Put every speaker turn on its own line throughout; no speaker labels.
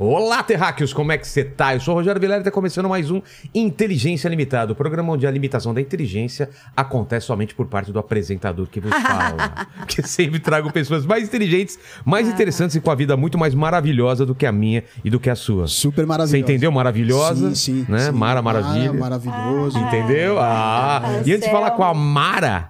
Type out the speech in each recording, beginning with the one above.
Olá, terráqueos, como é que você tá? Eu sou o Rogério Vilela e tá começando mais um Inteligência Limitada, o programa onde a limitação da inteligência acontece somente por parte do apresentador que vos fala. que sempre trago pessoas mais inteligentes, mais interessantes e com a vida muito mais maravilhosa do que a minha e do que a sua.
Super maravilhosa.
Você entendeu? Maravilhosa.
Sim, sim.
Né?
sim.
Mara Maravilha.
maravilhoso.
É.
Entendeu? Ah, e antes de falar com a Mara,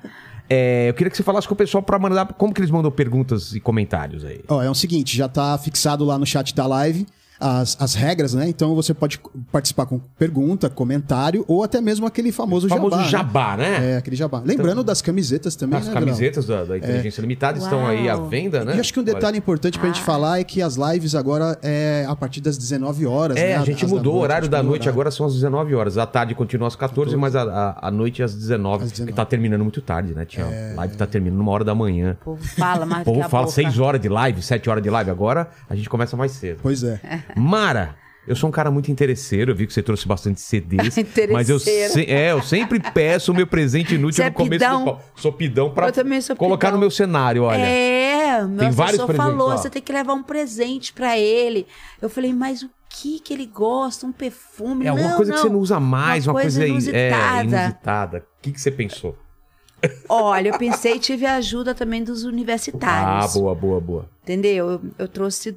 é, eu queria que você falasse com o pessoal pra mandar como que eles mandam perguntas e comentários aí.
Ó, é o seguinte, já tá fixado lá no chat da live as, as regras, né? Então você pode co- participar com pergunta, comentário ou até mesmo aquele famoso,
O famoso
jabá.
jabá, né?
É, aquele jabá. Lembrando das camisetas também,
As
né, Grau?
camisetas da, da Inteligência Limitada estão
Uau.
aí à venda, né?
E acho que um detalhe importante pra gente falar é que as lives agora é a partir das 19 horas.
É,
né?
a gente
As
mudou o
noite,
horário
a gente
da
mudou o
noite,
horário.
agora são às 19 horas. A tarde continua às 14, mas a, a, a noite às 19.
Às É. 19.
Tá terminando muito tarde, né, Tiago? Live tá terminando uma hora da manhã.
O povo fala mais
O
do que
povo
a
fala
boca.
6 horas de live, 7 horas de live. Agora a gente começa mais cedo.
Pois é.
Mara, eu sou um cara muito interesseiro, eu vi que você trouxe bastante CDs.
Interesseiro.
mas eu, se- é, eu sempre peço o meu presente inútil
Você é
no começo
pidão?
do pau. Sou pidão pra
Eu também sou
colocar
pidão.
no meu cenário, olha.
É, meu
Tem vários
assessor
presentes,
falou,
ó.
você tem que levar um presente pra ele. Eu falei, mas o que que ele gosta? Um perfume?
É alguma
não,
coisa que você não usa mais, uma,
Uma
coisa,
coisa
in- é,
inusitada.
inusitada. O que, que você pensou?
Olha, eu pensei e tive a ajuda também dos universitários.
Ah, boa, boa, boa.
Entendeu? Eu, eu trouxe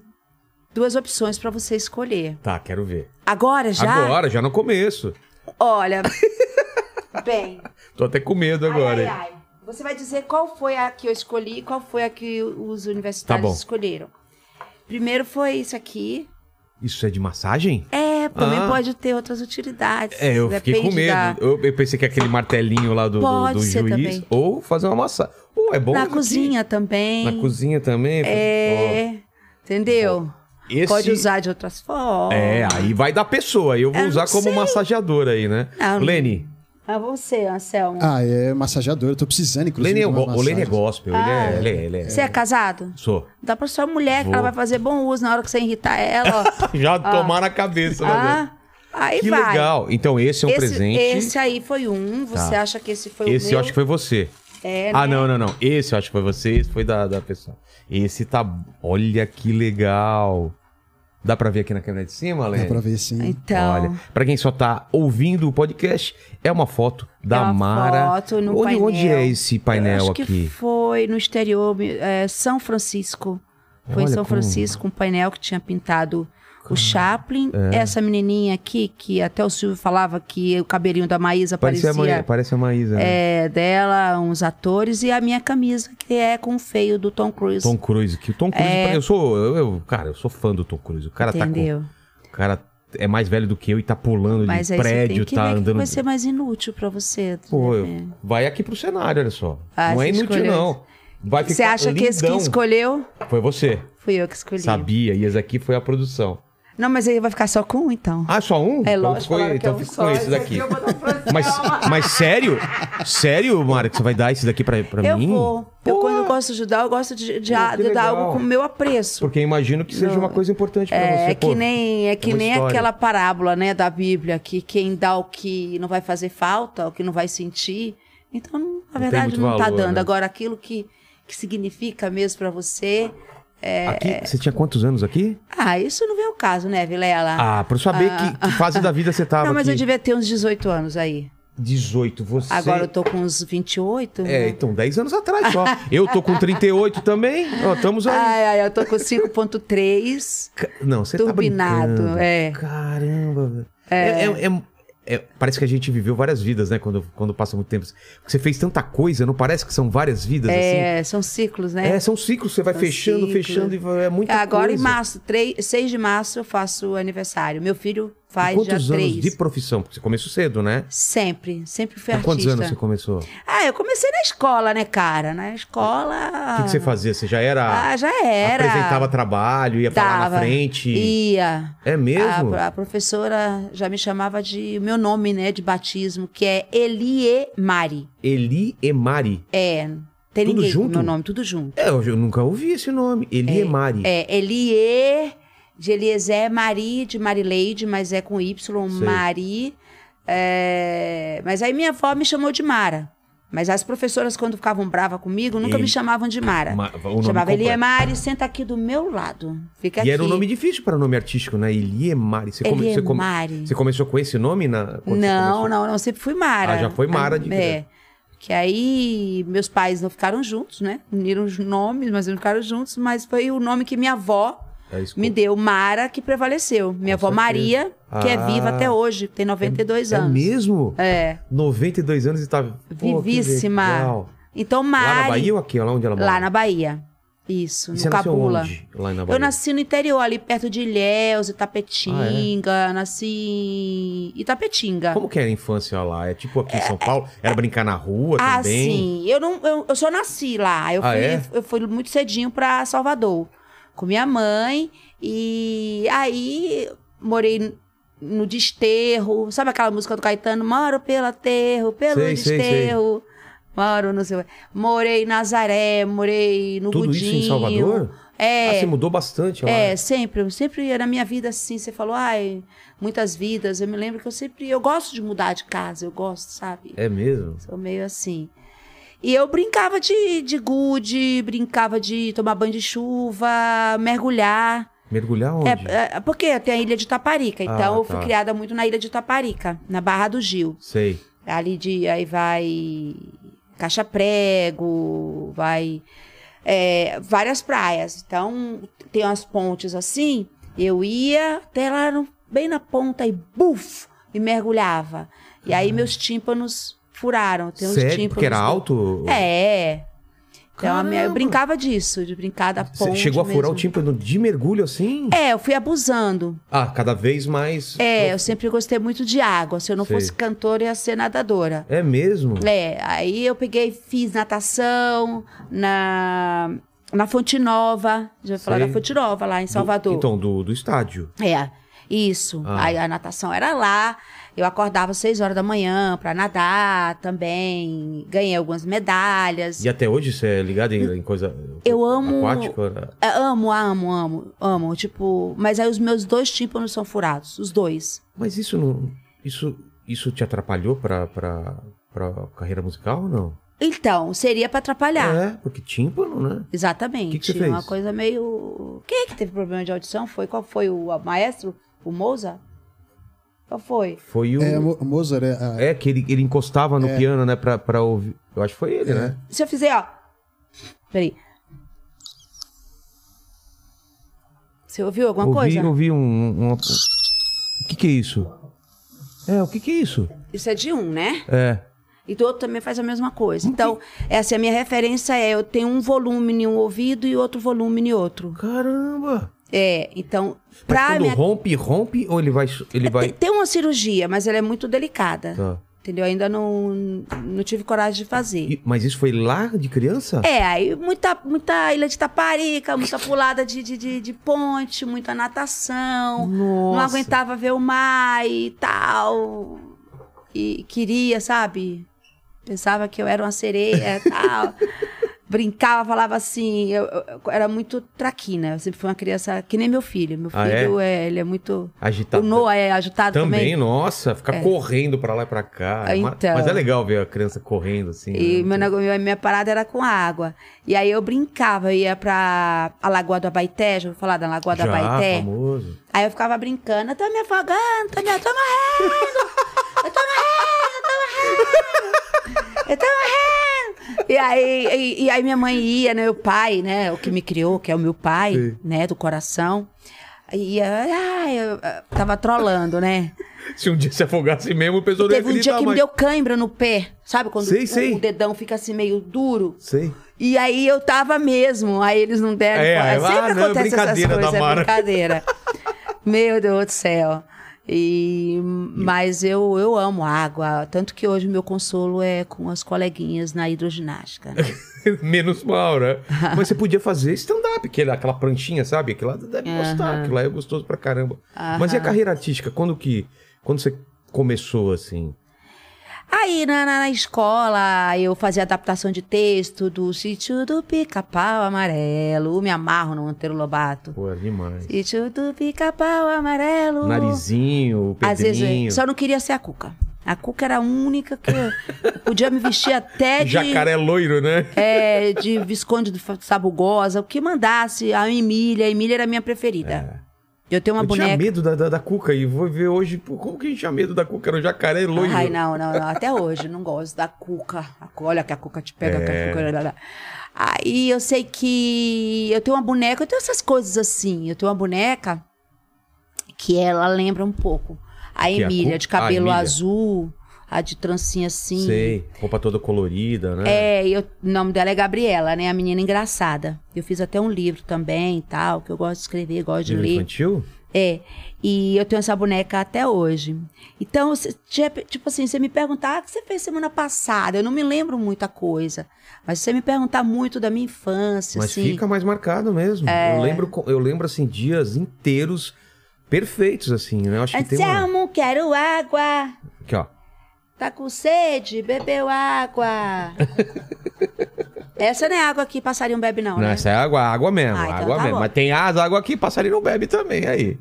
duas opções pra você escolher.
Tá, quero ver.
Agora já?
Agora, já no começo.
Olha. Bem,
Tô até com medo agora.
ai, ai,
hein?
ai. Você vai dizer qual foi a que eu escolhi e qual foi a que os universitários
Tá bom.
escolheram. Primeiro foi isso aqui.
Isso é de massagem?
É, também
Ah.
pode ter outras utilidades.
É, eu fiquei com
Depende
medo.
da-
Eu, eu pensei que aquele martelinho lá do, do-
Pode
do
ser
juiz.
também.
Ou fazer uma massagem. Ou é bom.
Na
aqui.
cozinha também.
Na cozinha também.
É, entendeu?
Ó, esse...
Pode usar de outras formas.
É, aí vai da pessoa. Eu vou
Eu não
usar como
sei.
massageador aí, né?
Não.
Lene.
Ah, você, Anselmo.
Ah, é massageador. Eu tô precisando, inclusive.
Lene é,
de uma
go- o Lene é
massagem.
gospel. Ele é. Ele é, ele é-
Você é casado?
Sou.
Dá pra sua mulher que ela
Vou.
vai fazer bom uso na hora que você irritar ela. ó.
Já tomar na cabeça, meu Deus.
ah, aí
Que
vai.
legal. Então, esse é um
esse,
presente. Esse,
esse aí foi um. Você acha que esse foi o meu?
eu acho que foi você.
É,
ah, não, não, não. Esse eu acho que foi você. Esse foi da, da pessoa. Esse tá. Olha que legal. Dá pra ver aqui na câmera de cima, Lene?
Dá pra ver, sim.
Então,
Olha, pra quem só tá ouvindo o podcast, é uma foto da
é uma
Mara.
foto no
onde,
painel.
onde é esse
Eu
painel
acho
aqui?
que foi no exterior, é, São Francisco. Foi em
Olha
São
como-
Francisco, um painel que tinha pintado o Chaplin.
é.
Essa menininha aqui, que até o Silvio falava que o cabelinho da Maísa
Parece
parecia
a, Ma... Parece a Maísa. né?
é, dela, uns atores, e a minha camisa, que é com o feio do Tom Cruise.
Tom Cruise. Que o Tom Cruise. pra- Eu sou. eu- eu- cara, eu sou fã do Tom Cruise. O cara tá
é. entendeu?
com. O cara é mais velho do que eu e tá pulando
Mas
de
aí
prédio,
você tem que
tá
ver o que
andando.
vai ser mais inútil pra você.
Pô, eu-
né?
vai aqui pro cenário, olha só.
Ah,
não é
você
inútil,
escolheu
não. Vai ficar
Você acha que esse que
lindão.
escolheu?
Foi você.
Fui eu que escolhi.
Sabia, e esse aqui foi a produção.
Não, mas aí vai ficar só com um, então.
Ah, só um?
É
Então
lógico,
foi-
falaram que
então
é um
fica
só.
com esse
Esse
daqui. Mas, mas sério? Sério, Mara, que você vai dar esse daqui pra, pra
eu
mim?
vou. Eu,
Pô,
quando eu gosto de dar, eu gosto de, de-
Pô, que
de dar
legal.
algo com o meu apreço.
Porque eu imagino que seja
Não.
uma coisa importante pra
É,
você.
é que
pô.
nem, é que
uma
nem
história.
aquela parábola, né, da Bíblia, que quem dá o que não vai fazer falta, o que não vai sentir. Então, não- na
tem
verdade,
muito
não tá
valor,
dando.
né?
Agora, aquilo que, que significa mesmo pra você. é.
Aqui, você tinha quantos anos aqui?
Ah, isso não vem ao caso, né, Vilela?
Ah, pra eu saber
Ah.
que, que fase da vida você tava
não, mas eu
aqui.
devia ter uns 18 anos aí.
18, você...
Agora eu tô com uns 28.
É,
né?
então, 10 anos atrás só. Eu tô com 38 também. Ó, estamos aí.
Ai, ai, eu tô com 5,3.
Ca- Não, você
Turbinado,
tá brincando.
é.
Caramba, velho. É. é- é- é- parece que a gente viveu várias vidas, né? Quando, quando passa muito tempo. Porque você fez tanta coisa, não parece que são várias vidas, assim?
É, são ciclos, né?
É, são ciclos, você vai
São
fechando,
ciclos.
fechando, e vai- é muita
Agora
coisa.
em março, 3, 6 de março eu faço aniversário. Meu filho faz
Quantos
já
anos
3.
de profissão? Porque você começou cedo, né?
Sempre, sempre fui
Há quantos
artista.
anos você começou? O
Ah, eu comecei na escola, né, cara? Na escola.
que, que você fazia? Você já era...
Ah, já era.
Apresentava trabalho, ia falar na
Dava.
frente.
Ia.
É mesmo?
A, a professora já me chamava de o meu nome, né, de batismo, que é Elie Mari.
Eli Emari.
É, Tem
Tudo
ninguém
junto?
com meu nome, tudo junto.
É, eu, eu nunca ouvi esse nome. Elie Mari.
É, Elie, de Eliezer, Mari, de Marileide, mas é com Y,
Sei.
Mari. É, Mas aí minha avó me chamou de Mara. Mas as professoras, quando ficavam bravas comigo, nunca
Ele-
me chamavam de Mara.
Ma- o nome
Chamava
completo.
Elie Mari, senta aqui do meu lado.
E
Fica aqui.
era um nome difícil para nome artístico, né? Elie Mari. Você, come- você come-
Eliemari.
você começou com esse nome na. quando você
Não,
começou?
não, não. Sempre fui Mara.
Ah, já foi Mara de
É.
direto.
Que aí meus pais não ficaram juntos, né? Uniram os nomes, mas não ficaram juntos. Mas foi o nome que minha avó
É isso que
me
eu-
deu, Mara, que prevaleceu. Minha
Com
avó
certeza.
Maria, que é
Ah.
viva até hoje, tem 92
É
anos.
mesmo?
É.
92 anos e tá. Pô, que
Vivíssima.
legal.
Então, Mari.
Lá na Bahia ou aqui? Lá onde ela mora?
Lá na Bahia.
E
Isso, no
você nasceu
Cabula.
onde? Lá na Bahia.
Eu nasci no interior, ali perto de Ilhéus, Itapetinga.
Ah, é?
Nasci em Itapetinga.
Como que era a infância lá? É tipo aqui em São Paulo? Era brincar na rua
Ah,
também?
sim. Eu, não, eu, eu só nasci lá. Eu,
Ah,
fui,
é?
eu fui muito cedinho pra Salvador com minha mãe. E aí morei no desterro. Sabe aquela música do Caetano? Moro pelo aterro, pelo
Sei, sei,
desterro. Moro no seu. Morei em Nazaré, morei no
Tudo
Budinho.
isso em Salvador? Ah,
É.
você mudou bastante lá.
É, sempre, eu sempre ia na minha vida assim, você falou, ai, muitas vidas, eu me lembro que eu sempre, eu gosto de mudar de casa, eu gosto, sabe?
É mesmo?
Sou meio assim. E eu brincava de, de gude, brincava de tomar banho de chuva, mergulhar.
Mergulhar onde?
É, é, porque tem a ilha de Taparica, então
Ah,
eu fui
tá.
criada muito na ilha de Taparica, na Barra do Gil.
Sei.
Ali de aí vai Caixa Prego, vai é, várias praias. Então tem umas pontes assim. Eu ia até lá no- bem na ponta e buf e mergulhava. E aí meus tímpanos furaram. Tem uns
Uhum. Sério?
tímpanos
Porque era
do-
alto?
É. Então a minha- eu
Caramba.
brincava disso, de brincar da ponte.
Você chegou a furar
mesmo.
o tímpano de mergulho assim?
É, eu fui abusando.
Ah, cada vez mais.
É, eu sempre gostei muito de água. Se eu não
Sei.
fosse cantora, eu ia ser nadadora.
É mesmo?
É, aí eu peguei, fiz natação na, na Fonte Nova. Já vou falar
Sei.
da Fonte Nova, lá em Salvador.
Do- então, do, do estádio.
É, isso.
Ah.
Aí a natação era lá. Eu acordava às seis horas da manhã pra nadar também. Ganhei algumas medalhas.
E até hoje você é ligado em, em coisa
Eu amo-
aquática?
É, Amo, amo, amo, amo. Tipo, mas aí os meus dois tímpanos são furados, os dois.
Mas isso não. Isso, isso te atrapalhou pra, pra, pra carreira musical ou não?
Então, seria pra atrapalhar.
É, porque tímpano, né?
Exatamente.
Que que você fez?
Uma coisa meio. Quem é que teve problema de audição? Foi qual foi o maestro? O Moza? Qual foi?
Foi o.
É, Mo- Mozart é, a-
É, que ele, ele encostava no piano, né, pra, pra ouvir. Eu acho que foi ele, né?
Se eu fizer, ó. Peraí. Você ouviu alguma
ouvi,
coisa?
ouvi um, um- O que que é isso? É, o que que é isso?
Isso é de um, né?
É.
E do outro também faz a mesma coisa.
Hum.
Então, essa é a minha referência é eu tenho um volume em um ouvido e outro volume em outro.
Caramba!
É, então,
Mas
pra
quando
minha...
rompe, rompe ou ele vai. Ele
Tem,
vai...
tem uma cirurgia, mas ela é muito delicada.
Tá.
Entendeu? Ainda não, não tive coragem de fazer.
E- mas isso foi lá de criança?
É, aí muita, muita ilha de taparica, muita pulada de, de, de, de ponte, muita natação. Não
Nossa.
aguentava ver o mar e tal. E queria, sabe? Pensava que eu era uma sereia e tal. Brincava, falava assim. Eu, eu- eu era muito traquina. Eu sempre fui uma criança que nem meu filho. Meu
Ah, é?
filho, é? ele é muito.
Agitado.
O Noah é agitado
Tá. também,
também.
nossa, ficar correndo pra lá e pra cá.
Ah,
É uma-
então.
Mas é legal ver a criança correndo assim.
E
né?
meu nego- minha, minha parada era com água. E aí eu brincava, eu ia pra a Lagoa do Abaeté, já vou falar da Lagoa do
Já,
Abaeté.
famoso.
Aí eu ficava brincando, eu tô me afogando, tô, me, tô morrendo, eu tô morrendo, eu tô morrendo, eu tô morrendo. E aí, e, e aí minha mãe ia, né, meu pai, né, o que me criou, que é o meu pai,
Sim.
né, do coração. E eu, ai, eu, eh, tava trolando, né?
Se um dia se afogasse mesmo, o pessoal não ia
Teve um dia
acreditar
que me
mais.
deu cãibra no pé, sabe? Quando
Sei,
o-
sei.
o dedão fica assim meio duro.
Sei.
E aí eu tava mesmo, aí eles não deram.
É, aí, ah,
sempre
não, é
acontece essas
brincadeira da
coisas, é
Mara.
brincadeira. Meu Deus do céu. E, mas eu, eu amo água, tanto que hoje meu consolo é com as coleguinhas na hidroginástica. né?
Menos mal, né? Mas você podia fazer stand-up, aquela, aquela pranchinha, sabe? Aquilo lá deve gostar, aquilo lá é gostoso pra caramba. Mas e a carreira artística? Quando que. Quando você começou assim?
Aí na, na- na escola eu fazia adaptação de texto do sítio do pica-pau amarelo. Me amarro no Antero Lobato.
Pô, é demais.
Sítio do pica-pau amarelo.
Narizinho,
Às vezes é,
pedrinho.
eu só não queria ser a Cuca. A Cuca era a única que eu eu podia me vestir até de.
Jacaré loiro, né?
É, de Visconde do Fa- Sabugosa, o que mandasse, a Emília. A Emília era a minha preferida. Eu tenho
É.
uma
eu tinha
boneca.
medo da, da, da Cuca e vou ver hoje. pô, como que a gente tinha medo da Cuca? Era um jacaré loiro.
Ai, não, não, não. Até hoje, não gosto da cuca. A cu- Olha que a cuca te pega,
É.
que a cuca. lá, lá, lá. Aí eu sei que eu tenho uma boneca, eu tenho essas coisas assim. Eu tenho uma boneca que ela lembra um pouco. A
Que é a
Emília,
cu-
de
a
cabelo
Emília.
azul, a de trancinha assim.
Sei. Roupa toda colorida, né?
É, e eu- o nome dela é Gabriela, né? A menina engraçada. Eu fiz até um livro também e tal, que eu gosto de escrever, gosto de
Livro
ler.
infantil?
É. E eu tenho essa boneca até hoje. Então, se- de rep- tipo assim, você me perguntar, ah, o que você fez semana passada? Eu não me lembro muita coisa. Mas se você me perguntar muito da minha infância,
Mas
assim.
fica mais marcado mesmo.
É.
Eu, lembro, co- eu lembro, assim, dias inteiros perfeitos, assim. né? Eu acho que tem uma...
Anselmo, quero água.
Aqui, ó.
Tá com sede? Bebeu água. Essa não é água que passarinho bebe, não,
Não,
né?
essa é água, água mesmo,
Ah, então
água
tá
mesmo.
bom.
Mas tem as águas aqui, passarinho não bebe também, aí.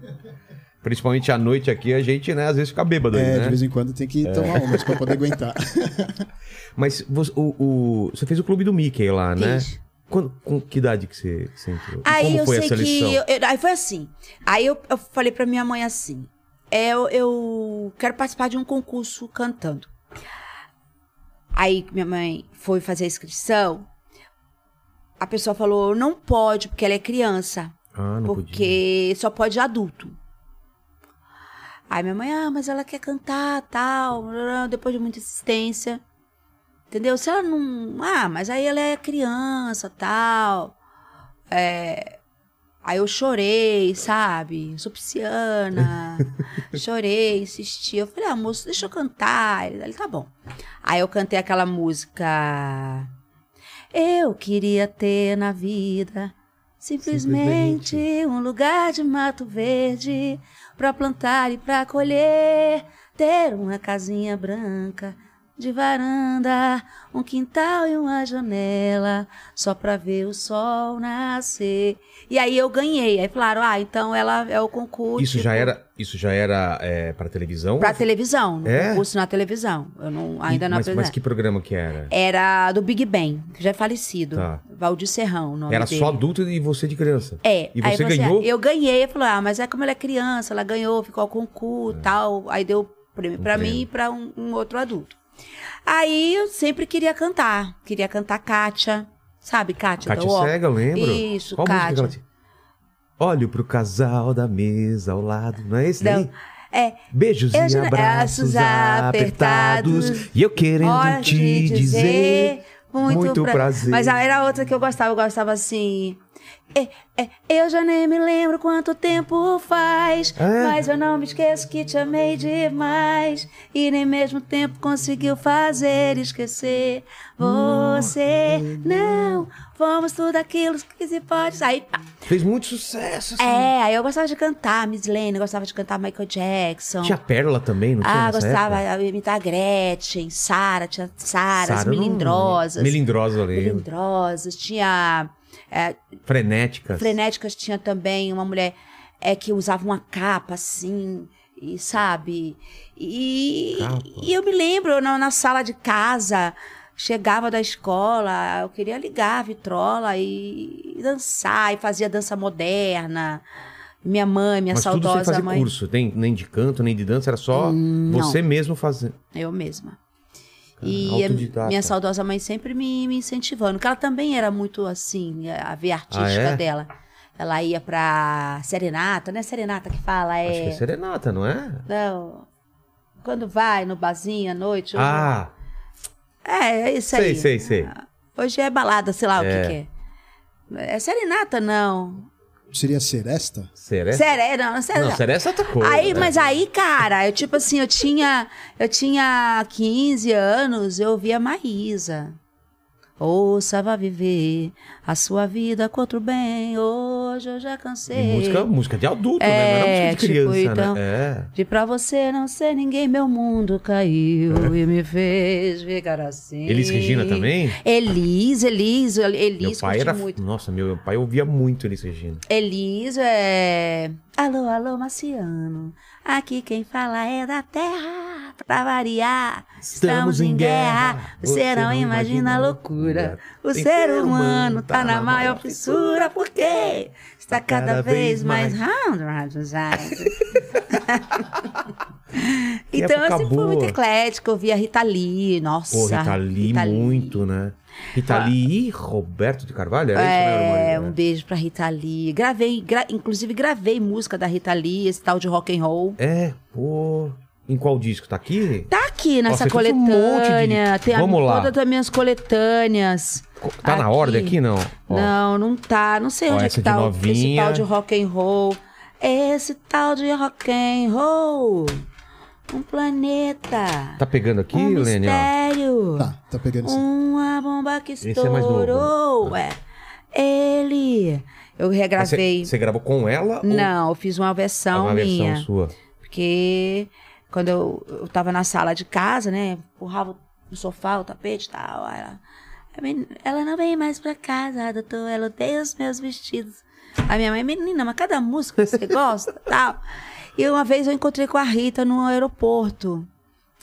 Principalmente à noite aqui, a gente, né, às vezes fica bêbado, aí,
É,
né?
de vez em quando tem que tomar umas pra poder aguentar.
Mas você, o- o- você fez o clube do Mickey lá, né?
Fiz.
Quando- com que idade que você, que você entrou? E
Aí
Como
eu
foi
sei
a seleção?
que. eu- eu- aí foi assim. Aí eu, eu falei pra minha mãe assim: é, eu, eu quero participar de um concurso cantando. Aí minha mãe foi fazer a inscrição. A pessoa falou: não pode, porque ela é criança.
Ah, não podia.
porque só pode adulto. Aí minha mãe, ah, mas ela quer cantar, tal, blá, blá, depois de muita insistência. Entendeu? Se ela não. Ah, mas aí ela é criança, tal. É, Aí eu chorei, sabe? Sou pisciana. chorei, insisti. Eu falei, ah, moço, deixa eu cantar. Ele, tá bom. Aí eu cantei aquela música. Eu queria ter na vida simplesmente, um lugar de mato verde pra plantar e pra colher, ter uma casinha branca de varanda, um quintal e uma janela só pra ver o sol nascer. E aí eu ganhei. Aí falaram: "Ah, então ela é o concurso".
Isso já
tipo,
era, isso já era é, pra televisão?
Pra televisão, no
É?
concurso na televisão. Eu não, ainda É,
E-
não
mas,
apresentei.
mas que programa que era?
Era do Big Ben, que já é falecido.
Tá.
Valdir Serrão, o nome
Era
dele.
só adulto e você de criança.
É.
E
aí
você
eu falei assim,
ganhou?
ah, Eu ganhei. Eu falei, ah, mas é como ela é criança, ela ganhou, ficou com o cu e tal. Aí deu prêmio
Um
pra
É. prêmio.
mim e pra um, um outro adulto. Aí eu sempre queria cantar. Queria cantar Kátia. Sabe, Kátia?
Kátia
da UOL?
Cega, eu lembro.
Isso,
Qual música que
Kátia.
ela tinha? Olho pro casal da mesa ao lado, não é esse
Não.
daí?
É,
Beijos
Eu
e
já-
abraços
abraços
apertados,
apertados.
E eu querendo
hora
te
de
dizer,
dizer, muito,
muito
pra-
prazer.
Mas ah, era outra que eu gostava, eu gostava assim. É, é, eu já nem me lembro quanto tempo faz,
É.
mas eu não me esqueço que te amei demais. E nem mesmo tempo conseguiu fazer esquecer você. Não, fomos tudo aquilo que se pode. Aí, pá.
Fez muito sucesso. assim.
é, aí eu gostava de cantar Miss Lane, eu gostava de cantar Michael Jackson.
Tinha Pérola também, não tinha
então. Ah,
nessa
gostava
época?
de imitar a Gretchen, Sara, tinha Sara, as
Sara, não-
melindrosas.
Melindrosa, eu lembro.
Melindrosas, tinha é,
Frenéticas.
frenéticas, tinha também uma mulher é, que usava uma capa assim, e sabe? E,
Capa.
e eu me lembro, eu na, na sala de casa, chegava da escola, eu queria ligar a vitrola e, e dançar, e fazia dança moderna. Minha mãe, minha
Mas tudo sem
saudosa
fazer
mãe. Hum,
curso, nem, nem de canto, nem de dança, era só
não.
você mesmo fazendo.
Eu mesma.
Cara,
E a
autodidata.
minha saudosa mãe sempre me, me incentivando, que ela também era muito assim, a via artística
é?
dela. Ela ia pra serenata, né? Serenata que fala, é.
Acho que é serenata, não é?
Não. Quando vai no barzinho à noite. hoje-
Ah,
é, é isso
sei,
aí.
sei, sei.
Hoje é balada, sei lá
É.
o que, que é. É serenata, não.
Seria seresta?
Seresta?
Sere... Não,
É?
não,
Não,
serenata.
seresta é outra coisa.
Aí,
né?
mas aí, cara, eu tipo assim, eu tinha, eu tinha 15 anos, eu ouvia Maísa. Ouça, vá viver a sua vida com outro bem. Hoje eu já
E
cansei.
música, música de adulto, né? Não era
É,
música de
tipo,
criança,
então-
né?
De pra você não ser ninguém, meu mundo caiu e me fez ficar assim.
É. Elis Regina também?
Elis, Elis, Elis,
Meu pai
curti
era.
muito.
Nossa, meu pai ouvia muito Elis Regina.
Elis é. Alô, alô, Marciano. Aqui quem fala é da terra. Pra variar, estamos, em guerra. Você não imagina a loucura. O
Tem
ser humano tá na maior fissura porque está cada vez mais round, round, round. Então,
época
eu sempre fui muito
boa.
eclético, eu via Rita Lee, nossa.
Pô, Rita Lee, muito, né? Rita Lee e Roberto de Carvalho, era
É,
isso, né,
um
Maria?
beijo pra Rita Lee. Gravei, gra- inclusive gravei música da Rita Lee, esse tal de rock and roll.
É, pô. Em qual disco? Tá aqui?
Tá aqui nessa
Nossa, você fez um monte de-
coletânea. Tem a-
Vamos lá.
todas as minhas coletâneas.
Tá na
Aqui.
ordem aqui, não? Ó,
Não, não tá. Não sei
Ó,
onde é
essa
que
de
tá
novinha.
esse tal de rock and roll. Esse tal de rock and roll. Um planeta.
Tá pegando aqui,
um
Lene? ó?
mistério.
Tá, tá pegando
Um.
isso.
Uma bomba que
é mais novo, né?
estourou. É. Ele. Eu
Mas você-
regravei.
Você gravou com ela?
Não, eu fiz uma
Ou
versão
uma versão
minha.
sua?
Porque quando eu, eu tava na sala de casa, né? Empurrava o sofá, o tapete e tal. aí Ela, "A men- ela não vem mais pra casa, doutor. Ela odeia os meus vestidos. A minha mãe, menina, mas cada música você gosta tal. E uma vez eu encontrei com a Rita no aeroporto.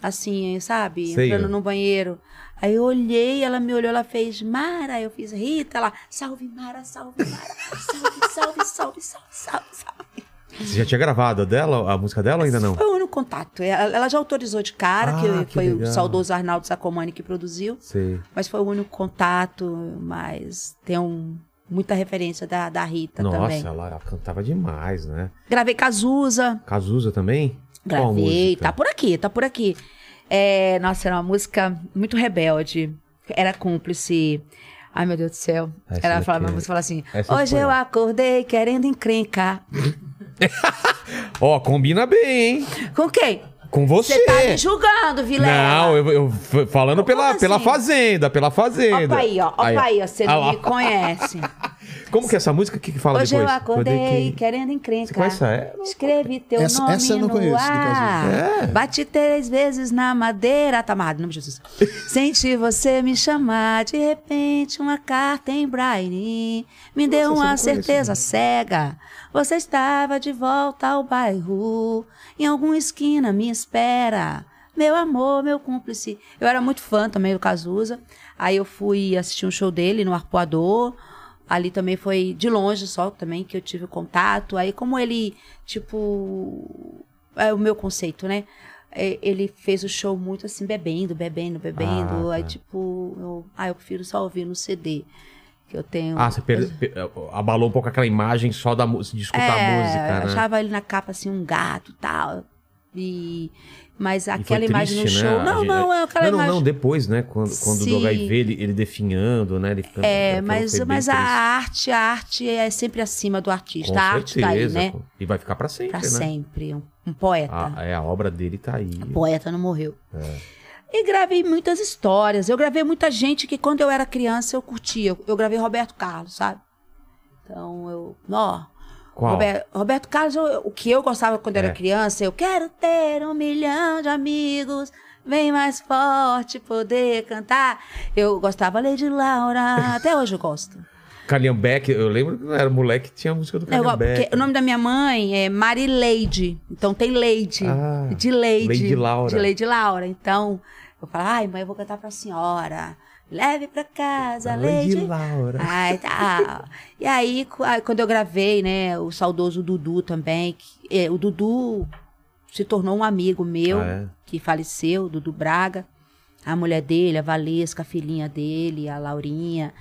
Assim, sabe?
Sei.
Entrando no banheiro. Aí eu olhei, ela me olhou, ela fez Mara, eu fiz Rita, ela, salve Mara, salve Mara, salve, salve, salve, salve, salve, salve.
Você já tinha gravado a dela, a música dela ou ainda não?
Foi o único contato. É, Ela, ela já autorizou de cara,
Ah,
que,
que
foi
legal.
o saudoso Arnaldo Sacomani que produziu,
Sei.
mas foi o único contato, mas tem um- muita referência da, da Rita
Nossa,
Tá também.
Ela, ela cantava demais, né?
Gravei Cazuza,
Cazuza também? Qual
gravei,
música?
tá por aqui, tá por aqui. É, nossa, era uma música muito rebelde. Era cúmplice. Ai, meu Deus do céu.
Essa
Ela
daqui
falava,
é-
a música fala assim:
Essa
Hoje
foi
eu
ela."
acordei querendo encrencar.
Ó, combina bem, hein?
Com quem?
Com você.
Você tá me julgando, Vilela.
Não, eu, eu f- falando pela,
assim?
pela fazenda, pela fazenda.
Opa aí, ó. Opa aí, ó. Você
Ah
não
lá.
me conhece.
Como que é essa música? O que, que fala
Hoje eu
depois? é
acordei querendo
Você
encrencar.
conhece essa? É?
Escrevi teu
Essa-
nome
essa eu não
no
conheço, do
ar. Bati três vezes na madeira. Tá amarrado, em nome de Jesus. Senti você me chamar. De repente, uma carta em Braille. Me deu
essa eu não
uma
conheço,
certeza cega. Você estava de volta ao bairro. Em alguma esquina me espera. Meu amor, meu cúmplice. Eu era muito fã também do Cazuza. Aí eu fui assistir um show dele no Arpoador. Ali também foi de longe só também que eu tive o contato. Aí como ele, tipo, é o meu conceito, né? É, Ele fez o show muito assim, bebendo, bebendo, bebendo.
Ah,
Aí
tá.
tipo, eu, ah, eu prefiro só ouvir no CD que eu tenho.
Ah, você per- per- abalou um pouco aquela imagem só da mu- de escutar a música, né?
É, eu achava ele na capa assim um gato, tal. E mas aquela
foi
imagem
triste,
no
né?
show.
A
Não,
gente-
não, é aquela
não, não,
imagem.
não, depois, né? Quando, quando do
Sim.
HIV ele, ele definhando, né? Ele ficando,
É,
foi-
mas,
foi bem
mas a
triste.
arte, a arte é sempre acima do artista.
Com
a arte tá aí,
certeza,
né?
pô. E vai ficar pra sempre,
Pra
né?
sempre. Um, um poeta.
A, é, a obra dele tá aí.
O poeta não morreu.
É.
E gravei muitas histórias. Eu gravei muita gente que quando eu era criança eu curtia. Eu gravei Roberto Carlos, sabe? Então eu. Ó,
Qual?
Roberto, Roberto Carlos, eu- o que eu gostava quando
É.
era criança, eu quero ter um milhão de amigos, bem mais forte, poder cantar. Eu gostava Lady Laura, até hoje eu gosto.
Calhambeck, eu lembro que eu era moleque tinha a música do
Eu gosto,
Calhambeck.
É, porque o nome da minha mãe é Marileide, então tem Leide,
Ah,
de Leide,
Lady Laura.
de Lady Laura. Então eu falo, ai mãe, eu vou cantar pra senhora, leve pra casa,
Lady
Leide
Laura.
Ai, tá. E aí, qu- aí, quando eu gravei, né, o saudoso Dudu também, que- eh, o Dudu se tornou um amigo meu,
Ah, é?
que faleceu, o Dudu Braga, a mulher dele, a Valesca, a filhinha dele, a Laurinha,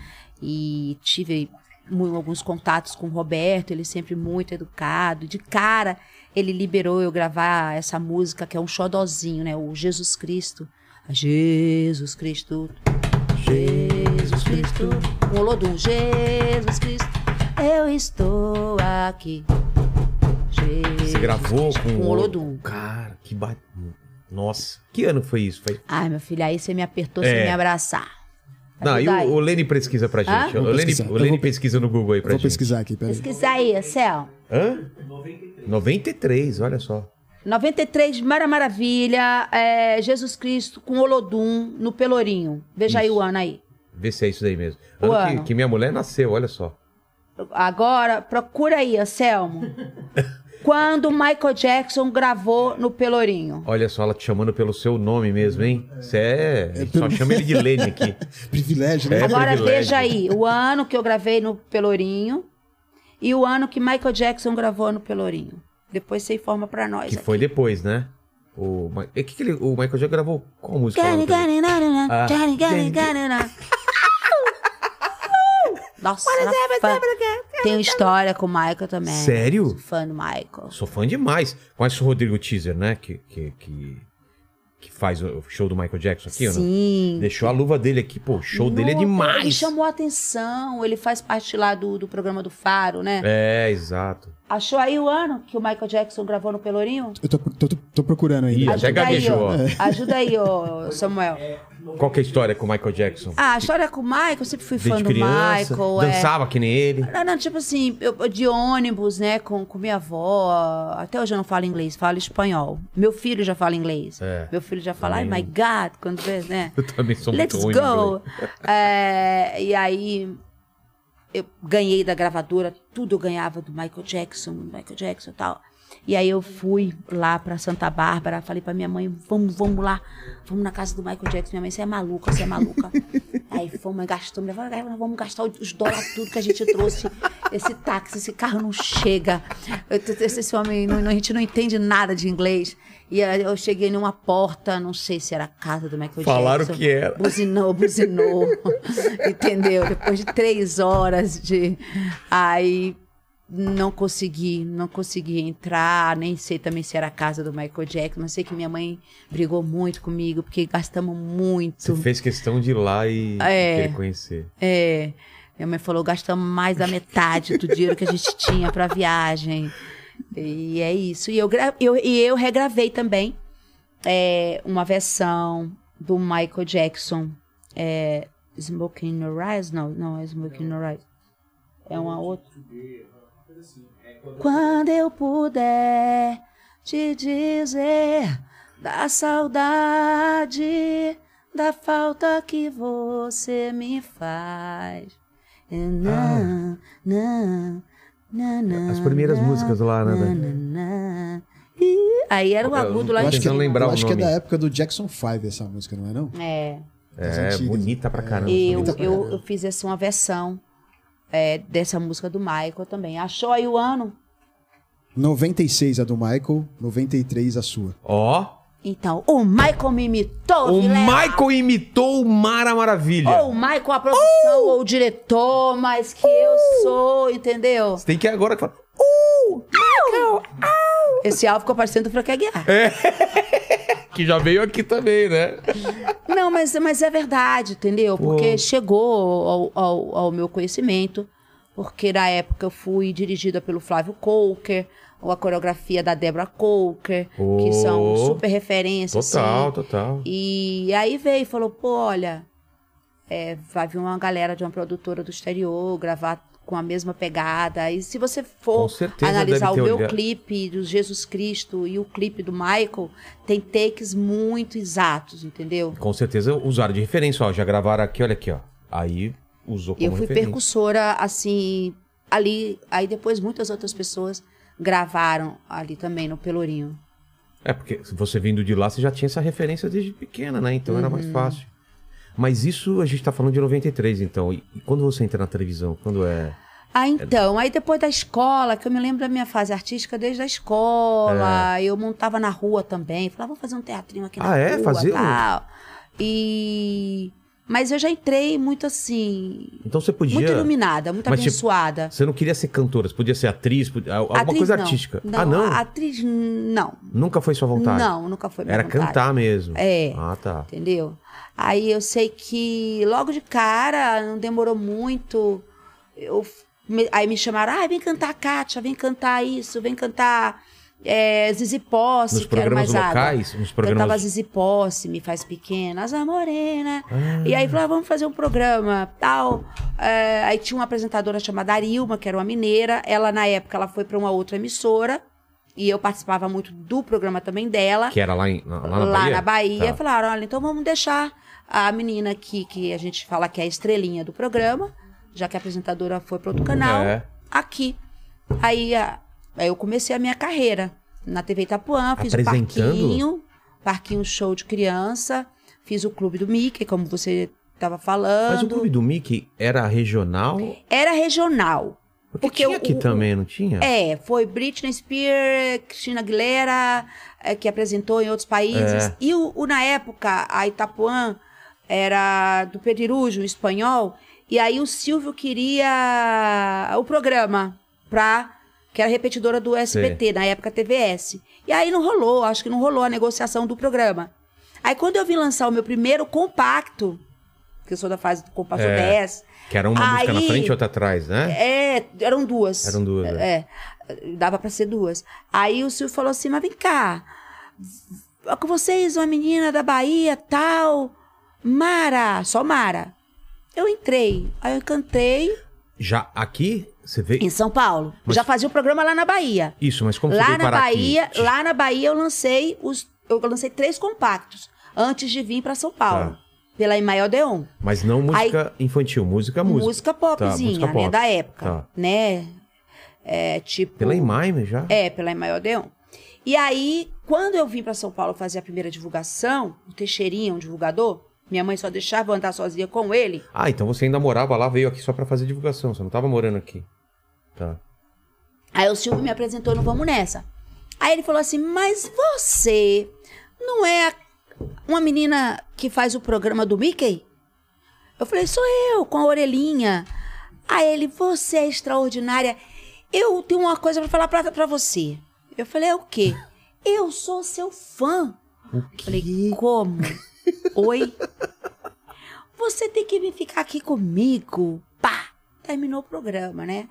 e tive mu- alguns contatos com o Roberto, ele sempre muito educado, de cara ele liberou eu gravar essa música, que é um xodozinho, né, o Jesus Cristo, Jesus Cristo, Jesus Cristo, um Olodum, Jesus Cristo, eu estou aqui. Jesus
Você gravou
Cristo,
com
um Olodum.
Cara, que ba... Nossa, que ano foi isso? Foi...
Ai, meu filho, aí você me apertou sem
É.
me abraçar.
Não, e
Ajuda
o,
aí.
o Lene pesquisa pra gente.
Hã?
O
Vou
Lene,
pesquisar.
o Lene
Eu vou-
pesquisa no Google aí É pra
Vou
gente.
pesquisar aqui, peraí.
Pesquisa aí, Céu.
Hã? 93. olha só.
93, Mara Maravilha, é, Jesus Cristo com Olodum no Pelourinho. Veja aí o ano aí.
Vê se é isso daí mesmo.
O
Ano que-
ano.
Que, minha mulher nasceu, olha só.
Agora, procura aí, Anselmo. Quando Michael Jackson gravou no Pelourinho.
Olha só, ela te chamando pelo seu nome mesmo, hein? Você é. Só
pelo-
chama ele de Lene aqui.
Privilégio, né?
É
Agora
privilégio.
veja aí, o ano que eu gravei no Pelourinho e o ano que Michael Jackson gravou no Pelourinho. Depois você informa pra nós.
Que foi depois, né? O, Ma- e que que ele- o Michael Jackson gravou qual música? lá no
Gani,
Pelourinho?
gani, nanana,
Ah,
gani, gani,
entendi.
gani, na. Nossa, ela é fã. tem história com o Michael também.
Sério?
Sou Fã do Michael.
Sou fã demais. Conhece o Rodrigo Teaser, né? Que, que, que, que faz o show do Michael Jackson aqui, ou não?
Sim.
Deixou a luva dele aqui, pô, o show dele é
Nossa, Ele
demais.
chamou a atenção, ele faz parte lá do, do programa do Faro, né?
É, exato.
Achou aí o ano que o Michael Jackson gravou no Pelourinho?
Eu tô, tô- tô- tô procurando
Ih,
ainda.
até
Ajuda aí,
gaguejou,
ó.
ó.
Ajuda aí, ó, Samuel.
Qual que é a história com o Michael Jackson?
Ah, a história com o Michael, eu sempre fui fã
Desde
do
criança,
Michael. é.
dançava que nem ele.
Não, não, tipo assim, eu, eu de ônibus, né, com, com minha avó. Até hoje eu não falo inglês, falo espanhol. Meu filho já fala inglês.
É.
Meu filho já fala, ai,
Também.
my God, quando vê, né?
Eu também sou
Let's
muito ruim. em
go!
inglês.
É, e aí eu ganhei da gravadora, tudo eu ganhava do Michael Jackson, Michael Jackson e tal. E aí eu fui lá pra Santa Bárbara, falei pra minha mãe, vamos, vamos lá, vamos na casa do Michael Jackson. Minha mãe, você é maluca, você é maluca. aí fomos, gastamos, falou, "Ah, nós vamos gastar os dólares tudo que a gente trouxe. Esse táxi, esse carro não chega. Eu tô- Esse, esse homem, não- não- a gente não entende nada de inglês. E aí eu cheguei numa porta, não sei se era a casa do Michael
Falaram
Jackson.
que era.
Buzinou, buzinou. entendeu? Depois de três horas de. Aí não consegui, não consegui entrar, nem sei também se era a casa do Michael Jackson, mas sei que minha mãe brigou muito comigo, porque gastamos
Você
muito.
fez questão de ir lá e
É.
querer conhecer.
É. Minha mãe falou, gastamos mais da metade do dinheiro que a gente tinha pra viagem. E é isso. E eu, gra- eu- e eu regravei também é, uma versão do Michael Jackson. É, Smoking No Rise? Não, não é Smoking No Rise. É uma outra. Quando eu puder te dizer da saudade, da falta que você me
Ah.
faz. Não, não, não, não,
As primeiras
não,
músicas lá, né,
não,
né?
não, não. Ih, Aí era o
Eu-
agudo lá
eu
em
acho que
cima.
eu lembrar
eu
o
acho que é
nome.
da época do Jackson 5 essa música, não é não?
É,
Das
É,
antigas.
bonita pra caramba.
eu,
bonita pra
eu,
caramba.
eu fiz assim, uma versão é, dessa música do Michael também. Achou aí o ano?
96 a do Michael, 93 a sua.
Ó,
Então, o Michael me imitou,
o
Vilela.
Michael imitou o Mara Maravilha.
Ou o Michael, a produção,
Uh!
ou o diretor, mas que eu sou, entendeu?
Você tem que ir agora que fala.
Esse alvo ficou parecendo o Frank Aguiar.
Que já veio aqui também, né?
Não, mas, mas é verdade, entendeu? Porque
Pô.
chegou ao, ao- ao meu conhecimento, porque na época eu fui dirigida pelo Flávio Coker, ou a coreografia da Débora Coker,
Pô.
que são super referências.
Total,
assim.
total.
E aí veio e falou, pô, olha, é, vai vir uma galera de uma produtora do exterior gravar com a mesma pegada. E se você
Com
for
certeza
analisar
deve ter
o meu
olhado.
clipe do Jesus Cristo e o clipe do Michael, tem takes muito exatos, entendeu?
Com certeza usaram de referência, ó. Já gravaram aqui, olha aqui, ó. Aí usou como
Eu fui
referência.
percussora, assim, ali. Aí depois muitas outras pessoas gravaram ali também no Pelourinho.
É, porque se você vindo de lá, você já tinha essa referência desde pequena, né? Então era
Uhum.
mais fácil. Mas isso a gente tá falando de 93, então. E, e quando você entra na televisão? Quando é.
Ah, então, aí depois da escola, que eu me lembro da minha fase artística desde a escola, eu montava na rua também, falava, vamos fazer um teatrinho aqui na
É. Ah, é?
rua,
Fazia?
tal. E... Mas eu já entrei muito assim,
Então você podia.
muito iluminada, muito
Mas, tipo,
abençoada.
Você não queria ser cantora, você podia ser atriz, podia... alguma
Atriz,
coisa
não.
artística. ah, não?
a- Atriz, não.
Nunca foi sua vontade.
Não, nunca foi minha
Era
vontade.
cantar mesmo.
É.
Ah, tá.
entendeu? Aí eu sei que logo de cara, não demorou muito, eu, me- aí me chamaram, ah, vem cantar Kátia, vem cantar isso, vem cantar é, Zizi Posse,
Nos
que era
programas
mais água.
locais, nos
Cantava
programas.
Zizi Posse, Me Faz Pequena, Asa Morena.
Ah.
E aí falou, ah, vamos fazer um programa, tal. É, aí tinha uma apresentadora chamada Arilma, que era uma mineira. Ela, na época, ela foi para uma outra emissora. E eu participava muito do programa também dela
Que era lá, em, lá na
lá
Bahia?
na Bahia,
Tá.
falaram, olha, então vamos deixar a menina aqui, que a gente fala que é a estrelinha do programa, já que a apresentadora foi para outro canal,
É.
aqui. Aí, a- aí eu comecei a minha carreira na TV Itapuã, fiz o
Apresentando?
Parquinho, Parquinho Show de Criança, fiz o Clube do Mickey, como você estava falando.
Mas o Clube do Mickey era regional?
Era regional.
Porque,
É, Porque
tinha
o-
aqui
o-
também, não tinha?
É, foi Britney Spears, Cristina Aguilera, eh, que apresentou em outros países.
É.
E o, o- na época, a Itapuã era do Pedirujo, espanhol, e aí o Silvio queria o programa pra. Que era repetidora do SBT, na época TVS. E aí não rolou, acho que não rolou a negociação do programa. Aí quando eu vim lançar o meu primeiro compacto, que eu sou da fase do compacto
É.
ODS,
Que era uma música na
Aí-
frente e outra atrás, né?
é, eram duas.
Eram duas, né?
É, dava pra ser duas. Aí o Silvio falou assim, mas vem cá, é com vocês, uma menina da Bahia, tal, Mara, só Mara. Eu entrei, aí eu cantei
Já aqui, você vê...
em São Paulo. Eu
Mas-
Já fazia o programa lá na Bahia.
Isso, mas como você
Lá
veio
na
parar
Bahia,
aqui?
lá na Bahia eu lancei os, eu lancei três compactos antes de vir pra São Paulo,
Tá.
pela Imael Deon.
Mas não música infantil, música, música.
Música
Tá,
popzinha,
música
né,
pop.
da época,
Tá.
né? É, tipo
Pela Imaime já?
É, pela Emmanuel Deon. E aí, quando eu vim pra São Paulo fazer a primeira divulgação, o Teixeirinha, um divulgador, minha mãe só deixava eu andar sozinha com ele.
Ah, então você ainda morava lá, veio aqui só pra fazer divulgação. Você não tava morando aqui. Tá.
Aí o Silvio me apresentou no Vamos Nessa. Aí ele falou assim: Mas você não é a- uma menina que faz o programa do Mickey? Eu falei: Sou eu, com a orelhinha. Aí ele: Você é extraordinária. Eu tenho uma coisa pra falar pra, pra você. Eu falei: "É O quê? Eu sou seu fã.
O
Falei, como? Oi? Você tem que vir ficar aqui comigo. Pá! Terminou o programa, né?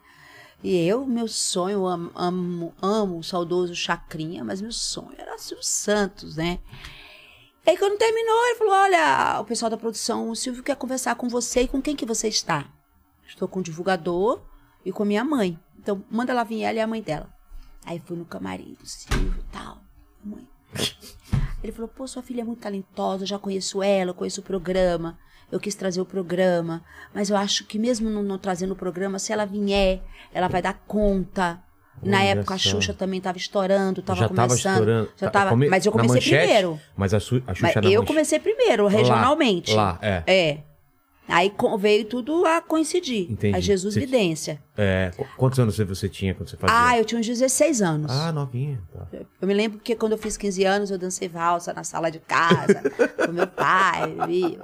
E eu, meu sonho, eu amo, amo, amo o saudoso Chacrinha, mas meu sonho era Silvio Santos, né? E aí quando terminou, ele falou, olha, o pessoal da produção, o Silvio quer conversar com você e com quem que você está? Estou com o divulgador e com a minha mãe. Então, manda ela vir, ela e a mãe dela. Aí fui no camarim do Silvio e tal. Mãe, ele falou: pô, sua filha é muito talentosa, eu já conheço ela, eu conheço o programa, eu quis trazer o programa, mas eu acho que mesmo não, não trazendo o programa, se ela vier, ela vai dar conta. Na
Olha
época a
só.
Xuxa também tava estourando, tava
já
começando.
tava estourando.
já
Tá,
tava-
come-
Mas eu
na
comecei
manchete,
primeiro.
Mas a, Su... a Xuxa
Mas
na
eu
manchete.
comecei primeiro, regionalmente.
Lá, é.
É. Aí co- veio tudo a coincidir.
Entendi.
A Jesus
Você-
Vidência.
É, qu- Quantos anos você tinha quando você fazia?
Ah, eu tinha uns 16 anos.
Ah, novinha. Tá.
Eu me lembro que quando eu fiz 15 anos, eu dancei valsa na sala de casa, com meu pai. e-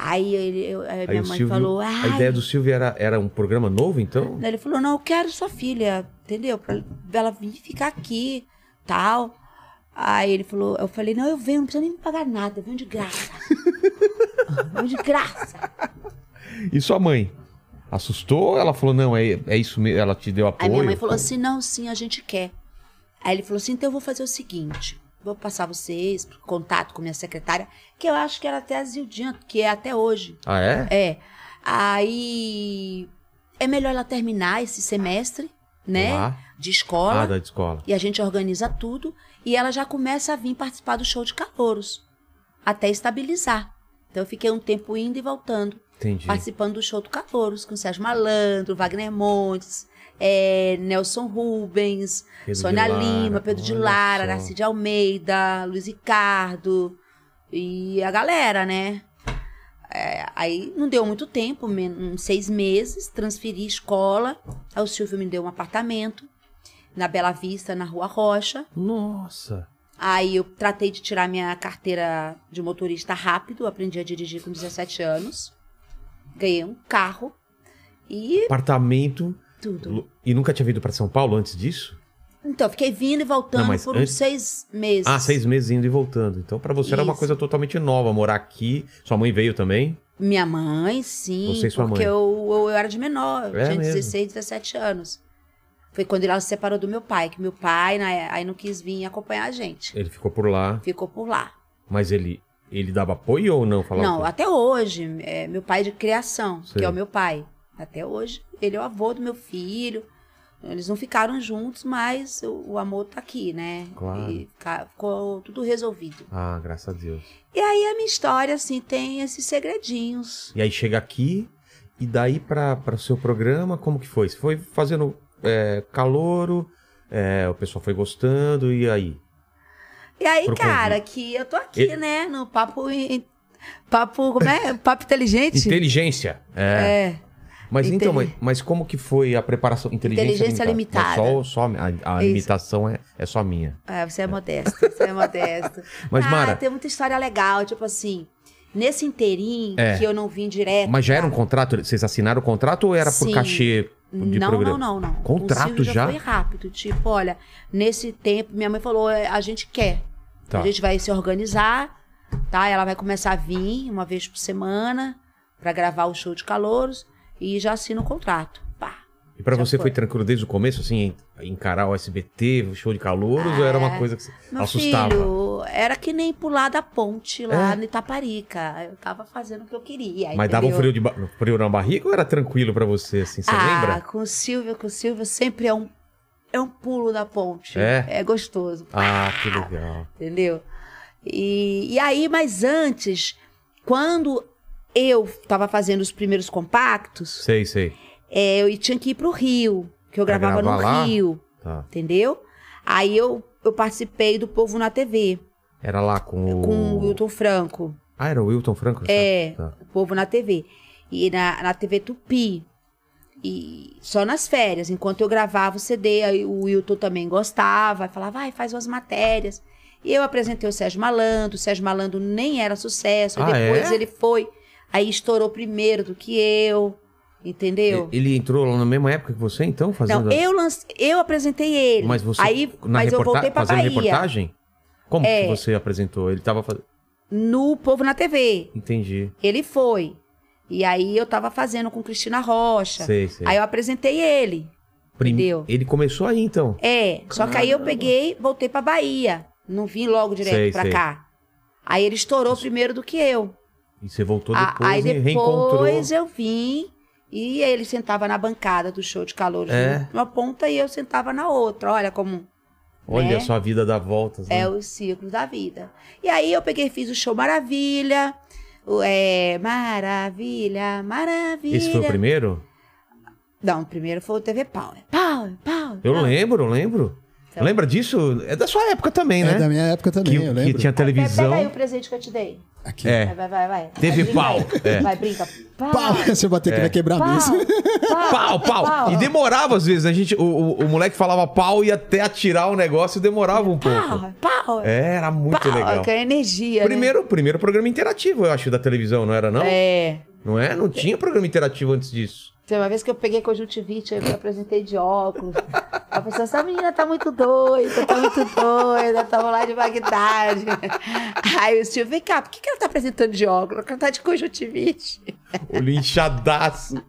Aí, ele, eu- aí
Aí
minha
o
mãe
Silvio.
falou,
a
ai,
ideia do Silvio era, era um programa novo, então?
Daí Ele falou, não, eu quero sua filha, entendeu? Pra ela vir ficar aqui, tal. Aí ele falou, eu falei, não, eu venho, não precisa nem me pagar nada, eu venho de graça. Eu venho de graça.
E sua mãe? Assustou? Ela falou, não, é, é isso mesmo. Ela te deu apoio?
Aí minha mãe falou assim, não, sim, a gente quer. Aí ele falou assim, então eu vou fazer o seguinte, vou passar vocês, pro contato com minha secretária, que eu acho que era até a Zildinha, que é até hoje.
Ah, é?
É. Aí é melhor ela terminar esse semestre, né?
Lá?
De escola.
Ah, da escola.
E a gente organiza tudo e ela já começa a vir participar do show de calouros, até estabilizar. Então eu fiquei um tempo indo e voltando,
Entendi.
participando do show do calouros, com Sérgio Malandro, Wagner Montes, eh, Nelson Rubens,
Pedro de
Sônia
Lara,
Lima, Pedro de
olha
Lara,
só.
Aracide Almeida, Luiz Ricardo e a galera, né? É, aí não deu muito tempo, men- uns seis meses, transferi escola. Aí o Silvio me deu um apartamento na Bela Vista, na Rua Rocha.
Nossa.
Aí eu tratei de tirar minha carteira de motorista rápido, aprendi a dirigir com 17 anos. Ganhei um carro e
Apartamento.
tudo.
Lu- E nunca tinha vindo pra São Paulo antes disso?
Então, fiquei vindo e
Não,
voltando
mas
por
antes-
uns seis meses.
Ah, seis meses indo e voltando. Então, pra você era uma
Isso.
coisa totalmente nova, morar aqui. Sua mãe veio também?
Minha mãe, sim.
Você e sua
porque
mãe.
Eu, eu, eu era de menor, eu
É
tinha
mesmo.
16, 17 anos. Foi quando ela se separou do meu pai, que meu pai né, aí não quis vir acompanhar a gente.
Ele ficou por lá,
Ficou por lá.
mas ele, ele dava apoio ou não? Falava
não,
com-
até hoje, é, meu pai de criação,
Sei.
que é o meu pai. Até hoje, ele é o avô do meu filho. Eles não ficaram juntos, mas o, o amor tá aqui, né?
Claro.
E ca- ficou tudo resolvido.
Ah, graças a Deus.
E aí a minha história, assim, tem esses segredinhos.
E aí chega aqui, e daí pra, pra o seu programa, como que foi? Você foi fazendo é, calouro, é, o pessoal foi gostando, e aí?
E aí,
Pro
cara, que eu tô aqui,
E-
né? No papo. in- Papo. Como é? Papo inteligente?
Inteligência. É.
É.
Mas
Enteli-
então, mas, mas como que foi a preparação? Inteligência,
Inteligência
Mas Só, só, a, a
Isso.
limitação é, é só minha.
Ah, você é modesto, você é modesto.
Mas,
ah,
Mara,
tem muita história legal, tipo assim, nesse inteirinho
É.
que eu não vim direto.
mas já era um contrato? Vocês assinaram o contrato ou era por
Sim.
cachê de
não,
programa?
não, não, não.
Contrato
o Silvio
já?
foi rápido, tipo, olha, nesse tempo, minha mãe falou, "É, a gente quer.
Tá.
A gente vai se organizar, tá? Ela vai começar a vir uma vez por semana pra gravar o show de calouros e já assina o contrato. Pá.
E pra
Já
você foi.
foi.
tranquilo desde o começo, assim, encarar o SBT, o show de calouros, ou era uma coisa que você
É. Meu
assustava?
filho, era que nem pular da ponte lá
É?
no Itaparica. Eu tava fazendo o que eu queria.
Mas dava um
entendeu?
frio, de ba- frio na barriga ou era tranquilo pra você, assim, você
ah,
lembra?
com o Silvio, com o Silvio sempre é um, é um pulo da ponte.
É?
gostoso,
Ah, que legal.
entendeu? E, e aí, mas antes, quando eu tava fazendo os primeiros compactos,
Sei, sei.
é, eu tinha que ir pro Rio, que eu
Pra
gravava no
gravar lá?
Rio,
Tá.
entendeu? Aí eu, eu participei do Povo na TV,
Era lá com o...
com o Wilton Franco.
Ah, era o Wilton Franco?
É,
Tá.
o povo na TV. E na, na TV Tupi. E só nas férias, enquanto eu gravava o CD, aí o Wilton também gostava, falava, vai, faz umas matérias. E eu apresentei o Sérgio Malandro, o Sérgio Malandro nem era sucesso, aí
Ah,
depois
é?
ele foi, aí estourou primeiro do que eu, entendeu?
E- Ele entrou lá na mesma época que você, então, fazendo...
Não, eu, lance, eu apresentei ele,
Mas você,
aí,
na
mas eu
reporta-
voltei pra
fazendo
Bahia,
reportagem? Como
É.
que você apresentou? Ele tava fazendo...
no Povo na TV,
Entendi.
ele foi. E aí eu tava fazendo com Cristina Rocha,
Sei, sei.
Aí eu apresentei ele.
Prime-
entendeu?
Ele começou aí, então.
É, só que aí eu
Caramba.
peguei, voltei pra Bahia. Não vim logo direto
Sei,
pra
sei.
cá. Aí ele estourou primeiro do que eu.
E você voltou
A-
depois
Ah, aí
e reencontrou.
depois é eu vim e ele sentava na bancada do show de calor
É.
numa ponta e eu sentava na outra. Olha como
Olha
né?
só a vida dá voltas, né?
é o ciclo da vida. E aí eu peguei e fiz o show Maravilha. o- É, maravilha, maravilha.
Esse foi o primeiro?
Não, o primeiro foi o TV Power. Power, Power.
Eu
Power.
lembro, eu lembro.
Ah. Então-
Lembra disso? É da sua época também, né?
É da minha época também,
que,
eu
que
lembro.
tinha televisão.
Pega aí o presente que eu te dei.
Aqui.
É.
Vai, vai, vai, vai.
Teve
vai,
pau.
Brinca,
É.
Vai, brinca. Pau.
Pau, se eu bater que vai quebrar a
Pau.
mesa.
Pau, pau.
Pau.
E demorava às vezes. A gente, o, o, o moleque falava pau e até atirar o negócio demorava um pouco.
Pau. Pau.
É, era muito
pau.
legal.
Que é energia. né?
Primeiro, primeiro programa interativo, eu acho, da televisão, não era não?
É.
Não é? Não tinha programa interativo antes disso.
Tem uma vez que eu peguei conjuntivite, eu me apresentei de óculos. A pessoa, essa menina tá muito doida, tá muito doida, tava lá de Bagdade. Aí o Silvio, vem cá, por que, que ela tá apresentando de óculos? Ela tá de conjuntivite.
Olho inchadaço.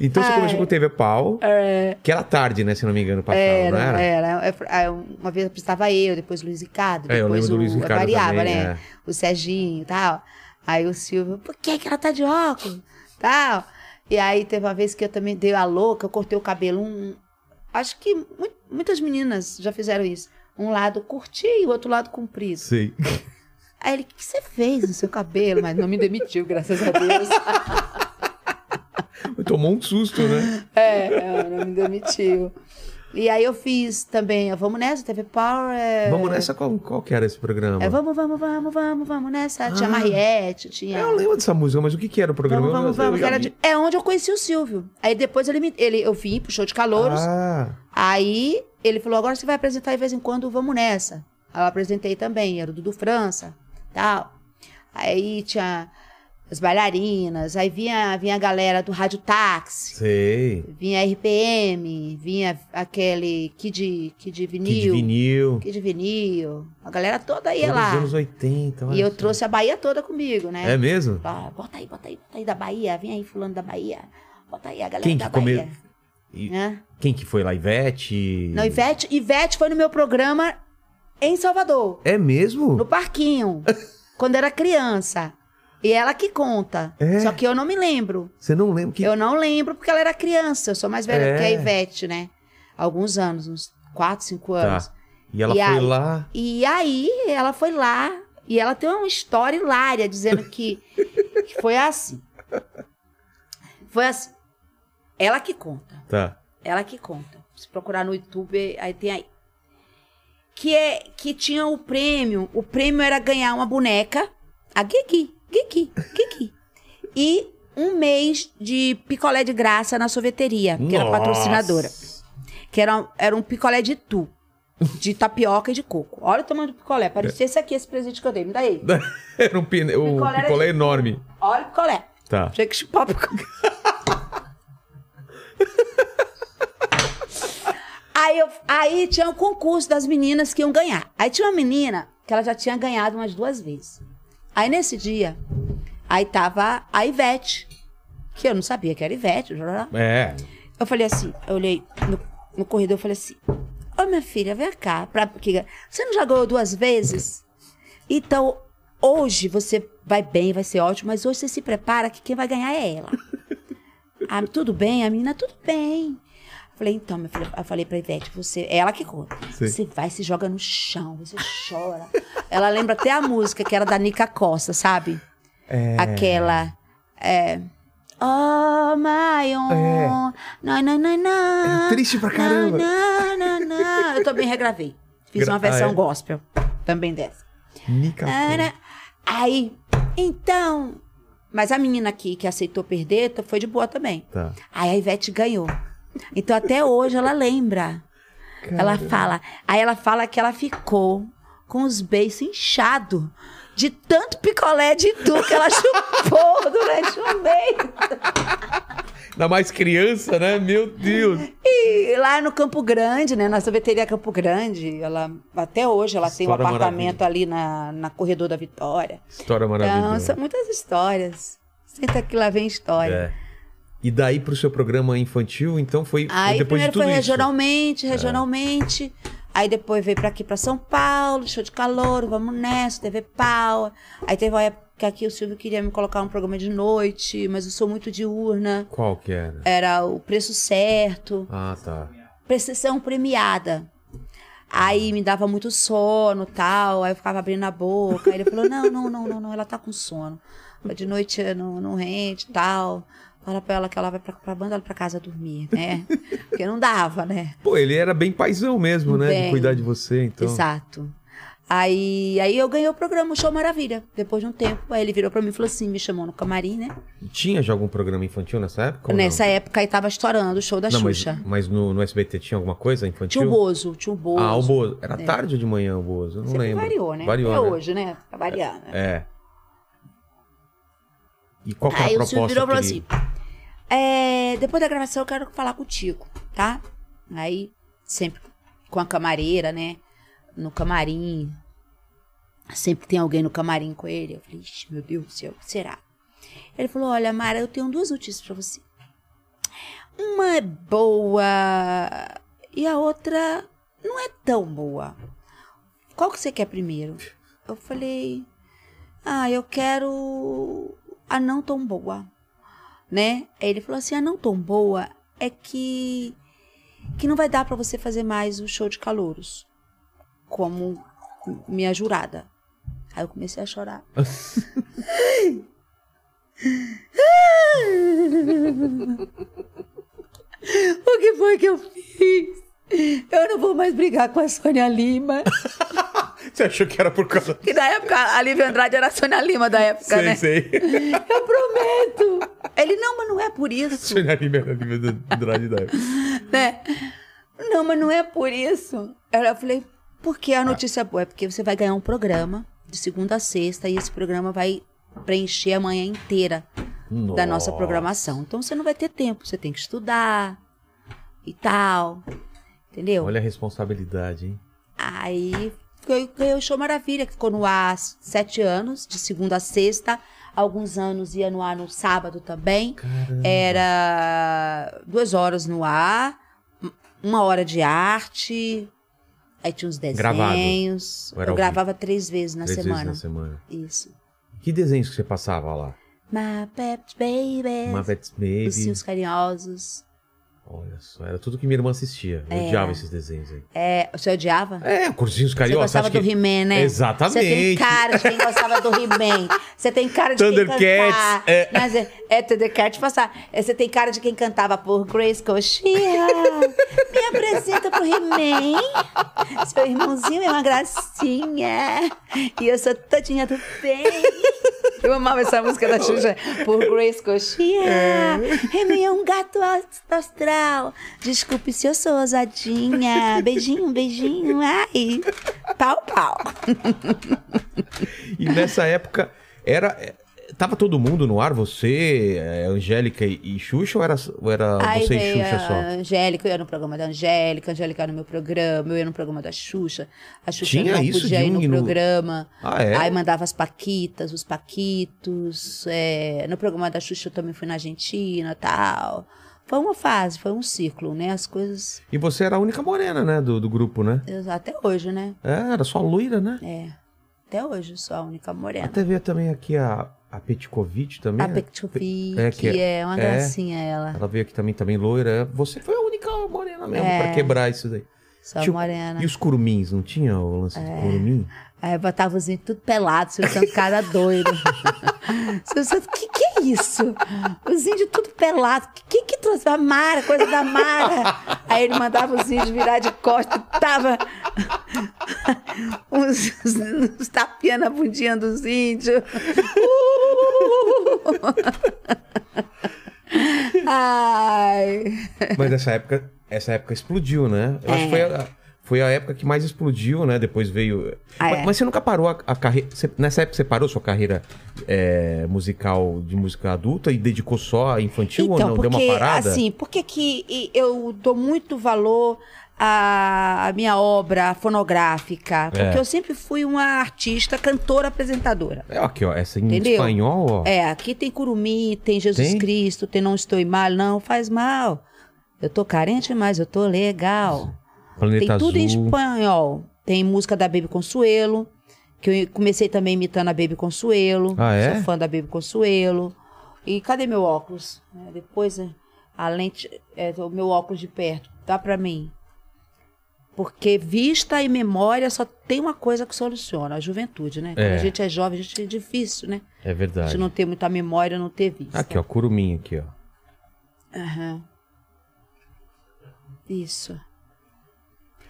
Então você
Ai.
começou com o TV Pau,
É,
que era tarde, né? Se não me engano, passava,
era,
não era?
era. Aí Uma vez apresentava eu, depois o Luiz Ricardo,
É, eu lembro
depois
do
o...
Luiz Ricardo
variava,
também,
né?
é.
o Serginho e tal. Aí o Silvio, por que, que ela tá de óculos? Tal. E aí teve uma vez que eu também dei a louca, eu cortei o cabelo. Um, acho que mu- muitas meninas já fizeram isso. Um lado curtinho, o outro lado comprido.
Sei.
Aí ele, o que que você fez no seu cabelo? Mas não me demitiu, graças a Deus.
Tomou um susto, né?
é, não me demitiu. E aí eu fiz também, ó, vamos nessa, TV Power. é-
Vamos nessa, qual, qual que era esse programa?
É, vamos, vamos, vamos, vamos, vamos nessa. Tinha
Ah.
Mariette, tinha.
Eu lembro dessa música, mas o que que era o programa?
Vamos, vamos,
Eu- eu
vamos.
já
Era
vi.
de- É onde eu conheci o Silvio. Aí depois ele me. Ele, eu vim pro show de calouros.
Ah,
Aí ele falou: agora você vai apresentar de vez em quando, vamos nessa. Aí eu apresentei também, era o Dudu França, tal. Aí tinha as bailarinas, aí vinha, vinha a galera do Rádio Táxi,
sei.
vinha a RPM, vinha aquele Kid, Kid
Kid
Vinil.
Vinil.
Kid Vinil. A galera toda ia
Todos
lá.
os anos 80. olha
E eu
só.
trouxe a Bahia toda comigo, né?
É mesmo?
Ah, bota aí, bota aí, bota aí da Bahia, vem aí fulano da Bahia. Bota aí a galera
Quem
da
que come-
Bahia.
E
né?
Quem que foi lá? Ivete?
Não, Ivete, Ivete foi no meu programa em Salvador,
É mesmo?
no parquinho, quando era criança. E ela que conta.
É?
Só que eu não me lembro.
Você não lembra? Que...
Eu não lembro porque ela era criança. Eu sou mais velha
É.
que a Ivete, né? Alguns anos, uns 4, 5
Tá.
anos.
E ela
E
foi
aí?
lá.
E aí ela foi lá e ela tem uma história hilária dizendo que, que foi assim. Foi assim. Ela que conta.
Tá.
Ela que conta. Se procurar no YouTube, aí tem aí. Que é que tinha o prêmio. O prêmio era ganhar uma boneca, a Gigi, Gigi, Gigi. E um mês de picolé de graça na sorveteria, que era
Nossa.
patrocinadora que era, era um picolé de tu, de tapioca e de coco. Olha o tamanho do picolé, parecia esse aqui, esse presente que eu dei, me dá aí.
Era um pine... o
Picolé era
picolé
de-
enorme.
Olha o picolé.
Tá.
Tinha que chupar o picolé. Aí, eu, aí tinha um concurso das meninas que iam ganhar. Aí tinha uma menina que ela já tinha ganhado umas duas vezes. Aí nesse dia, aí tava a Ivete, que eu não sabia que era Ivete. blá, blá, blá.
É.
Eu falei assim, eu olhei no, no corredor e falei assim: Ô minha filha, vem cá. Pra, porque você não já ganhou duas vezes? Então, hoje você vai bem, vai ser ótimo, mas hoje você se prepara que quem vai ganhar é ela. Ah, tudo bem, a menina, tudo bem. Eu Falei, então, minha filha, eu falei pra Ivete, você, é ela que conta.
Sim.
Você vai, se joga no chão, você chora. ela lembra até a música que era da Nica Costa, sabe?
É.
aquela. É. Oh, my own. Na, na, na, na,
É triste pra caramba.
Na, na, na. Eu também regravei. Fiz
Gra-
uma versão
Ah, é?
gospel também dessa.
Nica
Era- Aí, então. Mas a menina aqui que aceitou perder t- foi de boa também.
Tá.
Aí a Ivete ganhou. Então até hoje ela lembra. Ela fala. Aí ela fala que ela ficou com os beiços inchados de tanto picolé de tu que ela chupou durante um mês.
Ainda mais criança, né? Meu Deus.
E lá no Campo Grande, né? Na sorveteria Campo Grande, ela até hoje ela tem um
História
apartamento ali na, na Corredor da Vitória.
História
Então,
maravilhosa.
são muitas histórias. Senta que lá vem história.
É. E daí pro seu programa infantil, então foi, foi
Aí
depois de
primeiro
tudo
foi
isso. É.
regionalmente, regionalmente. Aí depois veio pra aqui, pra São Paulo, show de calor, vamos nessa, TV Pau. Aí teve uma época que o Silvio queria me colocar um programa de noite, mas eu sou muito diurna.
Qual que era?
Era o preço certo,
Ah, tá.
prestação premiada. Aí me dava muito sono tal, aí eu ficava abrindo a boca. Aí ele falou: não, não, não, não, não, ela tá com sono. De noite eh, não, não rende tal. Fala pra ela que ela vai pra, pra banda, ela pra casa dormir, né? Porque não dava, né?
Pô, ele era bem paizão mesmo, né? De
Bem.
cuidar de você, então.
Exato. Aí, aí eu ganhei o programa, o Show Maravilha. Depois de um tempo, aí ele virou pra mim e falou assim, me chamou no camarim, né?
Tinha já algum programa infantil nessa época? ou
Nessa
não?
época aí tava estourando o show da
Não, mas,
Xuxa.
mas no, no SBT tinha alguma coisa infantil?
Tinha o Bozo, tinha o Bozo.
Ah, o Bozo. Era tarde ou de manhã o Bozo? Eu Não
Sempre
lembro.
variou, né?
Variou,
Até
né?
hoje, né? Tá variando. né?
É. E qual que era a
Aí o
proposta?
Silvio virou e falou
que
assim:
ele-
"É, depois da gravação eu quero falar contigo, tá? Aí, sempre com a camareira, né? No camarim. Sempre tem alguém no camarim com ele. Eu falei, Ixi, meu Deus do céu, o que será? Ele falou: Olha, Mara, eu tenho duas notícias pra você. Uma é boa e a outra não é tão boa. Qual que você quer primeiro? Eu falei: Ah, eu quero a não tão boa, né? Aí ele falou assim: a não tão boa é que que não vai dar pra você fazer mais o show de calouros como minha jurada. Aí eu comecei a chorar. o que foi que eu fiz? Eu não vou mais brigar com a Sônia Lima.
Você achou que era por causa.
Que na época, a Lívia Andrade era a Sônia Lima da época,
Sei,
né?
sei.
Eu prometo! Ele, não, mas não é por isso,
Sônia Lima era a Lívia do- Andrade da época.
né? Não, mas não é por isso. Aí Eu falei, por que a notícia boa? É porque você vai ganhar um programa de segunda a sexta e esse programa vai preencher a manhã inteira da nossa programação. Então você não vai ter tempo, você tem que estudar e tal. Entendeu?
Olha a responsabilidade, hein?
Aí foi- ganhou o Show Maravilha, que ficou no ar sete anos, de segunda a sexta, Alguns anos ia no ar no sábado também. Era duas horas no ar, um- uma hora de arte. Aí tinha uns
Gravado.
desenhos.
Ou era
Eu
ao
gravava três vezes na
Três vezes
semana.
na semana.
Isso.
Que desenhos que você passava lá?
My Pet Baby.
Muppets
É, Os
Baby.
Cinhos Carinhosos.
Olha só, era tudo que minha irmã assistia. Eu odiava esses desenhos aí.
É, você odiava?
É, Cursinhos
É. Você
Carioca.
gostava
acho
do
que...
He-Man, né?
Exatamente.
Você tem cara de quem gostava do He-Man. Você tem cara de quem
Thundercats,
cantava.
é.
Mas é, é Thundercats passar. É, Você tem cara de quem cantava por Grace Coxinha. Me apresenta pro He-Man. Seu irmãozinho é uma gracinha. E eu sou todinha do bem. Eu amava essa música da Xuxa por Grace Coxinha. He-Man é um gato aus- austral. Desculpe se eu sou ousadinha. Beijinho, beijinho. Ai, pau, pau.
E nessa época, era. é, Tava todo mundo no ar? Você, é, Angélica e, e Xuxa? Ou era, ou era
Aí
Ah, você e
veio
Xuxa
a
só?
Angélica, eu ia no programa da Angélica, a Angélica ia no meu programa, eu ia no programa da Xuxa. A Xuxa
Tinha
não
isso
podia
de
ir no
um e no-
programa.
Ah, é?
Aí mandava as Paquitas, os Paquitos. é, No programa da Xuxa eu também fui na Argentina tal. Foi uma fase, foi um ciclo, né? As coisas.
E você era a única morena, né? Do, do grupo, né?
eu- Até hoje, né?
É, era só loira, né?
É. Até hoje eu sou a única
A
morena.
TV também aqui, a, a Petkovic também.
A
né?
Petkovic,
É,
é,
que
uma
é.
gracinha ela.
Ela veio aqui também, também loira. Você foi a única morena mesmo
É.
pra quebrar isso daí.
Só
Tio-
morena.
E os curumins, não tinha o lance
É.
do curumim?
Aí botava os índios tudo pelado, Silvio Santos, cara doido. Silvio Santos, que que é isso? Os índios tudo pelado. Que que, que trouxe? A Mara, coisa da Mara. Aí ele mandava os índios virar de costas, tava uns, uns, uns tapinha na bundinha dos índios. Ai.
Mas essa época, essa época explodiu, né? Eu acho que
É.
foi a, foi a época que mais explodiu, né? Depois veio.
Ah,
mas,
é.
mas você nunca parou a, carreira. Nessa época você parou sua carreira é, musical de música adulta e dedicou só a infantil ou não?
Então, Porque,
Deu uma parada?
Assim, porque que e- eu dou muito valor à à minha obra fonográfica?
É.
Porque eu sempre fui uma artista, cantora, apresentadora.
É, aqui, ó. Essa em
Entendeu?
espanhol, ó.
É, aqui tem Curumim, tem Jesus
Tem?
Cristo, tem Não Estou Mal, não faz mal. Eu tô carente, mas eu tô legal.
Planeta
tem tudo em
Azul.
espanhol. Tem música da Baby Consuelo, que eu comecei também imitando a Baby Consuelo.
Ah, é?
Sou fã da Baby Consuelo. E cadê meu óculos? É, Depois, é, a lente, é, o meu óculos de perto, dá pra mim. Porque vista e memória só tem uma coisa que soluciona, a juventude, né? Quando
É.
a gente é jovem, a gente é difícil, né?
É
A
verdade.
gente não ter muita memória, não ter vista.
Aqui, ó. Curumim, aqui, ó.
Aham. Isso.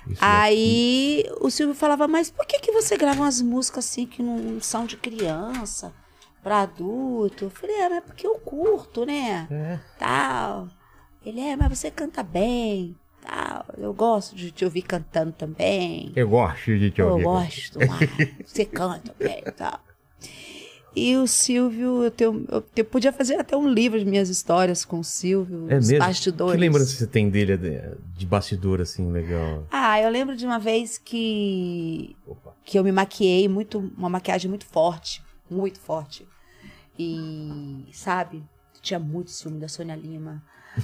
Isso
Aí o Silvio falava, mas por que, que você grava umas músicas assim que não são de criança, pra adulto? Eu falei, é, mas porque eu curto, né?
daqui. É.
Tal. Ele é, mas você canta bem, tal. Eu gosto de te ouvir cantando também.
é. Eu gosto de te
Eu
ouvir.
gosto, ah, você canta bem e tal. E o Silvio, eu, tenho, eu te- podia fazer até um livro de minhas histórias com o Silvio,
É
os
mesmo?
bastidores.
Que lembrança você tem dele de, de bastidor, assim, legal?
Ah, eu lembro de uma vez que
Opa.
que eu me maquiei muito, uma maquiagem muito forte, muito forte. E, sabe, tinha muito ciúme da Sônia Lima,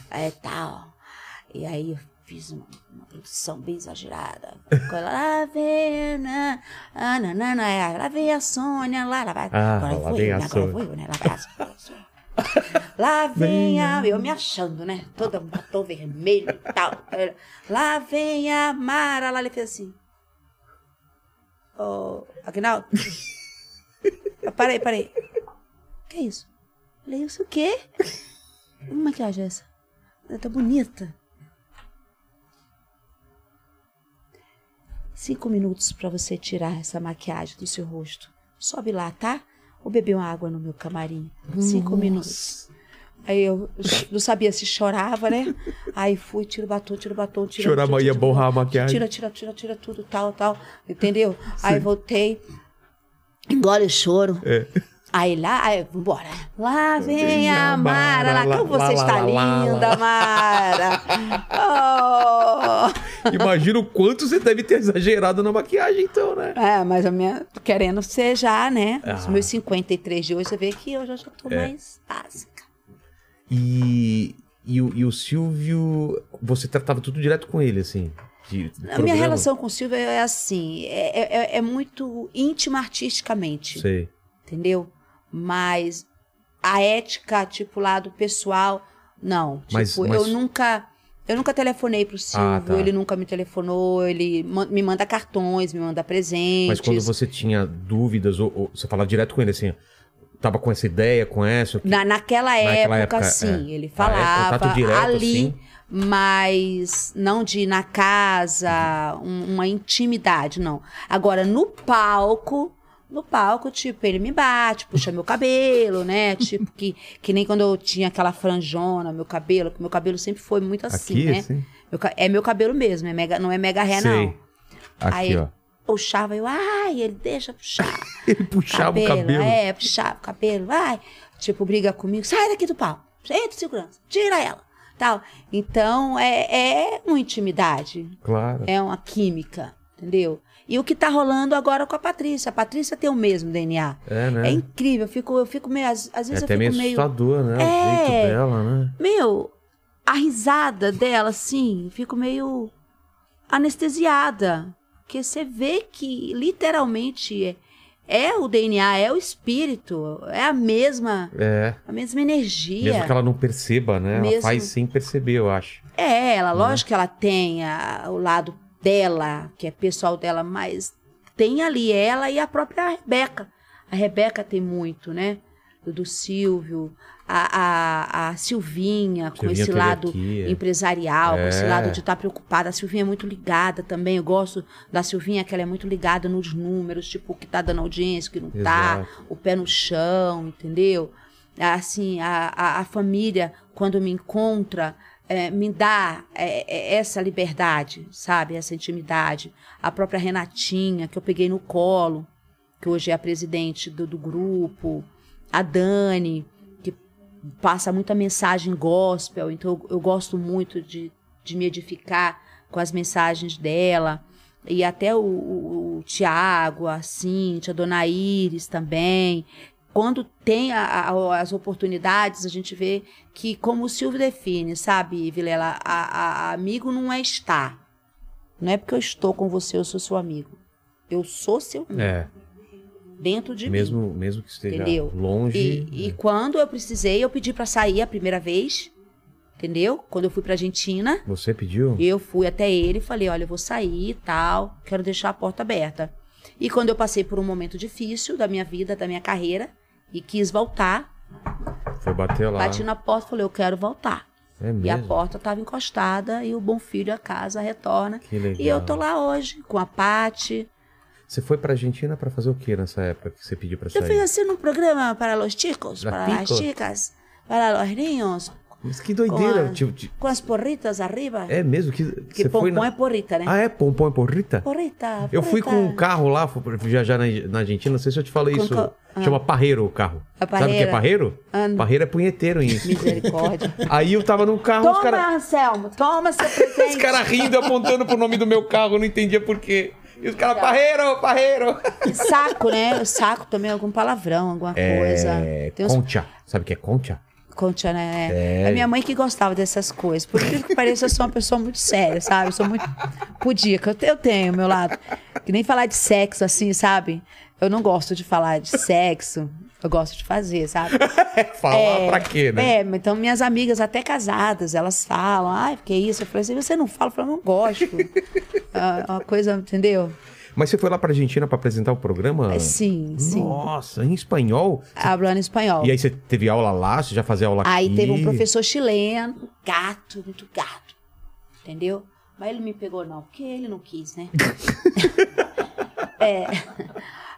é, tal. E aí eu fiz uma, uma produção bem exagerada. Ficou lá, lá vem, na, ah, na, na, na, é, lá vem a Sônia, lá, lá vai.
Ah,
agora eu
lá
vou
vem
eu,
a
né, agora
Sônia.
eu vou eu, né, lá vai a Sônia, lá vai a Sônia. Lá vem a. Eu me achando, né? Toda um batom vermelho e tal. Lá vem a Mara. Lá ele fez assim. Ô, Oh, Aguinaldo? Ah, parei, parei. Que isso? Falei, isso o quê? Que maquiagem é essa? Ela tá bonita. Cinco minutos pra você tirar essa maquiagem do seu rosto. Sobe lá, tá? Ou beber uma água no meu camarim. Cinco minutos. Aí eu ch- não sabia se chorava, né? Aí fui, tiro o batom, tiro o batom, tiro
Chorava, ia borrar a maquiagem.
Tira, tira, tira, tira tudo, tal, tal. Entendeu? Aí voltei. Engole o choro.
É.
Aí lá, aí, vambora. Lá vem
Vem a
a Mara.
Mara,
Lá,
lá,
como
lá,
você está
lá, lá,
linda,
lá.
Mara. Oh.
Imagina o quanto você deve ter exagerado na maquiagem, então, né?
É, mas a minha. tô Querendo ser já, né? Os
Ah.
meus 53 de hoje, você vê que hoje eu já tô
É.
mais básica.
E, e, o- e o Silvio, você tratava tudo direto com ele, assim? de- de
A minha
programa?
relação com o Silvio é assim: é, é- é- é muito íntima artisticamente.
Sei.
entendeu? Mas a ética, tipo, lado pessoal, não. Tipo,
Mas- mas-
eu nunca. Eu nunca telefonei pro Silvio,
Ah, tá.
ele nunca me telefonou, ele ma- me manda cartões, me manda presentes.
Mas quando você tinha dúvidas, ou, ou você falava direto com ele, assim, tava com essa ideia, com essa... que-
Na, naquela, época,
época, é.
sim, ele
Ah, é?
falava
Contato direto,
ali,
assim?
mas não de ir na casa, um- uma intimidade, não. Agora, no palco, no palco, tipo, ele me bate, puxa meu cabelo, né? Tipo, que, que nem quando eu tinha aquela franjona, meu cabelo, que meu cabelo sempre foi muito assim,
Aqui,
né?
assim?
Meu ca- é meu cabelo mesmo, é mega, não é mega ré, não.
Sei. Aqui,
Aí-
ó.
Puxava, eu, ai, ele deixa puxar
Ele puxava o cabelo.
é, puxava o cabelo, vai. Tipo, briga comigo, sai daqui do pau. Entra, segurança, tira ela. Tal. Então, é, é uma intimidade,
Claro.
é uma química, entendeu? E o que tá rolando agora com a Patrícia? A Patrícia tem o mesmo DNA.
É, né?
É, incrível, eu fico, eu fico meio. Às, às
É
vezes
até
eu
meio
fico meio.
assustador, né?
É.
O jeito dela, né?
Meu, a risada dela, assim, fico meio anestesiada. Porque você vê que literalmente é, é o DNA, é o espírito, é a mesma,
É.
a mesma energia.
Mesmo que ela não perceba, né? Ela
Mesmo-
faz sem perceber, eu acho.
É
Né?
ela, lógico que ela tem a- o lado dela, que é pessoal dela, mas tem ali ela e a própria Rebeca. A Rebeca tem muito, né? Do, do Silvio, a, a, a Silvinha, com
Silvinha
esse
teve
lado
aqui, é.
empresarial, com esse
É.
lado de estar preocupada. A Silvinha é muito ligada também. Eu gosto da Silvinha, que ela é muito ligada nos números, tipo, o que tá dando audiência, o que não tá,
Exato.
o pé no chão, entendeu? Assim, a, a, a família, quando me encontra, eh, me dá eh, eh, essa liberdade, sabe? Essa intimidade. A própria Renatinha, que eu peguei no colo, que hoje é a presidente do, do grupo. A Dani, que passa muita mensagem gospel, então eu, eu gosto muito de, de me edificar com as mensagens dela. E até o, o, o Tiago, a Cíntia, a Dona Iris também. Quando tem a- a- as oportunidades, a gente vê que, como o Silvio define, sabe, Vilela, a, a- a amigo não é estar. Não é porque eu estou com você, eu sou seu amigo. Eu sou seu amigo,
É.
dentro de mim.
Mesmo, mesmo que esteja
Entendeu?
longe. né?
E, e quando eu precisei, eu pedi pra sair a primeira vez, entendeu? Quando eu fui pra Argentina,
Você pediu?
eu fui até ele e falei: olha, eu vou sair e tal, quero deixar a porta aberta. E quando eu passei por um momento difícil da minha vida, da minha carreira, e quis voltar,
Foi bater lá.
bati na porta e falei: eu quero voltar.
É
E a
mesmo?
porta tava encostada e o bom filho a casa retorna.
Que legal.
E eu tô lá hoje com a Pati.
Você foi pra Argentina pra fazer o que nessa época que você pediu pra
Eu
sair?
fui assim num programa para los chicos,
Los
para las
chicos.
chicas, para los niños,
Mas que doideira.
Com a-
tipo, de-
com as porritas arriba.
É mesmo que
Porque
você foi
pompom
na...
é porrita, né?
Ah, é pompom e porrita?
Porrita,
Eu fui
porrita.
com um carro lá, fui pra viajar na, na Argentina, não sei se eu te falei
Com
isso.
co- ah.
Chama parreiro o carro. Sabe
É
o que é
parreira?
parreiro?
Ah, não.
Parreiro é punheteiro em
Misericórdia.
Aí eu tava num carro,
toma,
os caras
Anselmo, toma seu
os
presente.
cara rindo, apontando pro nome do meu carro, eu não entendia por quê. E os
Tá.
caras, parreiro, parreiro.
Saco, né? O Saco também, algum palavrão, alguma
É,
coisa. Tem uns
concha. Sabe o que é concha?
concha, né? É. A minha mãe que gostava dessas coisas. Por incrível que pareça, eu sou uma pessoa muito séria, sabe? Eu sou muito pudica. Eu te- Eu tenho meu lado. Que nem falar de sexo, assim, sabe? Eu não gosto de falar de sexo. Eu gosto de fazer, sabe?
Falar pra quê, né?
É, então minhas amigas, até casadas, elas falam, ai, que isso? Eu falei assim, você não fala? Eu falei, eu não gosto. é uma coisa, entendeu?
Mas você foi lá pra Argentina pra apresentar o programa?
É, sim, sim.
Ah. Nossa, em espanhol?
Hablando espanhol.
E aí você teve aula lá, você já fazia aula
Aí
aqui?
teve um professor chileno, gato, muito gato. Entendeu? Mas ele me pegou, não, porque ele não quis, né?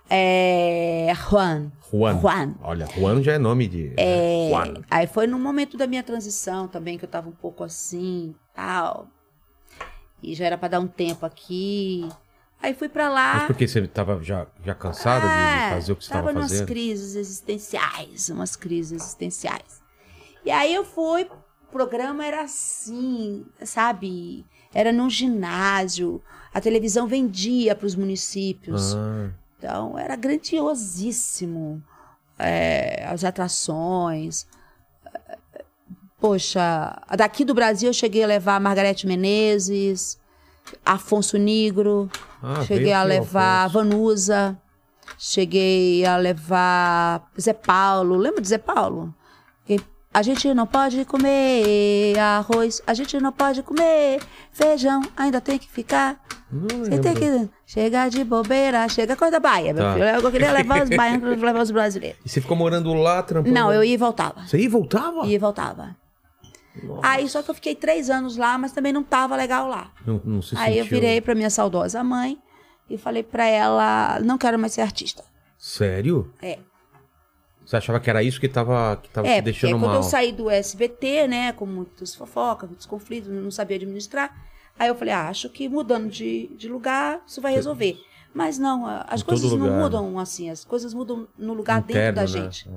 é, é. Juan.
Juan.
Juan.
Olha, Juan já é nome de... É... Juan.
Aí foi num momento da minha transição também, que eu tava um pouco assim, tal. E já era pra dar um tempo aqui. Aí fui pra lá.
Mas porque você tava já, já cansado de
É,
fazer o que você
tava
estava
numas
fazendo?
crises existenciais, umas crises existenciais. E aí eu fui, o programa era assim, sabe? Era num ginásio, a televisão vendia para os municípios.
Ah,
Então era grandiosíssimo é, as atrações. Poxa, daqui do Brasil eu cheguei a levar Margarete Menezes, Afonso Negro.
ah,
Cheguei
veio
a
aqui,
levar
Alfonso.
Vanusa, cheguei a levar Zé Paulo. Lembra de Zé Paulo? Que A gente não pode comer arroz, a gente não pode comer feijão, ainda tem que ficar.
Não
Você tem
lembro.
que chegar de bobeira, chega coisa da Bahia, meu
Tá.
filho. Eu queria levar os baianos, levar os brasileiros.
E você ficou morando lá, trampando?
Não, eu ia e voltava.
Você ia e voltava?
Ia e voltava.
Nossa.
Aí só que eu fiquei três anos lá, mas também não tava legal lá.
Não, não se
Aí eu
sentiu-
virei pra minha saudosa mãe e falei pra ela: não quero mais ser artista.
Sério?
É.
Você achava que era isso que tava, que tava
É,
te
porque aí
deixando
quando
mal?
eu saí do SBT, né, com muitas fofocas, muitos conflitos, não sabia administrar, aí eu falei, ah, acho que mudando de, de lugar, isso vai resolver. Mas não, a- as
Em todo
coisas não
lugar, né?
mudam assim, as coisas mudam no lugar dentro
Interno,
da
né?
gente.
É.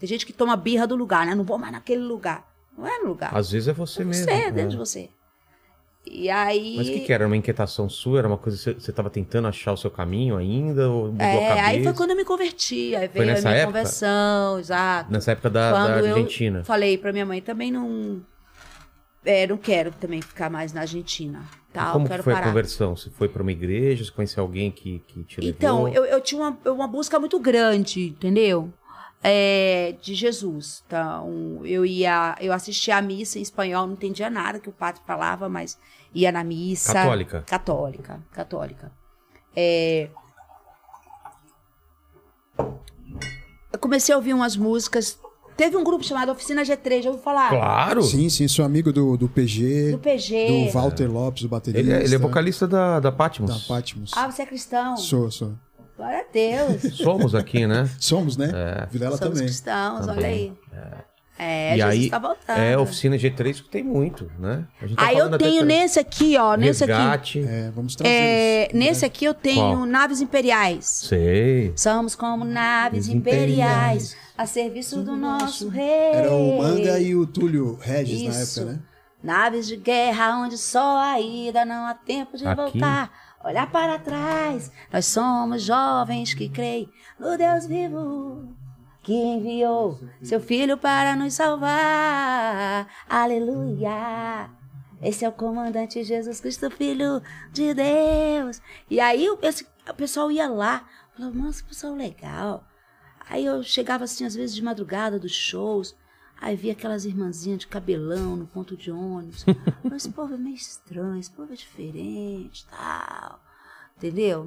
Tem gente que toma birra do lugar, né, não vou mais naquele lugar. Não é no lugar,
Às vezes é você
é
mesmo.
você, é
né?
dentro de você. E aí...
Mas o que, é? que era? Uma inquietação sua? Era uma coisa que você- você estava tentando achar o seu caminho ainda? Ou mudou a
É,
cabeça?
aí foi quando eu me converti, aí veio a
nessa
minha
época?
conversão, exato.
Nessa época da, da
Quando eu-
Argentina.
Falei pra minha mãe, também não. É, não quero também ficar mais na Argentina. Tá,
Como
eu
que
quero
foi a
parar.
conversão? Você foi para uma igreja? Você conheceu alguém que, que te levou?
Então, eu, eu tinha uma, uma busca muito grande, entendeu? É, de Jesus. Então, eu ia. Eu assistia a missa em espanhol, não entendia nada que o padre falava, mas ia na missa.
Católica?
Católica, católica. É, Eu comecei a ouvir umas músicas. Teve um grupo chamado Oficina G3, já ouviu falar?
Claro!
Sim, sim, sou amigo do, do
Do
PG, do,
PG.
Walter Lopes, do baterista.
Ele, é- ele é vocalista da, da Patmos.
Da Patmos.
Ah, você é cristão?
Sou, sou.
Glória a Deus.
Somos aqui, né?
Somos, né? Vilela
Somos
também.
cristãos, olha aí. É,
E
Jesus
aí,
tá voltando.
É, oficina G3 que tem muito, né? A gente tá
aí eu
falando até
tenho
tra-
nesse aqui, ó, nesse aqui.
Resgate.
É, vamos trazer
É,
isso.
nesse aqui eu tenho
Qual?
naves imperiais.
Sei.
Somos como naves
Imperiais.
imperiais, a serviço do nosso rei.
Era o Manga e o Túlio Regis
é Isso.
na época, né?
Naves de guerra onde só a ida não há tempo de
Aqui.
voltar. Olhar para trás, nós somos jovens que creem no Deus vivo que enviou seu filho para nos salvar. Aleluia! Esse é o comandante Jesus Cristo, filho de Deus. E aí o- esse- o pessoal ia lá, falava, nossa, que pessoal legal. Aí eu chegava assim, às vezes de madrugada dos shows, aí via aquelas irmãzinhas de cabelão no ponto de ônibus. Falei, esse povo é meio estranho, esse povo é diferente tal. Entendeu?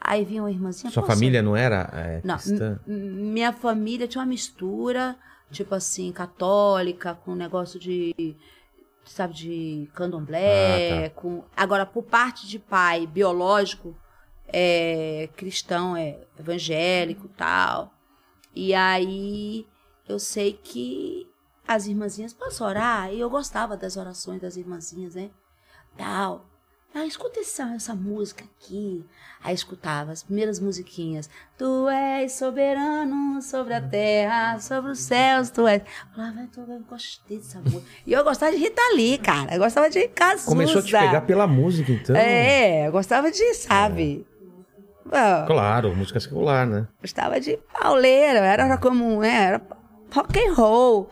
Aí vinha uma irmãzinha.
Sua
"Pô,
família não era é,
não, hum,
cristã?
m- m- minha família tinha uma mistura, tipo assim, católica, com negócio de, sabe, de candomblé.
Ah,
com... Agora, por parte de pai biológico, é cristão, é evangélico e tal. E aí, eu sei que as irmãzinhas, posso orar? E eu gostava das orações das irmãzinhas, né? Tal. Ah, escuta essa, essa música aqui. Aí escutava as primeiras musiquinhas. Tu és soberano sobre a terra, sobre os céus, tu és. Eu Falava, "Ai, tu- eu gostei dessa música. E eu gostava de Rita Lee, cara. Eu gostava de Cazuza.
Começou a te pegar pela música, então.
É, eu gostava de, sabe?
É.
Bom,
Claro, música secular, né?
gostava de pauleira, era, era como, né, era rock and roll.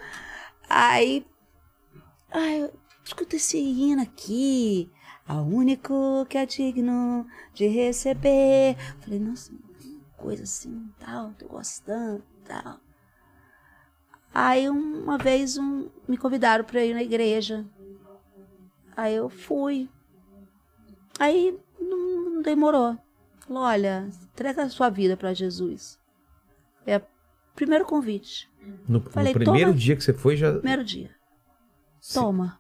Aí, ai, escuta esse hino aqui, a único que é digno de receber. Falei, nossa, coisa assim, tal, tô gostando, tal. Aí uma vez um, me convidaram pra ir na igreja. Aí eu fui. Aí não, não demorou. Falou, olha, entrega a sua vida pra Jesus. É o primeiro convite,
No, no
Falei,
primeiro
toma.
dia que você foi, já
primeiro dia.
se-
Toma.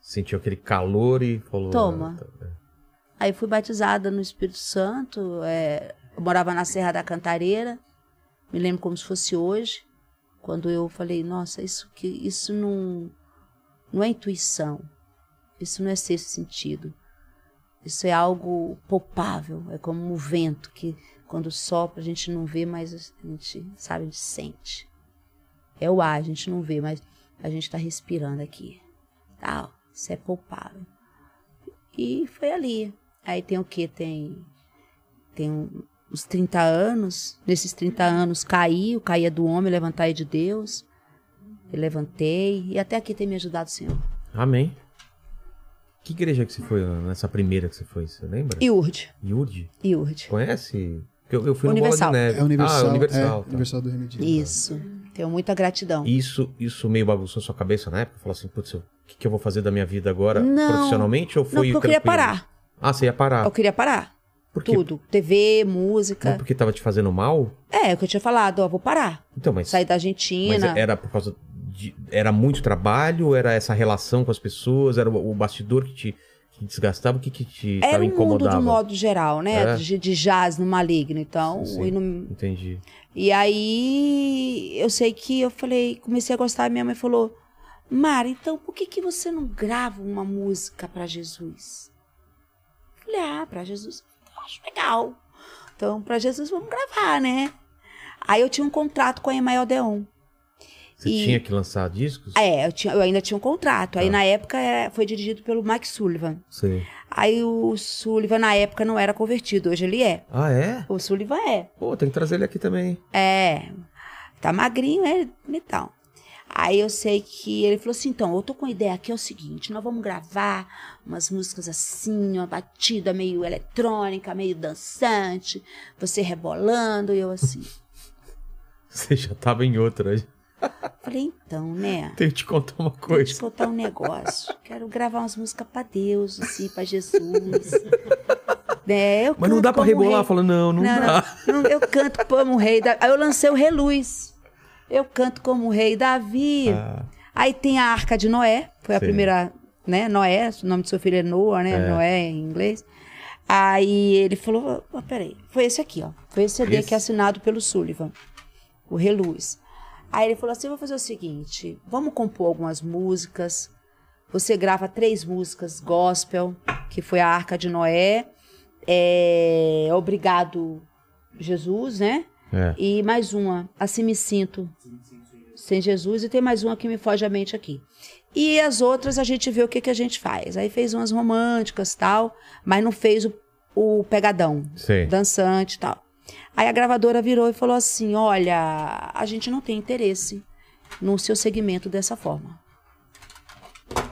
sentiu aquele calor e falou...
Toma.
"Ah, tá-
Aí fui batizada no Espírito Santo. é, eu morava na Serra da Cantareira. Me lembro como se fosse hoje, quando eu falei: Nossa, isso que isso não não é intuição. Isso não é sexto sentido. Isso é algo palpável, é como o vento que quando sopra a gente não vê, mas a gente sabe, a gente sente. É o ar, a gente não vê, mas a gente está respirando aqui. Tal, isso é palpável. E foi ali. Aí tem o que? Tem, tem um- uns 30 anos. Nesses 30 anos caí, eu caía do homem, levantai de Deus. Eu levantei. E até aqui tem me ajudado o Senhor.
Amém. Que igreja que você foi Ana, nessa primeira que você foi? Você lembra?
E Urde,
Iurde.
e Urde.
Conhece? Porque Eu, eu fui
Universal.
no Bola de Neve.
É universal.
Ah, Universal.
é,
tá.
universal do remédio.
Isso. Tenho muita gratidão.
Isso, isso meio bagunçou sua cabeça na época? Falou assim, putz, o que, que eu vou fazer da minha vida agora
Não.
profissionalmente? Ou
Não,
foi
porque eu queria
tranquilo?
parar.
Ah, você ia parar.
Eu queria parar.
Por quê?
Tudo. TV,
Não
música.
porque tava te fazendo mal?
É, é o que eu tinha falado, ó, vou parar.
Então, mas,
Sair
mas é,
da Argentina.
era por causa de... Era muito trabalho? Era essa relação com as pessoas? Era o, o bastidor que te que desgastava? O que, que te tava
Era o É um mundo
incomodava?
do modo geral, né?
É.
De, de jazz no maligno. Então,
Sim, sim.
e, no-
Entendi.
e aí eu sei que eu falei, comecei a gostar, minha mãe falou, Mara, então por que, que você não grava uma música pra Jesus? Eu falei, ah, pra Jesus eu acho legal. Então, pra Jesus vamos gravar, né? Aí eu tinha um contrato com a Emael Deon.
Você
E-
tinha que lançar discos?
É, eu, tinha- eu ainda tinha um contrato. Aí
Tá.
na época é, foi dirigido pelo Mike Sullivan.
Sei.
Aí o Sullivan na época não era convertido, hoje ele é.
Ah, é?
O Sullivan é.
Pô, tem que trazer ele aqui também.
É. Tá magrinho, é então. Aí eu sei que ele falou assim: então, eu tô com a ideia aqui, é o seguinte, nós vamos gravar umas músicas assim, uma batida meio eletrônica, meio dançante, você rebolando, e eu assim.
Você já tava em outra.
Falei, então, né?
Tenho que te contar uma
Vou te
coisa.
contar um negócio. Quero gravar umas músicas pra Deus, assim, pra Jesus. né? Eu
Mas não
canto
dá pra
como um
rebolar.
rei.
Falando, não, não,
Não,
dá.
não. Não, eu canto como o rei Davi. Aí eu lancei o Reluz. Eu canto como o rei Davi.
Ah,
Aí tem a Arca de Noé, foi a
Sim.
primeira, né? Noé, o nome do seu filho é Noah, né? Noé em inglês. Aí ele falou, "Ah, peraí, foi esse aqui, ó. Foi esse CD
Esse?
que é assinado pelo Sullivan, o Reluz. Aí ele falou assim, vou fazer o seguinte, vamos compor algumas músicas. Você grava três músicas gospel, que foi a Arca de Noé, é, Obrigado Jesus, né?
é.
E mais uma, Assim Me Sinto, Sem Jesus. E tem mais uma que me foge a mente aqui. E as outras a gente vê o que, que a gente faz. Aí fez umas românticas tal, mas não fez o, o pegadão,
Sei.
dançante e tal. Aí a gravadora virou e falou assim: Olha, a gente não tem interesse no seu segmento dessa forma.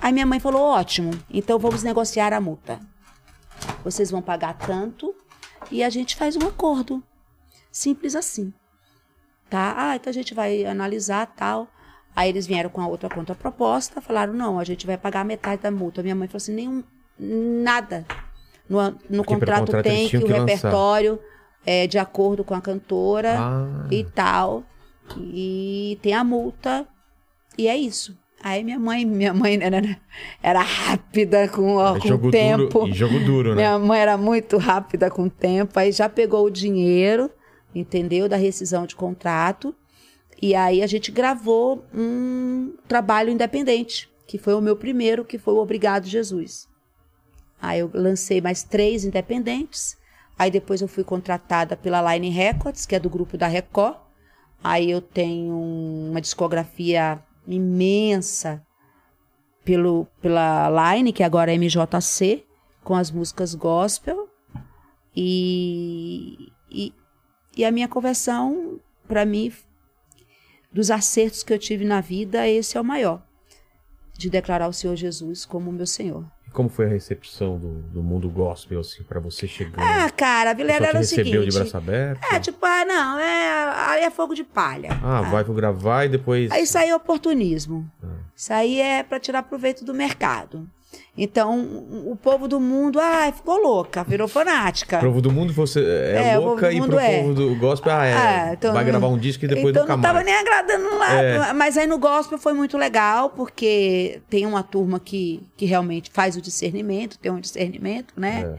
Aí minha mãe falou: Ótimo, então vamos negociar a multa. Vocês vão pagar tanto e a gente faz um acordo. Simples assim. Tá? Ah, então a gente vai analisar tal. Aí eles vieram com a outra contraproposta, falaram: Não, a gente vai pagar metade da multa. Minha mãe falou assim: Nenhum, nada. No, an- no
Porque pelo
contrato,
contrato
tem
eles
que
tinham
o
que lançar.
repertório é de acordo com a cantora
Ah,
e tal. E tem a multa. E é isso. Aí minha mãe, minha mãe né, né, né, era rápida com, ó,
é
com o tempo.
Duro, e jogo duro, né?
Minha mãe era muito rápida com o tempo, aí já pegou o dinheiro, entendeu? Da rescisão de contrato. E aí a gente gravou um trabalho independente, que foi o meu primeiro, que foi o Obrigado Jesus. Aí eu lancei mais três independentes. Aí depois eu fui contratada pela Line Records, que é do grupo da Record. Aí eu tenho uma discografia imensa pelo, pela Line, que agora é MJC, com as músicas gospel. E, e, e a minha conversão, para mim, dos acertos que eu tive na vida, esse é o maior. De declarar o Senhor Jesus como meu Senhor.
E Como foi a recepção do, do mundo gospel, assim, pra você chegando?
Ah, cara, a
O pessoal
Vilela
te
era o
recebeu de
seguinte.
braço aberto?
É, tipo, ah, não, é, aí é fogo de palha.
Ah, vai pro gravar e depois...
Aí Isso aí é oportunismo.
Ah.
Isso aí é para tirar proveito do mercado. Então, o povo do mundo, ah, ficou louca, virou fanática.
Pro povo do mundo você é,
É, o
louca
povo do
e pro
mundo é.
povo do gospel, ah, é,
Ah, então
vai
não-
gravar um disco e depois
então
nunca
não tava
mais.
nem agradando lá.
É.
Mas aí no gospel foi muito legal, porque tem uma turma que, que realmente faz o discernimento, tem um discernimento, né?
É.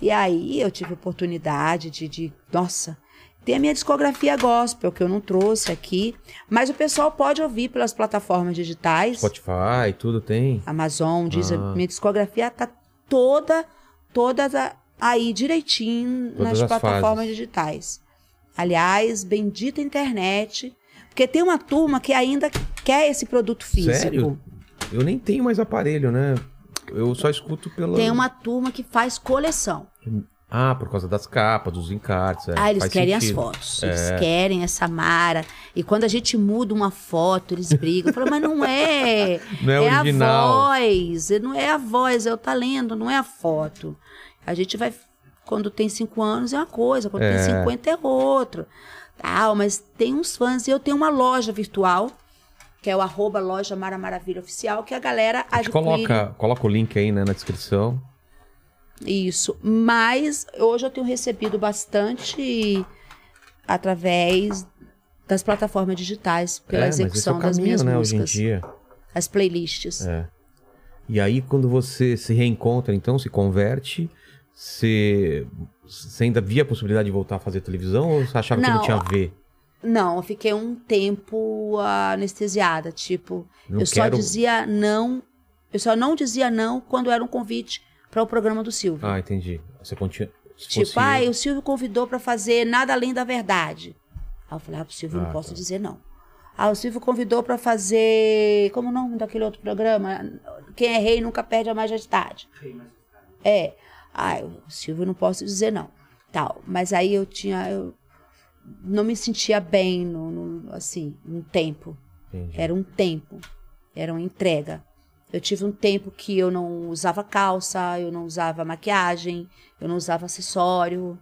E aí eu tive oportunidade de, de- nossa, tem a minha discografia gospel que eu não trouxe aqui, mas o pessoal pode ouvir pelas plataformas digitais,
Spotify, tudo tem.
Amazon, Deezer,
Ah.
minha discografia tá toda todas a- aí direitinho
Todas as
nas plataformas
fases.
digitais. Aliás, bendita internet, porque tem uma turma que ainda quer esse produto físico.
Sério? Eu nem tenho mais aparelho, né? Eu só escuto pelo.
Tem uma turma que faz coleção.
Ah, por causa das capas, dos encartes. é,
ah, eles
faz
querem
sentido. É.
as fotos. Eles querem essa Mara. E quando a gente muda uma foto, eles brigam. Falam, mas não é.
Não é,
a
original.
voz. Não é a voz, é o talento, não é a foto. A gente vai. Quando tem cinco anos é uma coisa, quando tem 50 é outra. Tal, mas tem uns fãs. E eu tenho uma loja virtual, que é o arroba loja Mara Maravilha Oficial, que a galera
A gente
adquire.
coloca, coloca o link aí né, na descrição.
Isso. Mas hoje eu tenho recebido bastante através das plataformas digitais pela
é, mas esse é
execução
o
das
caminho,
minhas
né,
músicas,
Hoje em dia.
as playlists.
É. E aí, quando você se reencontra, então, se converte, você, você ainda via a possibilidade de voltar a fazer televisão ou você achava que não
Não,
tinha a ver?
Não, eu fiquei um tempo anestesiada, tipo,
Não quero.
eu só dizia não, eu só não dizia não quando era um convite para o programa do Silvio.
Ah, entendi. Você continua. se
tipo,
fosse-
ai, o Silvio convidou para fazer nada além da verdade. Aí eu falei, ah, pro Silvio eu
Ah,
não posso
tá.
dizer não. Ah, o Silvio convidou para fazer, como é o nome daquele outro programa? Quem é rei nunca perde a majestade. É. Ai, o Silvio eu não posso dizer não. Tal, mas aí eu tinha eu não me sentia bem no, no- assim, um tempo.
Entendi.
Era um tempo. Era uma entrega. Eu tive um tempo que eu não usava calça, eu não usava maquiagem, eu não usava acessório,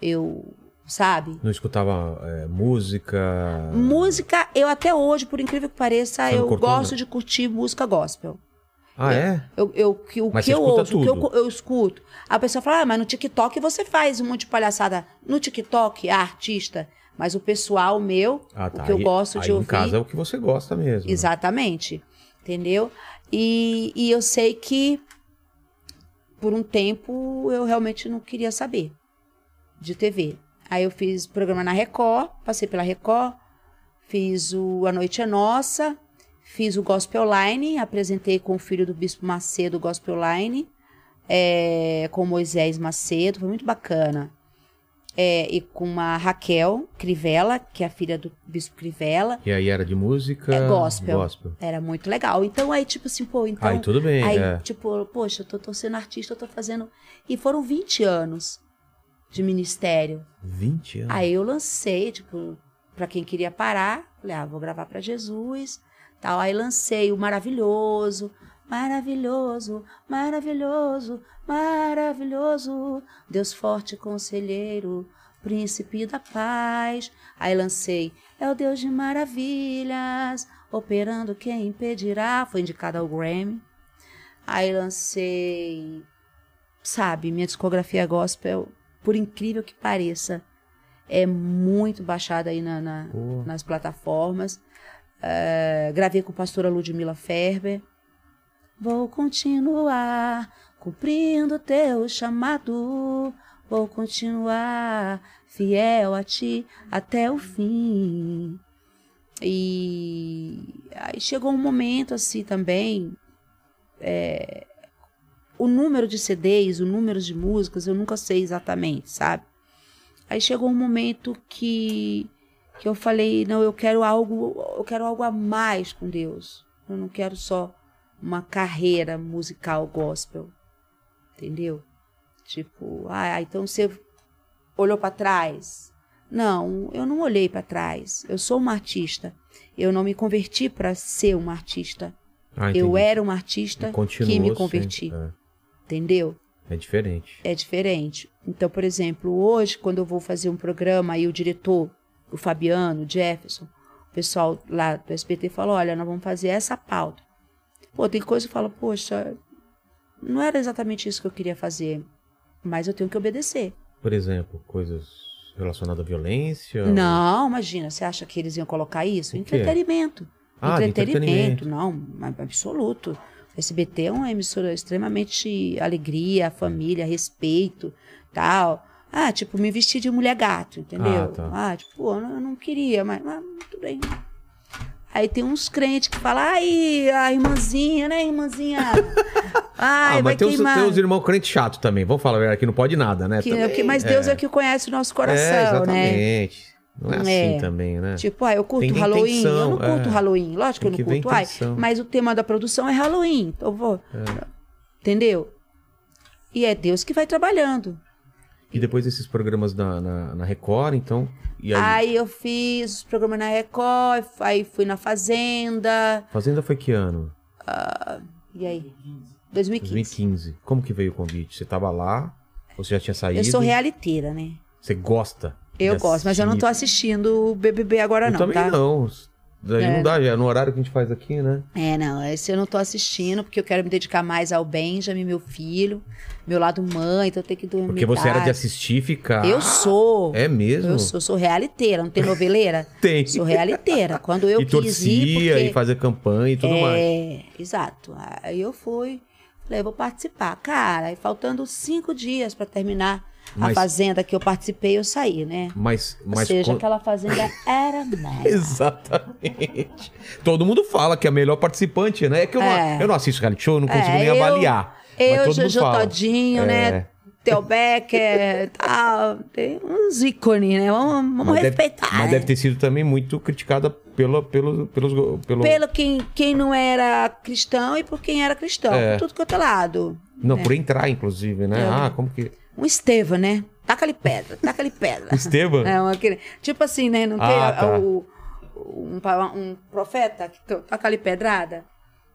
eu, sabe?
Não escutava é, música.
Hum, Música, eu até hoje, por incrível que pareça,
Você não
eu
cortou nada?
gosto de curtir música gospel.
Ah, é?
Eu, eu, que, o
Mas
que
você
eu
escuta
ouço, o que eu,
tudo.
co- eu escuto. A pessoa fala, ah, mas no TikTok você faz um monte de palhaçada. No TikTok, a artista, mas o pessoal meu,
Ah, tá.
o que eu
Aí-
gosto
aí
de
em
ouvir.
casa é o que você gosta mesmo. né?
Exatamente. Entendeu? E, e eu sei que por um tempo eu realmente não queria saber de TV. Aí eu fiz programa na Record, passei pela Record, fiz o A Noite é Nossa, fiz o Gospel Line, apresentei com o filho do Bispo Macedo o Gospel Line, é, com o Moisés Macedo, foi muito bacana. É, e com a Raquel Crivella, que é a filha do Bispo Crivella.
E aí era de música.
É gospel.
gospel.
Era muito legal. Então aí, tipo assim, pô, então.
aí tudo bem.
aí,
é.
tipo, poxa, eu tô, tô sendo artista, eu tô fazendo. E foram 20 anos de ministério.
20 anos.
Aí eu lancei, tipo, pra quem queria parar, falei, ah, vou gravar pra Jesus. Tal. Aí lancei o maravilhoso, maravilhoso, maravilhoso, maravilhoso, Deus forte conselheiro, príncipe da paz. Aí lancei, é o Deus de maravilhas, operando quem impedirá. Foi indicada ao Grammy. Aí lancei, sabe, minha discografia gospel, por incrível que pareça, é muito baixada aí na- na-
Pô.
nas plataformas. Eh, gravei com a pastora Ludmila Ferber. Vou continuar cumprindo teu chamado. Vou continuar fiel a ti até o fim. E aí chegou um momento assim também. é, o número de CDs, o número de músicas, eu nunca sei exatamente, sabe? Aí chegou um momento que, que eu falei, não, eu quero algo, eu quero algo a mais com Deus. Eu não quero só uma carreira musical gospel. Entendeu? Tipo, ah, então você olhou para trás. Não, eu não olhei para trás. Eu sou uma artista. Eu não me converti para ser uma artista.
Ah,
Eu
entendi.
era uma artista
E continuou
que me
sendo-
converti.
é.
Entendeu?
É diferente.
é diferente. Então, por exemplo, hoje, quando eu vou fazer um programa e o diretor, o Fabiano, o Jefferson, o pessoal lá do SBT fala: olha, nós vamos fazer essa pauta. Pô, tem coisa que fala: poxa, não era exatamente isso que eu queria fazer, mas eu tenho que obedecer.
Por exemplo, coisas relacionadas à violência. ou-
Não, imagina, você acha que eles iam colocar isso?
O quê?
Entretenimento.
Ah, de entretenimento.
entretenimento, não, ab- absoluto. O SBT é uma emissora extremamente alegria, família, respeito, tal. Ah, tipo, me vestir de mulher gato, entendeu?
Ah,
Ah,
tá.
tipo, eu não, eu não queria, mas, mas tudo bem. Aí tem uns crentes que falam, ai, a irmãzinha, né, irmãzinha? Ai,
ah,
vai
mas tem os,
queimar.
tem os irmãos crente chato também. Vamos falar, a verdade, que não pode nada, né?
Que-
Também.
que- mas Deus é. que conhece o nosso
É,
coração, né?
exatamente. Não é assim
É.
também, né?
Tipo, ah, eu curto
Tem que ver
Halloween, eu não
intenção,
curto
é.
Halloween. Lógico que eu
Tem que
não
ver
curto, ai,
intenção.
mas o tema da produção é Halloween. Então
É.
eu vou. Entendeu? E é Deus que vai trabalhando.
E depois esses programas na, na, na Record, então. E aí,
Aí eu fiz os programas na Record, aí fui na Fazenda.
Fazenda foi que ano?
E aí? 2015.
2015. Como que veio o convite? Você tava lá? Você já tinha saído?
Eu sou realiteira, né?
Você gosta? de
Eu gosto, mas eu não tô
assistir?
assistindo o BBB agora,
Eu
não,
também
tá?
não. Daí não dá, é no horário que a gente faz aqui, né?
É, não, esse eu não tô assistindo, porque eu quero me dedicar mais ao Benjamin, meu filho, meu lado mãe, então eu tenho que dormir.
Porque você era de
tarde.
assistir e ficar.
Eu sou.
É mesmo?
Eu sou, sou realiteira, não tem noveleira?
Tem.
sou realiteira. Quando eu
e
quis
torcia,
ir,
e
porque...
fazer campanha e tudo mais.
É, exato. Aí eu fui, falei, eu vou participar. Cara, e faltando cinco dias pra terminar a
Mas-
fazenda que eu participei, eu saí, né?
Mas,
Ou
mas
seja, tá
quan-
aquela fazenda era merda.
Exatamente. Todo mundo fala que é a melhor participante, né? É que eu,
É.
Não, eu não assisto reality show, eu não consigo
É,
nem
eu-
avaliar. mas
Eu,
todo
Jojo
mundo fala.
Todinho, né?
É.
Theo Becker, tal. Tem uns ícones, né? Vamos, vamos
Mas deve-
respeitar.
mas
né?
deve ter sido também muito criticada pela, pelo, pelos, go- pelo,
Pelo quem, quem não era cristão e por quem era cristão. Por tudo quanto é lado.
Não, por entrar, inclusive, né?
É.
Ah, como que.
Um Estevam, né? Taca-lhe pedra, taca-lhe pedra.
Esteban?
É, um aquele- tipo assim, né? Não tem
Ah,
a-
tá.
o, um, pa- um profeta que to- taca-lhe pedrada.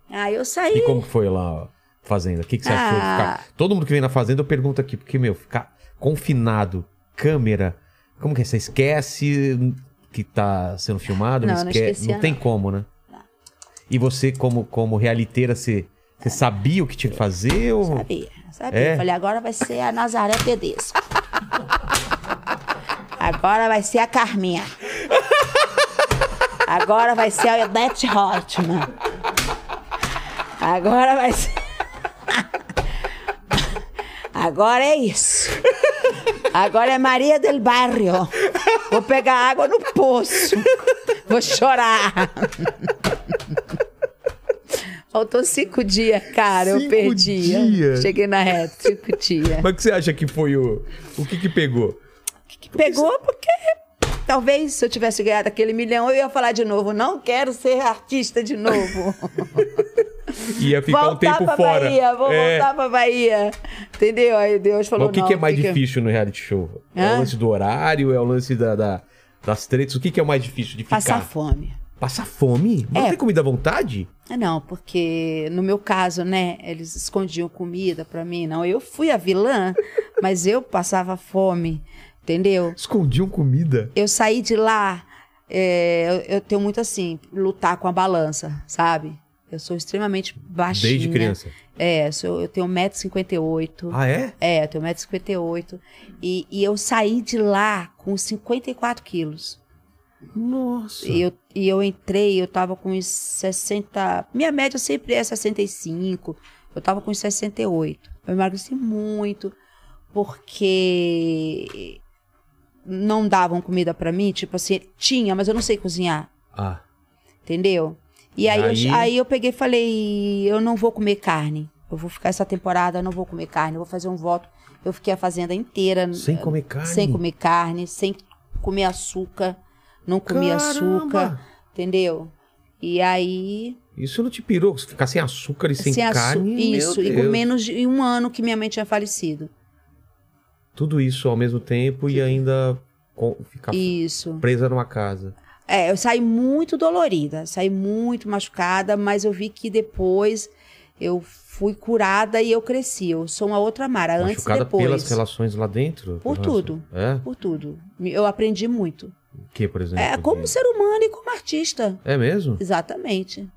Aí eu saí.
E como que foi lá, ó, Fazenda? O que, que você achou de
Ah.
ficar? Todo mundo que vem na Fazenda, eu pergunto aqui, porque, meu, ficar confinado, câmera, como que é? Você esquece que tá sendo filmado?
Não, não
esque-
esquecia,
tem
não.
como, né? E você, como, como realiteira, você, você sabia o que tinha que fazer? Ou...
Sabia, sabia.
É?
Falei, agora vai ser a Nazaré Tedesco. agora vai ser a Carminha. Agora vai ser a Odete Hotman. Agora vai ser. Agora é isso. Agora é Maria del Barrio. Vou pegar água no poço. Vou chorar. Faltou cinco dias, cara. eu
Cinco
perdi.
dias?
Cheguei na reta, cinco dias.
Mas o que você acha que foi o. O que que pegou?
Pegou porque talvez se eu tivesse ganhado aquele milhão, eu ia falar de novo. Não quero ser artista de novo.
Ia ficar um tempo
pra
fora.
Bahia, vou
É.
voltar pra Bahia. Entendeu? Aí Deus falou.
Mas o que,
não,
que é mais
fica-
difícil no reality show? É
Hã?
o lance do horário? É o lance da, da- das tretas? O que, que é o mais difícil de ficar?
Passar fome.
Passar fome? Mas
É.
Não tem comida à vontade?
É, Não, porque no meu caso, né, eles escondiam comida pra mim. Não, eu fui a vilã, mas eu passava fome, entendeu?
Escondiam comida.
Eu saí de lá, é, eu, eu tenho muito assim, lutar com a balança, sabe? Eu sou extremamente baixinha.
Desde criança.
É, eu sou, eu tenho 1,58m.
Ah, é?
É, eu tenho 1,58m. E, e eu saí de lá com 54 quilos.
Nossa.
E eu, e eu entrei, eu tava com uns 60. Minha média sempre é 65. Eu tava com uns 68. Eu emagreci muito, porque não davam comida pra mim. Tipo assim, tinha, mas eu não sei cozinhar,
Ah,
entendeu? E aí,
Aí-
Eu, aí eu peguei e falei: eu não vou comer carne. Eu vou ficar essa temporada, eu não vou comer carne, eu vou fazer um voto. Eu fiquei a fazenda inteira
sem comer carne.
Hum, sem comer carne, sem comer açúcar, não comia açúcar.
Caramba!
Entendeu? E aí.
Isso não te pirou? Se Ficar sem açúcar e sem,
açu-
carne? meu
Isso, e com
Deus.
menos de um ano que minha mãe tinha falecido.
Tudo isso ao mesmo tempo e ainda com- ficar
Isso.
presa numa casa.
É, eu saí muito dolorida, saí muito machucada, mas eu vi que depois eu fui curada e eu cresci. Eu sou uma outra Mara, antes e
machucada
depois.
pelas relações lá dentro?
Por
Pelas-
tudo.
É?
Por tudo. Eu aprendi muito.
O que, por exemplo?
É, como ser humano e como artista.
É mesmo?
Exatamente.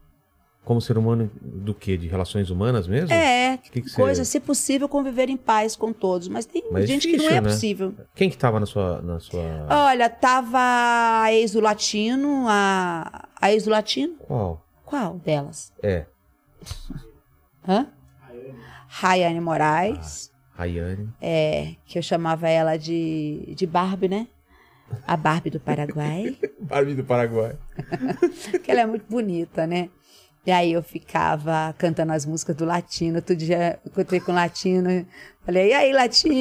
Como ser humano do quê? De relações humanas mesmo?
É,
Que que você-
coisa, se possível, conviver em paz com todos. Mas tem
Mas é
gente que não
difícil,
é
né?
possível.
Quem que tava na sua... Na sua...
Olha, tava a ex do Latino, a, a ex do Latino.
Qual?
Qual delas?
É.
Hã? Rayane Moraes,
Rayane.
é, que eu chamava ela de, de Barbie, né? A Barbie do Paraguai,
Barbie do Paraguai.
que ela é muito bonita, né? E aí eu ficava cantando as músicas do Latino. Outro dia eu encontrei com o Latino. Falei, e aí, Latino?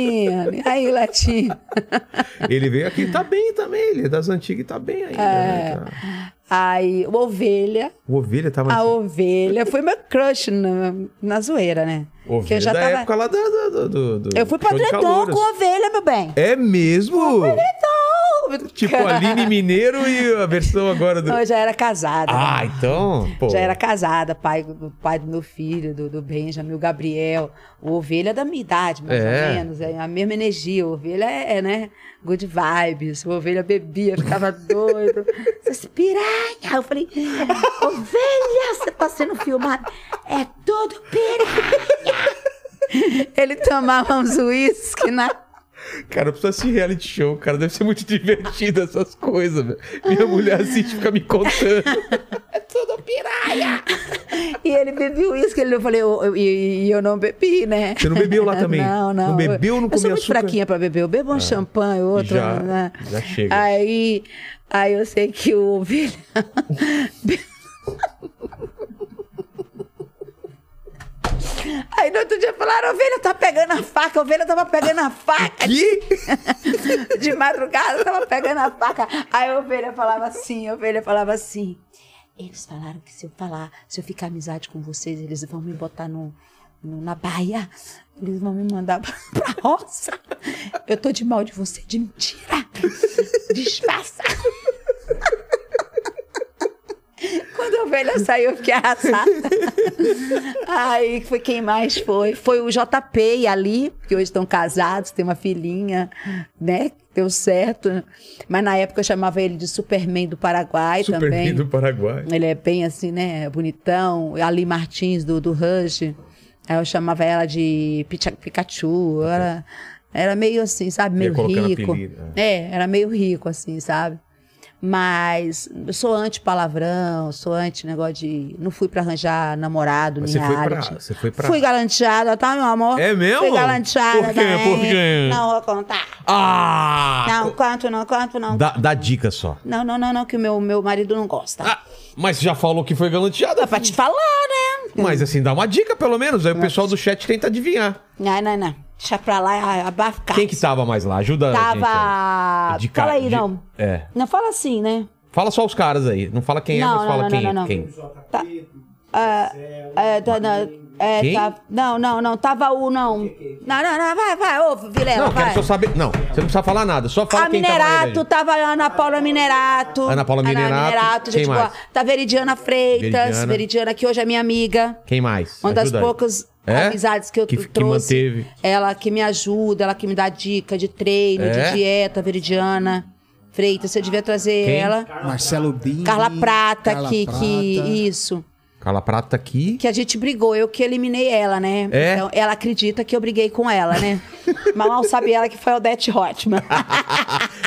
E aí, Latino?
Ele veio aqui, tá bem também, ele é das antigas e tá bem ainda. né, cara?
Aí, o Ovelha.
O Ovelha tava...
É. A ovelha foi meu crush na, na zoeira, né?
Ovelha
que eu já
da
tava-
época lá da- da- do... do, do
Eu fui pra
show de
Treton
calouros.
com ovelha, meu bem.
É mesmo?
Então,
Tipo Aline Mineiro e a versão agora do...
Não, eu já era casada.
Ah, então... Pô.
Já era casada, pai, do pai do meu filho, do, do Benjamin, o Gabriel. O ovelha é da minha idade, mais
É.
ou menos. É a mesma energia. O ovelha é, é, né? Good vibes. O ovelha bebia, ficava doido. Você piranha. Eu falei, ovelha, você tá sendo filmada. É todo piranha. Ele tomava uns uísque na.
Cara, precisa assistir reality show, cara. Deve ser muito divertido essas coisas, velho. Minha mulher assiste e fica me contando.
É tudo piranha! E ele bebia uísque, ele eu falei, eu- eu- e e eu, não bebi, né?
Você não bebeu lá também?
Não, não.
Não bebeu, não
Eu
comia
sou
açúcar?
muito
Ah,
fraquinha pra beber. Eu bebo um champanhe, outro.
já-
né?
já chega.
Aí, aí eu sei que o ovelha. Aí no outro dia falaram, ovelha tá pegando a faca, ovelha tava pegando a faca.
Que?
De madrugada, eu tava pegando a faca. Aí a ovelha falava assim, a ovelha falava assim. Eles falaram que se eu falar, se eu ficar amizade com vocês, eles vão me botar no, no- na baia. Eles vão me mandar pra, pra roça. Eu tô de mal de você, de mentira. Disfarça. Quando a ovelha saiu, eu fiquei arrasada. Aí foi quem mais foi? Foi o JP e ali, que hoje estão casados, tem uma filhinha, né? Deu certo. Mas na época eu chamava ele de Superman do Paraguai
Super
também.
do Paraguai.
Ele é bem assim, né? Bonitão. Ali Martins, do, do Rush. Aí eu chamava ela de Picha- Pikachu. Eu Era, era meio assim, sabe? Meio
colocando
rico.
apelido,
É, era meio rico, assim, sabe? Mas eu sou anti-palavrão, sou anti-negócio de. Não fui pra arranjar namorado,
Mas
nem
você foi pra-
reality.
você foi pra-
Fui galanteada, tá, meu amor?
É mesmo?
Fui galanteada.
Por quê?
daí.
Por quê?
Não vou contar.
Ah!
Não, conto, não conto, não.
Dá, dá dica só.
Não, não, não, não, que o meu, meu marido não gosta.
Ah, mas já falou que foi galanteada.
Pra te falar, né?
Mas assim, dá uma dica pelo menos. Aí o pessoal do chat tenta adivinhar.
Não, não, não. Deixa pra lá, abafa.
Quem que tava mais lá? Ajuda a gente. aí.
Tava.
De cara-
fala aí,
de-
não.
É.
Não fala assim, né?
Fala só os caras aí. Não fala quem é,
Não,
mas
não,
fala
não,
quem,
não, não, não.
quem.
Tá. Ah, é, tá, na- é,
Quem? é
tá- não, não, não. Tava o não. Não, não, não. Vai, vai, ô, Vilela,
Não, eu
vai.
quero só saber. Não, você não precisa falar nada. Só fala
A
quem tava lá, né,
Minerato,
gente?
tava a Ana Paula Minerato.
Ana Paula Minerato, quem
gente
mais?
boa. Tá Veridiana Freitas,
Veridiana.
Veridiana. que hoje é minha amiga.
Quem mais?
Uma das
Ajuda aí.
poucas
É?
amizades que eu
Que-
trouxe.
que manteve.
Ela que me ajuda, ela que me dá dica de treino,
É?
de dieta, Veridiana. Freitas, você devia trazer
Quem?
ela.
Marcelo Dini.
Carla Prata,
Carla
que,
Prata.
que. Isso.
Cala prata aqui.
Que a gente brigou, eu que eliminei ela, né?
É?
Então, ela acredita que eu briguei com ela, né? Mas mal sabe ela que foi a Odete Hotman.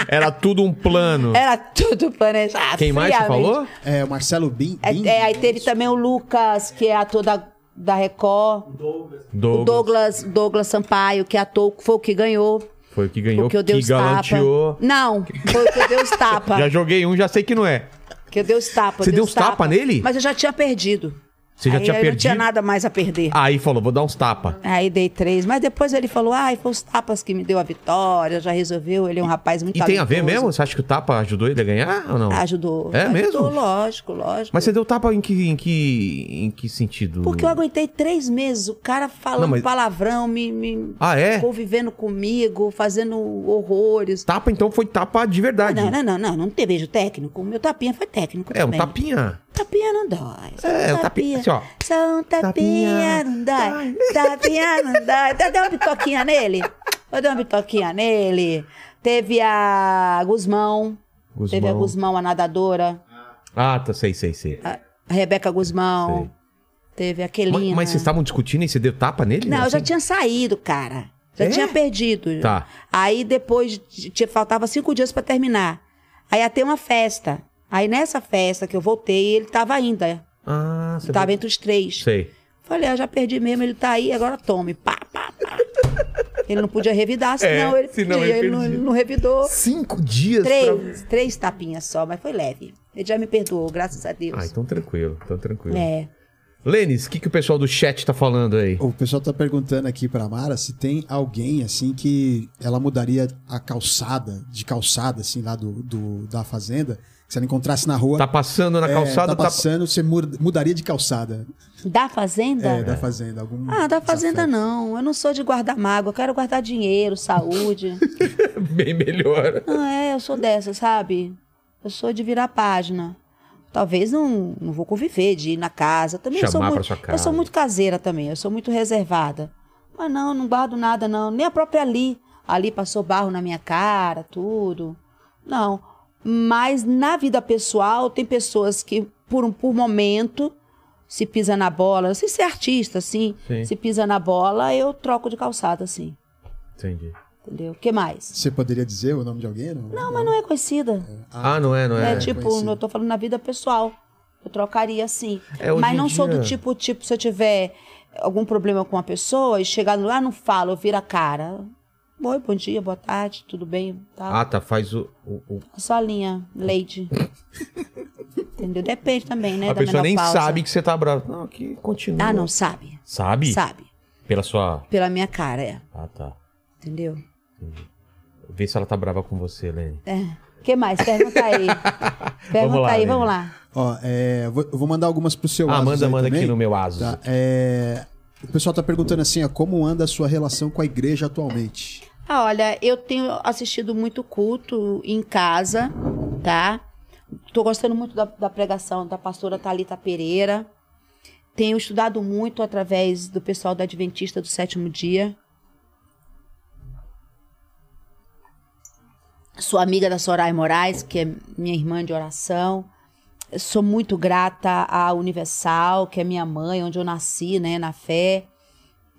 Era tudo um plano.
Era tudo planejado.
Quem mais você
friamente.
falou?
É, o Marcelo Bin. Bin-
É, é, aí teve também o Lucas, que é ator da, da Record. O
Douglas.
Douglas, Douglas Sampaio, que é ator, foi o que ganhou.
Foi o que ganhou,
Porque eu dei
que
os tapa.
galanteou.
Não, foi o que eu dei os tapa.
Já joguei um, já sei que não é.
Que eu dei os tapa. eu
Você
dei
deu
os
os tapa nele?
Mas eu já tinha perdido.
Você já
aí,
tinha
aí eu
perdido. Ah.
não tinha nada mais a perder.
Aí falou, vou dar uns tapa.
Aí dei três, mas depois ele falou, ai, foi os tapas que me deu a vitória, já resolveu, ele é um rapaz muito
E tem a ver
talentoso."
mesmo? Você acha que o tapa ajudou ele a ganhar ou não?
Ajudou.
É
Ajudou,
mesmo?
Lógico, lógico.
Mas você deu tapa em que, em que, em que sentido?
Porque eu aguentei três meses, o cara falando
Não, mas-
palavrão, me, me
Ah, é?
convivendo comigo, fazendo horrores.
Tapa, então, foi tapa de verdade.
Não, não, não, não, não teve beijo técnico. O meu tapinha foi técnico
É, um
também.
tapinha.
Tapinha não dói. Só
É,
um
o tapinha, assim, ó.
Só um tapinha,
Tapinha.
não dói. Tapinha não dói. Dá, dá uma bitoquinha nele. Vou dar uma bitoquinha nele. Teve a Guzmão. Teve a
Guzmão.
Guzmão, a nadadora.
Ah, tá, sei, sei, sei.
A a Rebeca Guzmão.
Sei.
Teve a
Ma-
Kelina.
mas, vocês estavam discutindo e você deu tapa nele?
né? Não, eu já
Assim?
tinha saído, cara. Já
É?
tinha perdido.
Tá.
Aí depois, de- tinha- faltava cinco dias pra terminar. Aí ia ter uma festa. Aí nessa festa que eu voltei, ele tava ainda.
Ah, você
Tava entre os três.
Sei.
Falei, eu já perdi mesmo, ele tá aí, agora tome. Pá, pá, pá. Ele não podia revidar, senão ele,
É, senão
podia,
ele
ele não,
perdia.
ele não revidou.
Cinco dias
Três, três tapinhas só, mas foi leve. Ele já me perdoou, graças a Deus.
pra... Ah, então tranquilo, então tranquilo.
É.
Lênis, o que, que o pessoal do chat tá falando aí?
O pessoal tá perguntando aqui pra Mara se tem alguém, assim, que ela mudaria a calçada, de calçada, assim, lá do, do- da fazenda. Se ela encontrasse na rua.
Tá passando na
é,
calçada,
tá passando, você mur- mudaria de calçada.
Da fazenda?
É, da fazenda. Algum
Tá. Ah, da fazenda
desafeto.
não. Eu não sou de guardar mágoa. Eu quero guardar dinheiro, saúde.
bem melhor.
não é, eu sou dessa, sabe? Eu sou de virar página. Talvez não, não vou conviver, de ir na casa. Também eu sou
Chamar
muito,
pra sua casa.
Eu sou muito caseira também, eu sou muito reservada. Mas não, não guardo nada, não. Nem a própria Ali. Ali passou barro na minha cara, tudo. Não. Mas na vida pessoal, tem pessoas que, por um por momento, se pisa na bola. Se ser artista, assim,
Sim.
se pisa na bola, eu troco de calçada, assim.
Entendi.
Entendeu? O que mais?
Você poderia dizer o nome de alguém? Não,
Não, mas não é conhecida.
Ah, não é, não é?
É, tipo,
conhecido.
eu tô falando na vida pessoal. Eu trocaria assim.
É, hoje
Mas
em
não sou do
dia-
tipo, tipo, se eu tiver algum problema com uma pessoa e chegar lá, não falo, eu viro a cara. Oi, bom dia, boa tarde, tudo bem? Tá.
Ah, tá, faz o... o- o-
Só a linha, lady. Entendeu? Depende também, né?
a
da
pessoa nem
menopausa.
sabe que você tá bravo. Não, aqui continua.
Ah, não, sabe.
Sabe?
Sabe.
Pela sua...
Pela minha cara, é.
Ah, tá.
Entendeu?
Vê se ela tá brava com você, Lênis.
O que mais? Pergunta aí. Pergunta
Vamos lá,
aí,
Lene.
É. vamos lá.
Ó, é, eu vou- eu vou mandar algumas pro seu
Ah,
Asus
manda,
aí
manda
também.
aqui no meu aso.
Tá, é, O pessoal tá perguntando assim, ó, como anda a sua relação com a igreja atualmente?
Ah, olha, eu tenho assistido muito culto em casa, tá? Tô gostando muito da, da pregação da pastora Thalita Pereira. Tenho estudado muito através do pessoal da Adventista do Sétimo Dia. Sou amiga da Soraya Moraes, que é minha irmã de oração. Eu Sou muito grata à Universal, que é minha mãe, onde eu nasci, né, na fé.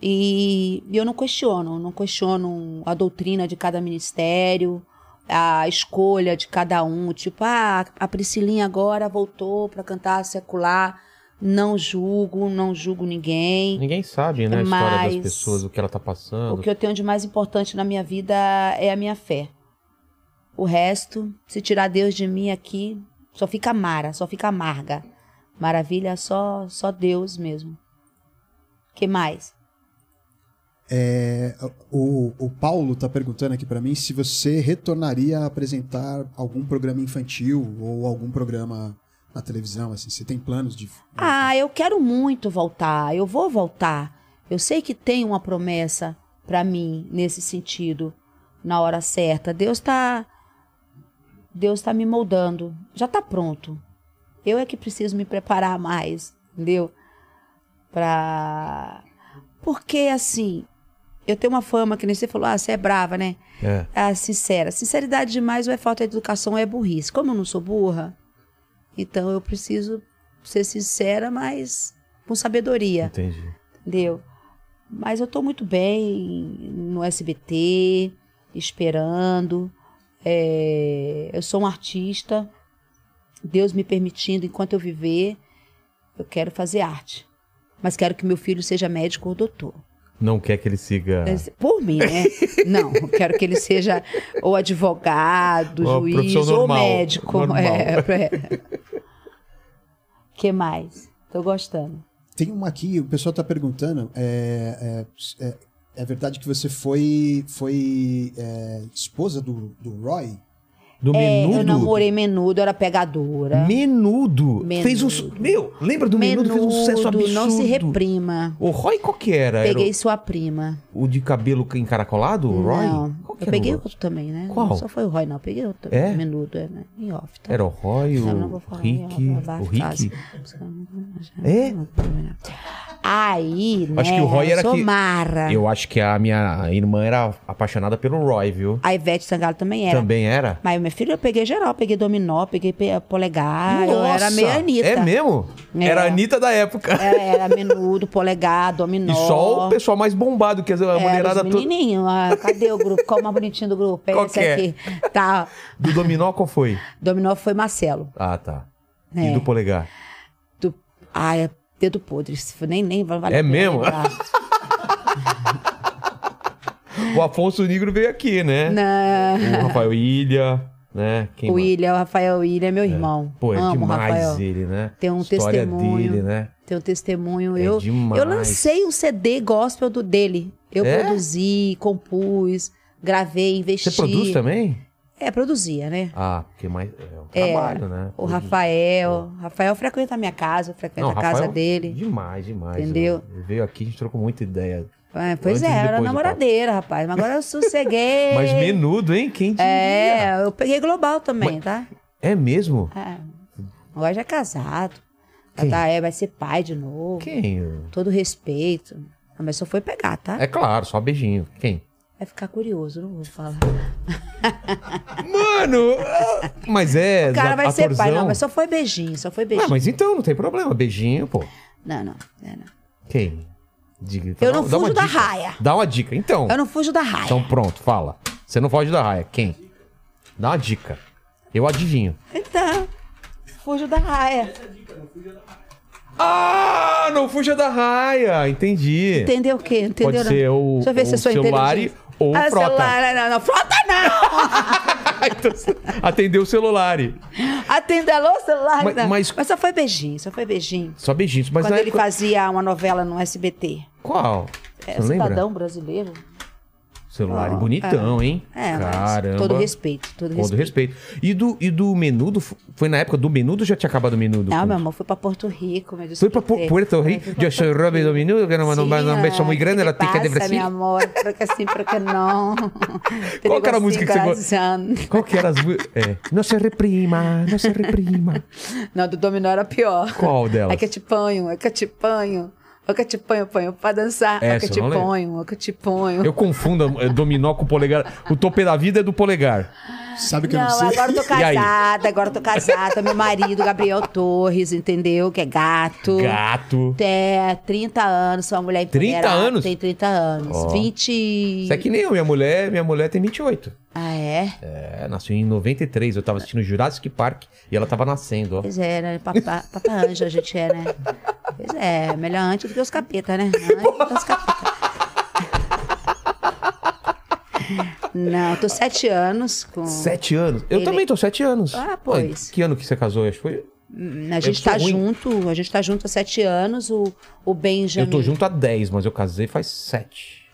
E eu não questiono, não questiono a doutrina de cada ministério, a escolha de cada um. Tipo, ah, a Priscilinha agora voltou para cantar secular. Não julgo, não julgo ninguém.
Ninguém sabe, né, a história das
Mas-
pessoas, o que ela tá
O
passando.
que eu tenho de mais importante na minha vida é a minha fé. O resto, se tirar Deus de mim aqui, só fica mara, só fica amarga. Maravilha, só só Deus mesmo. Que mais?
É, o, o Paulo tá perguntando aqui pra mim se você retornaria a apresentar algum programa infantil ou algum programa na televisão, assim, você tem planos de...
Ah, eu quero muito voltar. Eu vou voltar. Eu sei que tem uma promessa pra mim nesse sentido, na hora certa. Deus tá Deus tá me moldando. Já tá pronto. Eu é que preciso me preparar mais, entendeu? Pra Porque assim, eu tenho uma fama que nem você falou, ah, você é brava, né?
É.
Ah, sincera. Sinceridade demais ou é falta de educação ou é burrice. Como eu não sou burra, então eu preciso ser sincera, mas com sabedoria,
Entendi.
entendeu? Mas eu tô muito bem no SBT, esperando. É, eu sou um artista, Deus me permitindo, enquanto eu viver, eu quero fazer arte. Mas quero que meu filho seja médico ou doutor.
Não quer que ele siga
Por mim, né? Não, eu quero que ele seja ou advogado,
Uma
juiz,
profissão
ou
normal,
médico.
normal.
É, é. que mais? Tô gostando.
Tem uma aqui, o pessoal tá perguntando, é, é, é, é verdade que você foi, foi é, esposa do, do Roy?
do
É,
menudo.
eu namorei menudo, eu era pegadora.
Menudo.
Menudo.
Fez um. su- Meu, lembra do menudo? Fez um sucesso
Menudo,
absurdo.
não se reprima.
O Roy qual que era? Era
Peguei sua prima.
o, o de cabelo encaracolado? O Roy?
Não,
Qual que
eu
era
peguei
o...
outro também, né?
Qual?
Não só foi o Roy, não. Eu peguei outro
É?
menudo, é, né? Em off, tá?
Era o Roy,
Não, não
o
vou falar, eu
Rick.
vou falar
O
fácil.
Rick? tá? É?
É? Aí, né?
Acho que o Roy era
eu sou
que-
Mara.
Eu acho que a minha irmã era apaixonada pelo Roy, viu?
A Ivete Sangalo também era.
Também era?
Mas, minha filha, eu peguei geral. Peguei dominó, peguei pe- polegar. Ah, Eu era meio Anitta.
É mesmo?
É.
Era a Anitta da época.
Era, era menudo, polegar, dominó.
E só o pessoal mais bombado, que a
Era
mulherada
os
toda.
menininhos. Ah, cadê o grupo? Qual o mais bonitinho do grupo? É
Qual
esse
que é?
aqui. Tá.
Do Dominó, qual foi?
Dominó foi Marcelo.
Ah, tá.
É.
E do Polegar?
Do... Ah, é dedo podre. Isso Nem, nem vale a
É
pena
mesmo?
lembrar.
O Afonso Negro veio aqui, né?
Na...
O Rafael Ilha, né? Quem
O
mais?
William, o Rafael William é meu irmão.
Pô, é
Amo o
demais
Rafael.
ele, né?
Tem um
História
testemunho.
dele, né?
Tem um testemunho.
É
eu,
demais.
eu lancei um CD gospel do, dele. Eu
É?
produzi, compus, gravei, investi.
Você produz também?
É, produzia, né?
Ah, porque mais é um trabalho, né?
O Rafael. Rafael frequenta a minha casa, eu frequento
Não,
a casa
Rafael-
dele.
Demais, demais.
Entendeu?
né? Ele veio aqui, a gente trocou muita ideia.
É,
Antes
pois
e
é, eu era
depois do
namoradeira, rapaz. Mas agora eu sosseguei.
Mas um menudo, hein? Quem diria?
É, eu peguei global também, tá?
É mesmo?
É. Agora já é casado.
Quem?
Tá, é, vai ser pai de novo.
Quem?
Todo respeito. Ah, Mas só foi pegar, tá?
É claro, só beijinho. Quem?
Vai ficar curioso, não vou falar.
Mano! ah, Mas é.
O cara vai ser pai,
atorzão.
não, mas só foi beijinho, só foi
Ah,
beijinho.
mas então, não tem problema. Beijinho, pô.
Não, não, é, não.
Quem? Diga, então,
Eu
dá-
não
dá uma
fujo da
dica.
raia.
Dá uma dica, então.
Eu não fujo da raia.
Então pronto, fala. Você não foge da raia. Quem? Dá uma dica. Eu adivinho.
Então, fujo da raia.
Ah, não fuja da raia. Entendi.
Entendeu o quê? Entendeu?
Pode
não?
ser o,
Deixa eu ver
o
se eu sou
celular
inteligente.
ou o
ah,
frota.
celular, não, não, frota não!
Então, você Atendeu o celular.
Atenda alô, celular
Mas-
não.
mas-
Mas... só foi beijinho, só foi beijinho.
Só beijinhos. Mas
Quando
na
ele
época...
fazia uma novela no SBT.
Qual?
É,
você não lembra?
cidadão brasileiro.
Celular
Ah,
bonitão, hein?
É,
Caramba.
mas todo respeito, todo
Com todo
respeito.
respeito. E do, e do menudo, f- foi na época do menudo ou já tinha acabado o menudo?
Não,
Com-
meu amor, foi pra Porto Rico, meu Deus.
Foi pra Pu- Puerto Rico, eu sou Robin do menudo, que era uma
Sim,
uma
ah,
beça muito grande,
que
ela tica de
passa, meu
Brasil.
amor, porque assim, porque não.
Qual que era a música que você gosta?
gosta?
Qual que era as... mu- É. Não se reprima, não se reprima.
Não, do Dominó era pior.
Qual delas?
É que eu te ponho, é que eu te ponho. É que eu te ponho, ponho pra dançar. É
Essa
que eu
eu
te
não lembro.
ponho, é que eu te ponho.
Eu confundo é, dominó com polegar. O topê da vida é do polegar.
Sabe o que eu
Ah, Não,
não sei?
agora eu tô
E aí?
casada, agora eu tô casada. Meu marido, Gabriel Torres, entendeu? Que é gato.
Gato.
É, 30 anos, sou uma mulher
30
empoderada,
anos?
Tem 30 anos.
Ó.
20.
Isso é que nem eu, minha mulher, minha mulher tem 28.
Ah, é?
É, nasceu em 93, eu tava assistindo Jurassic Park e ela tava nascendo, ó.
Pois é, né? Papá, papá anjo a gente é, né? Pois é, melhor antes do que os capeta, né? Antes do que os capeta. Não, tô sete anos com.
Sete anos? Eu
Ele-
também tô sete anos.
Ah, pois.
Ai, que ano que você casou? Acho que foi...
Hum, A gente
sou
tá
é ruim.
junto, a gente tá junto há sete anos, o, o Benjamin.
Eu tô junto há 10, mas eu casei faz 7.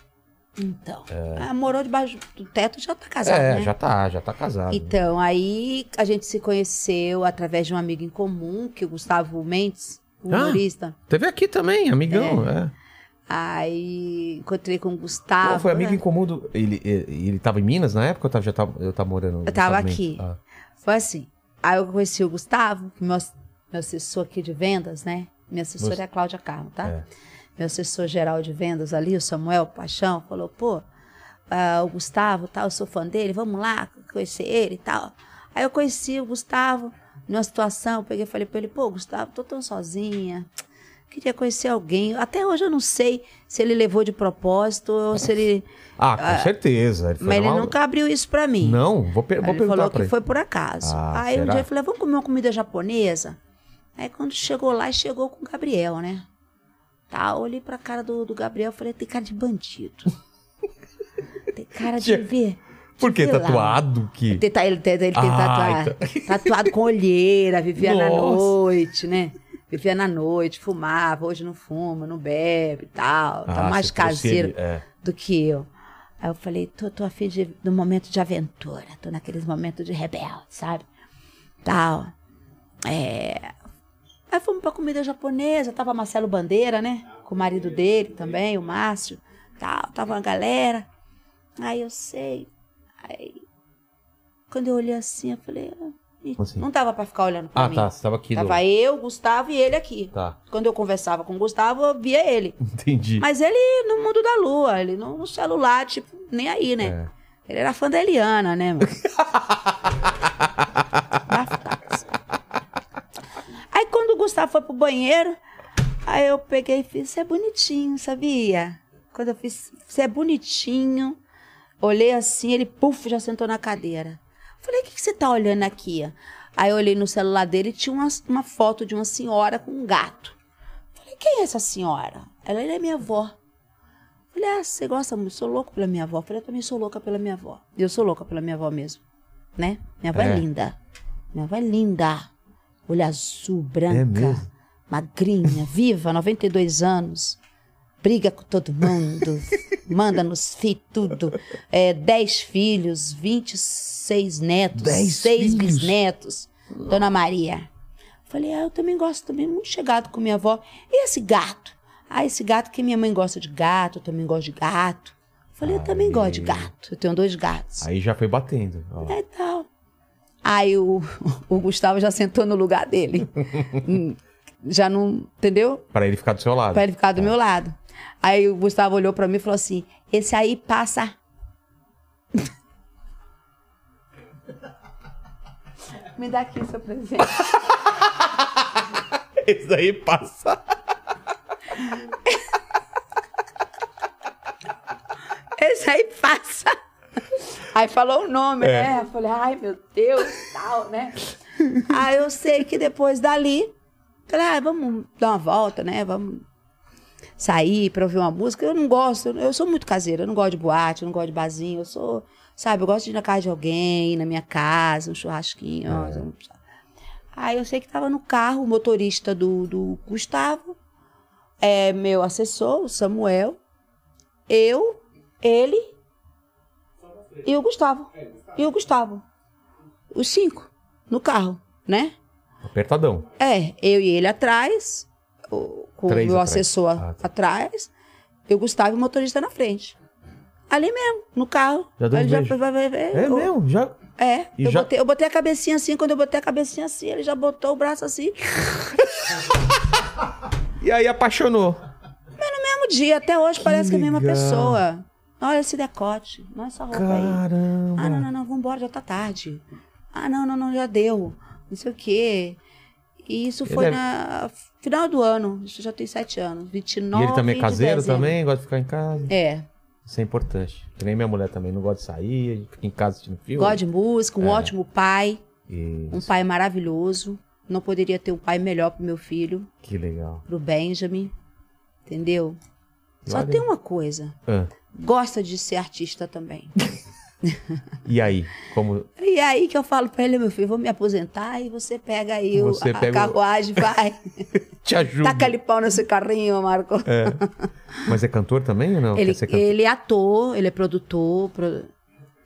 Então. Ah, morou debaixo do teto já tá casado,
É,
né?
já tá, já tá casado.
Então, aí a gente se conheceu através de um amigo em comum, que é o Gustavo Mendes, o
Ah.
humorista.
Teve aqui também, amigão. É.
Aí encontrei com o
Não,
Gustavo.
foi amigo
né?
em comum do... Ele, ele, ele tava em Minas na época ou tava, já tava, eu tava morando? nos
Eu tava
Estados Unidos?
aqui.
Ah.
Foi assim. Aí eu conheci o Gustavo, que é meu, ass- meu assessor aqui de vendas, né? Minha assessora
Você-
é a Cláudia Carmo, tá?
É.
Meu assessor geral de vendas ali, o Samuel Paixão, falou, pô, ah, o Gustavo, tal, eu sou fã dele, vamos lá conhecer ele e tal. Aí eu conheci o Gustavo numa situação, eu peguei e falei pra ele, pô, Gustavo, tô tão sozinha. Queria conhecer alguém. Até hoje eu não sei se ele levou de propósito ou se ele.
Ah, com certeza. Ele foi
Mas ele
numa-
nunca abriu isso pra mim.
Não, vou, per...
Aí
vou
ele
perguntar
falou
pra
que
ele.
foi por acaso.
Ah,
aí um
será?
dia ele falou, vamos comer uma comida japonesa? Aí quando chegou lá, chegou com o Gabriel, né? Tá, eu olhei pra cara do, do Gabriel e falei, tem cara de bandido. tem cara de
Tinha-
ver.
Por que
sei lá.
tatuado que...
Ele, tá- ele, tá- ele tem
Ah,
tatuado, tatuado com olheira, vivia na
Nossa.
noite, né? Vivia na noite, fumava, hoje não fuma, não bebe e tal. tá
Ah,
mais
se fosse
caseiro
ele, é.
do que eu. Aí eu falei, tô, tô afim de, do momento de aventura, tô naqueles momentos de rebelde, sabe? Tal. É... Aí fomos pra comida japonesa, tava Marcelo Bandeira, né? Com o marido dele também, o Márcio, tal, tava uma galera. Aí eu sei. Aí. Quando eu olhei assim, eu falei, ah, ih,
Como assim?
não tava pra ficar olhando pra
Ah,
mim.
tá, você tava aqui. do-
Tava eu, Gustavo e ele aqui.
Tá,
Quando eu conversava com o Gustavo, eu via ele.
entendi.
Mas ele no mundo da lua, ele no, no celular, tipo, nem aí, né?
É.
Ele era fã da Eliana, né, mano? Baftados. aí quando o Gustavo foi pro banheiro, aí eu peguei e fiz, você é bonitinho, sabia? Quando eu fiz, você é bonitinho. Olhei assim, ele, puf, já sentou na cadeira. Falei, o que, que você tá olhando aqui? Aí eu olhei no celular dele e tinha uma, uma foto de uma senhora com um gato. Falei, quem é essa senhora? Ela, ela é minha avó. Falei, ah, você gosta muito? Sou louco pela minha avó. Falei, eu também sou louca pela minha avó. Eu sou louca pela minha avó mesmo, né? Minha avó é,
É.
linda. Minha avó é linda. Olho azul, branca.
É mesmo?
Magrinha, viva, 92 anos. Briga com todo mundo. manda nos filhos tudo. É, 10 filhos, 26 netos,
Dez
6
filhos?
bisnetos. Dona Maria. Falei, ah, eu também gosto, também muito chegado com minha avó. E esse gato? Ah, esse gato que minha mãe gosta de gato, eu também gosto de gato. Falei, eu também
Aí.
gosto de gato. Eu tenho dois gatos.
Aí já foi batendo. ó.
É tal. Aí o, o Gustavo já sentou no lugar dele. Hum, já não, entendeu?
Pra ele ficar do seu lado.
Pra ele ficar do meu lado. Aí o Gustavo olhou pra mim e falou assim: esse aí passa. Me dá aqui seu presente.
Esse daí passa.
Esse aí passa. Aí falou o nome,
É.
né? Eu falei, ai meu Deus, tal, né? aí eu sei que depois dali, falei, ah, vamos dar uma volta, né? Vamos sair pra ouvir uma música. Eu não gosto, eu sou muito caseira, eu não gosto de boate, eu não gosto de barzinho, eu sou, sabe, eu gosto de ir na casa de alguém, na minha casa, um churrasquinho. ó, sabe? Aí eu sei que tava no carro o motorista do, do Gustavo, é, meu assessor, o Samuel, eu, ele e o Gustavo. E o Gustavo. Os cinco. No carro, né?
Apertadão.
É, eu e ele atrás, o, com o
Três
meu
atrás.
assessor
Ah, tá.
atrás, e o Gustavo e o motorista na frente. Ali mesmo, no carro.
Já deu um
Ele
beijo.
vai- vai- vai-
É
eu-
mesmo? Já.
É.
E
Eu,
já-
botei, eu botei a cabecinha assim, quando eu botei a cabecinha assim, ele já botou o braço assim.
E aí apaixonou.
Mesmo dia, até hoje parece que é a mesma
legal.
pessoa. Olha esse decote, olha essa roupa aí. Ah, não,
Caramba.
não, não, vambora, já tá tarde. Ah, não, não, não, já deu. Não sei o quê. E isso
Ele
foi
é-
na final do ano. Isso já tem sete anos. 29
E ele também é
de
caseiro
dezembro.
também, gosta de ficar em casa.
É.
Isso é importante. Que nem minha mulher também, não gosta de sair, fica em casa assistindo filme.
Gosta de música, um
É.
ótimo pai.
E-
Um pai maravilhoso. Não poderia ter um pai melhor pro meu filho,
Que legal.
pro Benjamin. Entendeu? Só
Olha.
tem uma coisa.
Ah,
Gosta de ser artista também.
e aí? Como.
E é aí que eu falo pra ele, meu filho, vou me aposentar e você pega aí o-
Você
a
pega o-
carruagem, vai.
Te ajuda.
Taca ali pau nesse carrinho, Marco.
Mas é cantor também ou não?
ele,
Quer ser cantor?
ele é ator, ele é produtor. pro-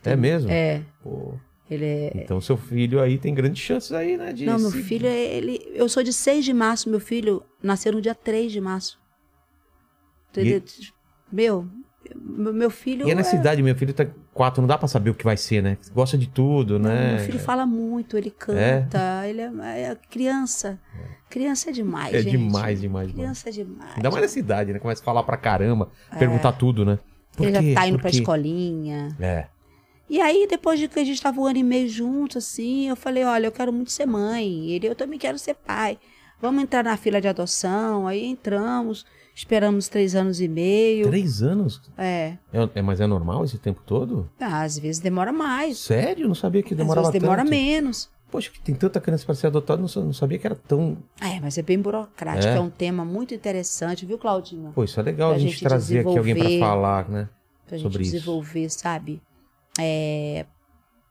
É mesmo?
É,
Pô.
ele é.
Então seu filho aí tem grandes chances aí, né? De
Não, meu
se-
filho, é- ele. Eu sou de 6 de março, meu filho nasceu no dia 3 de março. Entendeu? Meu, meu meu filho.
E é nessa
é-
idade, meu filho tá quatro, não dá pra saber o que vai ser, né? Gosta de tudo, né?
Meu filho fala muito, ele canta, ele é, é criança. Criança é demais,
É
gente.
demais, demais, demais.
Criança é demais.
Ainda mais nessa idade, né? Começa a falar pra caramba, perguntar tudo, né? Por
É. ele
quê?
já tá indo
Por
pra
quê?
escolinha.
É.
E aí, depois de que a gente tava um ano e meio junto, assim, eu falei, olha, eu quero muito ser mãe. Ele, eu também quero ser pai. Vamos entrar na fila de adoção. Aí entramos, esperamos três anos e meio.
Três anos?
É.
É, é- mas é normal esse tempo todo?
Ah, Às vezes demora mais.
Sério? Eu Não sabia que demorava
às vezes demora
tanto.
menos.
Poxa, que tem tanta criança pra ser adotada, não sa- não sabia que era tão...
É, mas é bem burocrático.
É?
É, um tema muito interessante, viu, Claudinha?
Pô, isso é legal a
Pra
gente,
gente
trazer aqui alguém pra
desenvolver.
falar, né?
Pra
Sobre
gente
isso.
desenvolver, sabe? É.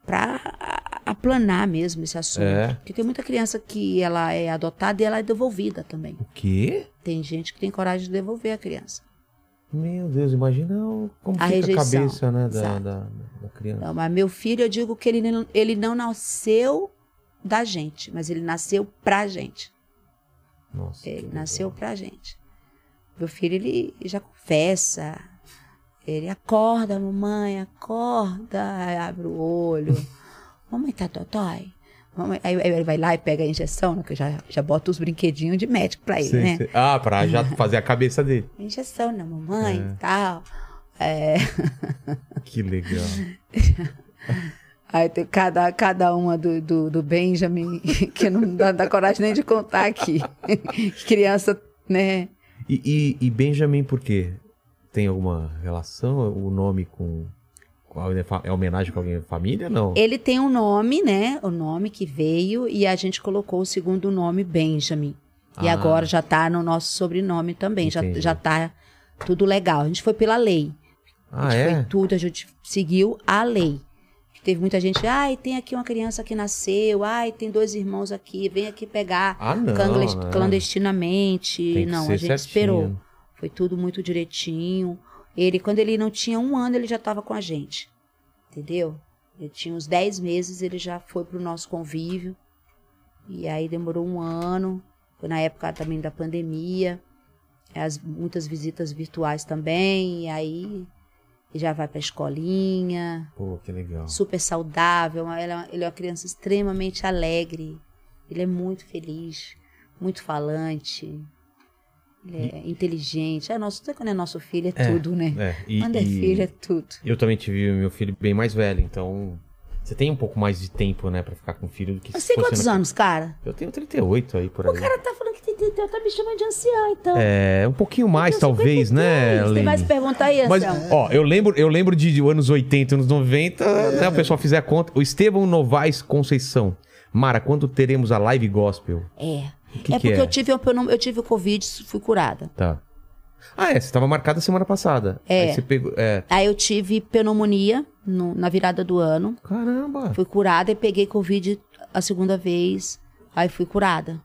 Pra a- aplanar mesmo esse assunto.
É.
Porque tem muita criança que ela é adotada e ela é devolvida também.
O quê?
Tem gente que tem coragem de devolver a criança.
Meu Deus, imagina o- como
A
fica
rejeição,
a cabeça né, da,
exato.
da, da criança.
Então, mas meu filho, eu digo que ele não, ele não nasceu da gente, mas ele nasceu pra gente.
Nossa. que
Ele
legal.
nasceu pra gente. Meu filho, ele já confessa. Ele acorda, mamãe, acorda. Aí abre o olho. mamãe tá dodói. Mamãe... Aí aí ele vai lá e pega a injeção, né, que eu já, já bota os brinquedinhos de médico pra ele,
Sim,
né?
sim. Ah, pra já fazer a cabeça dele.
Injeção na mamãe
É.
e tal. É.
Que legal.
Aí tem cada, cada uma do, do, do Benjamin, que não dá, dá coragem nem de contar aqui. Criança, né?
E, e- e Benjamin, por quê? Tem alguma relação o nome com. com alguém- É homenagem com alguém da família? Não.
Ele tem um nome, né? O nome que veio e a gente colocou o segundo nome, Benjamin. E
Ah.
agora já tá no nosso sobrenome também, já,
Entendi.
já tá Tudo legal. A gente foi pela lei. A
Ah,
gente foi
é?
tudo, a gente seguiu a lei. Teve muita gente, ai, tem aqui uma criança que nasceu, ai, tem dois irmãos aqui, vem aqui pegar
Ah, não.
clandest-
né?
clandestinamente.
Tem que
não,
ser
a gente
certinho.
esperou. Foi tudo muito direitinho. Ele, quando ele não tinha um ano, ele já estava com a gente. Entendeu? Ele tinha uns 10 meses, ele já foi pro nosso convívio. E aí demorou um ano. Foi na época também da pandemia. As, muitas visitas virtuais também. E aí ele já vai pra escolinha.
Pô, que legal.
Super saudável. Ela é uma- Ele é uma criança extremamente alegre. Ele é muito feliz, muito falante. Ele é inteligente. É nosso, quando é nosso filho, é,
É.
tudo, né?
É, e,
Quando é
e-
filho, é tudo.
Eu também tive meu filho bem mais velho, então você tem um pouco mais de tempo, né, pra ficar com o filho do que se
Você tem
fosse
quantos
na-
anos, cara?
Eu tenho 38 aí por aí.
O cara tá falando que tem 38, tá me chamando de anciã, então.
É, um pouquinho mais,
Eu tenho
talvez, né,
Você tem mais
Aline?
pergunta aí,
Mas,
Anselmo?
ó, eu lembro, eu lembro de anos 80, anos 90, né? O pessoal fizer a conta. O Estevão Novaes Conceição. Mara, quando teremos a live gospel?
É.
O que,
é
que
porque
é?
eu tive um- eu tive o Covid, fui curada.
Tá. Ah, é, você tava marcada semana passada.
É.
Aí você pegou. É.
Aí eu tive pneumonia no- na virada do ano.
Caramba!
Fui curada e peguei Covid a segunda vez. Aí fui curada.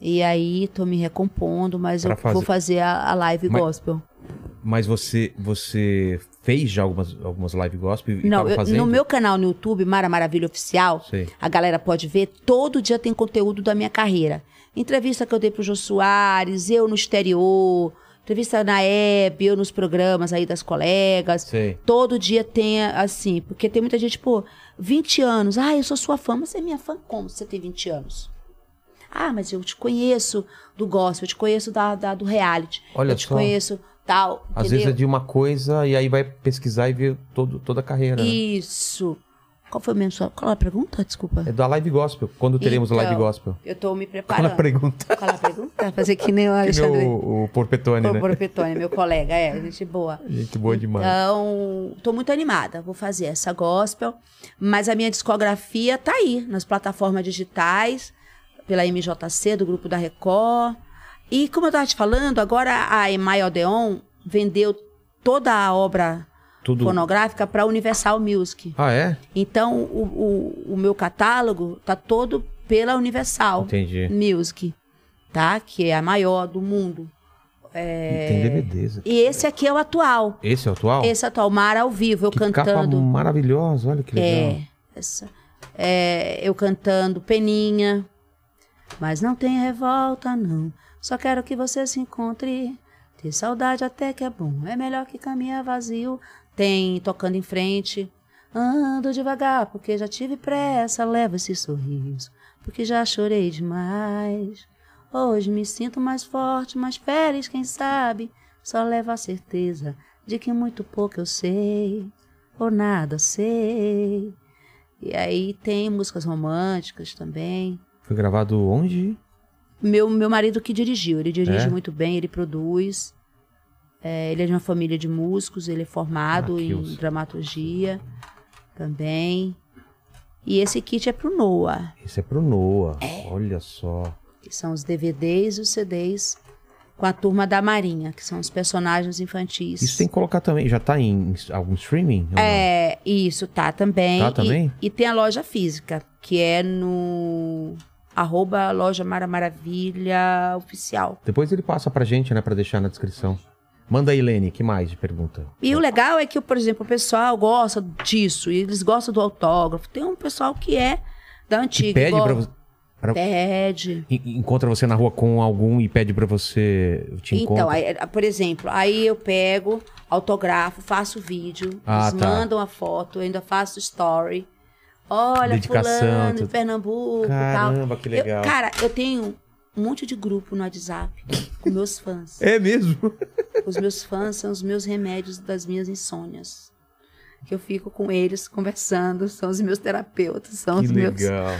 E aí tô me recompondo, mas
Pra
eu vou
fazer-
fazer a, a live
Mas-
gospel.
Mas você você fez já algumas, algumas live gospel e
Não,
tava
eu-
fazendo?
no meu canal no YouTube, Mara Maravilha Oficial,
Sei.
A galera pode ver, todo dia tem conteúdo da minha carreira. Entrevista que eu dei pro Jô Soares, eu no exterior, entrevista na Hebe, eu nos programas aí das colegas.
Sei.
Todo dia tem, assim, porque tem muita gente, pô, 20 anos. Ah, eu sou sua fã, mas você é minha fã como se você tem 20 anos? Ah, mas eu te conheço do gospel, eu te conheço da, da- do reality.
Olha
eu te
só.
conheço tal,
Às
entendeu?
vezes é de uma coisa e aí vai pesquisar e ver todo, toda a carreira. né?
Isso. Qual foi mesmo sua... Qual é a pergunta? Desculpa.
É da live gospel. Quando teremos
Então,
live gospel?
Eu tô me
Qual a
preparando.
pergunta?
Qual é a pergunta? Fazer que nem o
Que nem
Alexandre.
o, o Porpetone,
O
né?
Borpetone, meu colega, é, gente boa.
Gente boa demais.
Então, tô muito animada, vou fazer essa gospel, mas a minha discografia tá aí, nas plataformas digitais, pela MJC, do Grupo da Record. E como eu tava te falando, agora a Emai Odeon vendeu toda a obra
Tudo.
fonográfica para Universal Music.
Ah, é?
Então, o, o- o meu catálogo tá todo pela Universal
Entendi.
Music, tá? Que é a maior do mundo.
E Tem DVDs.
E esse aqui é o atual.
Esse é o atual?
É. Esse atual, Mar ao vivo, eu
que capa
cantando.
maravilhosa, olha que legal.
é, essa- é, eu cantando Peninha. Mas não tem revolta, não. Só quero que você se encontre. Ter saudade até que é bom. É melhor que caminhar vazio. Tem tocando em frente. Ando devagar, porque já tive pressa. Levo esse sorriso, porque já chorei demais. Hoje me sinto mais forte, mais feliz, quem sabe? Só levo a certeza de que muito pouco eu sei, ou nada sei. E aí tem músicas românticas também.
Foi gravado onde?
Meu, meu marido que dirigiu, ele dirige
É?
muito bem, ele produz. É, ele é de uma família de músicos, ele é formado
Ah, que
em
osso.
dramaturgia também. E esse kit é pro Noah,
Esse é pro Noah. Olha só.
que são os DVDs e os CDs com a turma da Marinha, que são os personagens infantis.
Isso tem que colocar também. Já tá em algum streaming? ou não?
É, isso, tá também.
Tá
E-
também?
E, tem a loja física, que é no arroba loja Mara Maravilha oficial.
Depois ele passa pra gente, né? Pra deixar na descrição. Manda aí, Lene, que mais de pergunta?
E o legal é que, por exemplo, o pessoal gosta disso, e eles gostam do autógrafo. Tem um pessoal que é da antiga.
Que pede
igual-
pra você. né? pra-
Pede.
en- Encontra você na rua com algum e pede pra você. Eu te encontro.
Então, aí, por exemplo, aí eu pego, autografo, faço vídeo,
Ah,
eles
tá.
mandam a foto, eu ainda faço story. Olha,
Dedicação,
fulano, de
tudo.
Pernambuco e tal.
Caramba, que
um- Eu-
legal.
cara, eu tenho um monte de grupo no WhatsApp com meus fãs.
É mesmo?
Os meus fãs são os meus remédios das minhas insônias. Que eu fico com eles conversando, são os meus terapeutas, são
Que
os meus.
legal.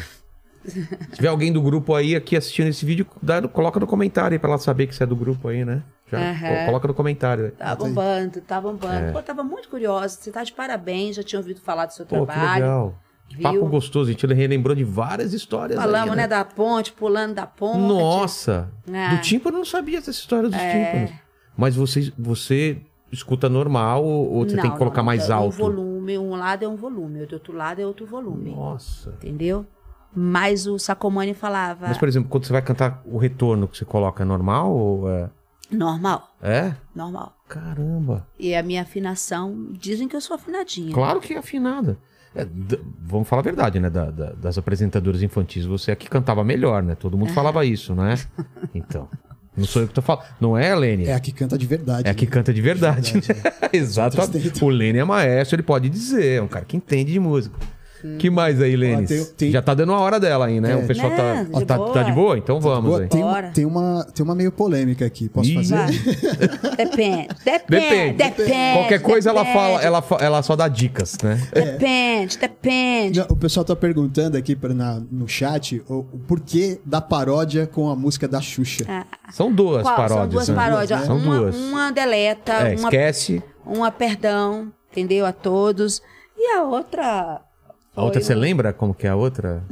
Se tiver alguém do grupo aí aqui assistindo esse vídeo, dá- coloca no comentário aí pra ela saber que você é do grupo aí, né? Já
Aham.
co- Coloca no comentário. aí.
Tá bombando, tá bombando. Pô, eu tava muito curiosa. Você tá de parabéns, já tinha ouvido falar do seu
Pô, que
trabalho.
legal.
viu?
Papo gostoso, a gente relembrou de várias histórias. aí,
Falamos, né, da ponte, pulando da ponte.
Nossa!
Ah.
tipo,
É.
Do tímpano eu não sabia dessa história dos tímpanos.
Mas você, você escuta normal ou ou você tem que colocar mais
é
alto?
Um volume, um lado é um volume, do outro lado é outro volume.
Nossa.
Entendeu? Mas o Sacomani falava
Mas, por exemplo, quando você vai cantar o retorno que você coloca, é normal ou é?
normal,
É?
normal.
Caramba.
E a minha afinação, dizem que eu sou afinadinha.
Claro que é afinada. É, d- vamos falar a verdade, né? Da- da- das apresentadoras infantis, você é que cantava melhor, né? Todo mundo falava isso, né? Então. Não sou eu que tô falando. Não é, Helene?
É a que canta de verdade.
É a que canta de verdade.
De verdade, é.
Exato.
Tristeza.
O Lene é maestro, ele pode dizer. É um cara que entende de música. Que mais aí, Lene?
Ó, tem- tem-
Já tá dando a hora dela aí, né?
É.
O pessoal tá,
Não, de
tá,
boa.
tá de boa? Então vamos
Boa, Tá.
aí.
tem, um
Bora.
tem uma, tem uma meio polêmica aqui. Posso
Ih.
fazer?
Vai. Depende. Depende.
Depende.
Depende.
Qualquer coisa ela
depende,
fala, ela, fa- ela só dá dicas, né?
Depende, depende.
Não, o pessoal tá perguntando aqui pra- na- no chat o, o porquê da paródia com a música da Xuxa.
Ah.
São
É.
duas
Qual?
paródias.
São duas
né?
paródias.
São
uma,
duas.
uma deleta,
É,
uma,
esquece.
uma perdão, entendeu? A todos. E a outra.
A outra,
foi
você
um-
lembra como que é a outra?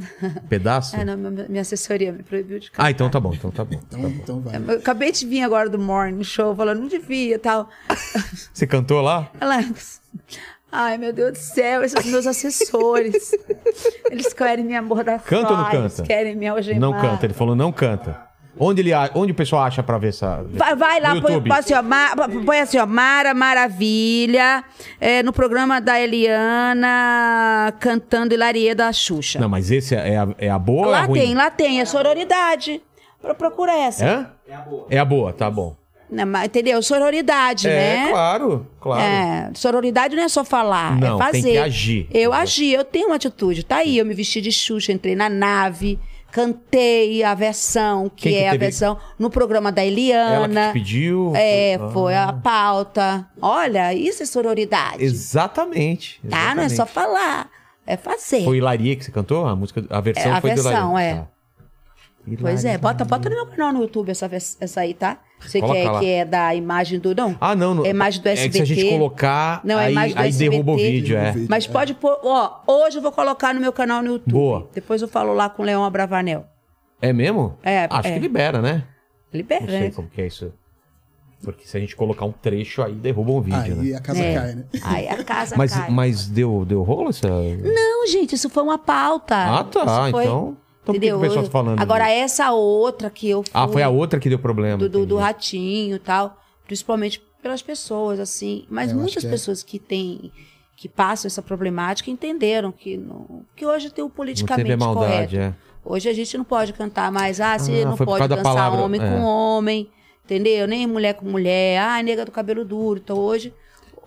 Pedaço?
Ah, não, minha minha assessoria me proibiu de cantar.
ah, então tá bom, então tá bom.
Então, então vai.
Eu acabei de vir agora do morning show falando, não devia tal.
Você cantou lá?
Ela. Ai, meu Deus do céu, esses meus assessores. Eles querem me amordar.
Canta ou não canta?
Eles querem me algemar.
Não canta, ele falou não canta. Onde, ele, a- onde o pessoal acha pra ver essa...
Vai, vai lá,
No
põe,
YouTube.
põe assim, ó, Ma- põe assim, ó, Mara Maravilha, é, no programa da Eliana, cantando Hilarie da Xuxa.
Não, mas esse é a, é a boa ou é
lá
a ruim?
tem, lá tem, é sororidade. Pro- Procura essa.
Hã? É a boa. É a boa, tá bom.
Não, mas, entendeu? Sororidade, né?
É, claro, claro.
É, sororidade não é só falar,
Não,
é
tem
fazer.
que agir.
Eu agi, eu tenho uma atitude. Tá aí, eu me vesti de Xuxa, entrei na nave, cantei a versão, que,
Quem que
é a
teve-
versão no programa da
Ela que
Eliana.
te pediu.
É,
Ah.
foi a pauta. Olha, isso é sororidade.
Exatamente.
Tá? Não é
exatamente.
só falar, é fazer.
Foi Hilaria que você cantou? A música, a versão
É, a
foi do
versão,
Hilaria.
é.
Tá.
Pois é,
Hilaria.
bota, bota no meu canal no YouTube essa, vers- essa aí, tá? Você
Coloca
quer
lá.
que é da imagem do. Não.
Ah, não, não.
É imagem do
É que se a gente
SBT.
colocar,
Não, é
aí,
imagem do
aí derruba o
SBT.
vídeo, é.
Derruba o
Mas pode pôr. Ó, hoje eu vou colocar no meu canal no YouTube.
Boa.
Depois eu falo lá com o Leão Abravanel.
É mesmo?
É,
Acho
é.
que libera, né?
Libera,
Não sei
né?
como que é isso. Porque se a gente colocar um trecho, aí derruba um vídeo, né?
Aí a casa
É.
cai, né?
Aí a casa
Mas,
cai.
mas deu, deu rolo essa...
Não, gente, isso foi uma pauta.
ah, tá.
Isso foi-
Então, então por que que
entendeu?
o pessoal
Eu-
tá falando
Agora, essa outra que eu fui,
Ah, foi a outra que deu problema.
do, do, do
entendi.
ratinho e tal, principalmente pelas pessoas, assim. Mas
É, eu acho
muitas
que é.
pessoas que têm, que passam essa problemática entenderam que, não, que hoje tem o
Não
politicamente
teve a maldade,
correto.
é.
Hoje a gente não pode cantar mais, ah, você
Ah,
não
foi por
pode
causa da
dançar
palavra,
homem
é.
com homem, entendeu? Nem mulher com mulher, ah, nega do cabelo duro. Então hoje,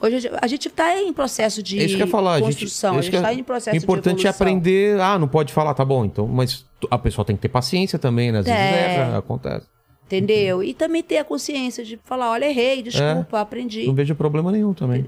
hoje a gente- a gente está em processo de
É isso que eu ia falar, a gente-
construção,
é
a
isso
gente
que eu-
está em
O
processo
importante
de
é
evolução.
aprender. Ah, não pode falar, tá bom. Então, mas tu- a pessoa tem que ter paciência também, né? Às vezes
É.
erra, acontece.
Entendeu? E também ter a consciência de falar, olha, errei, desculpa, aprendi.
Não vejo problema nenhum também.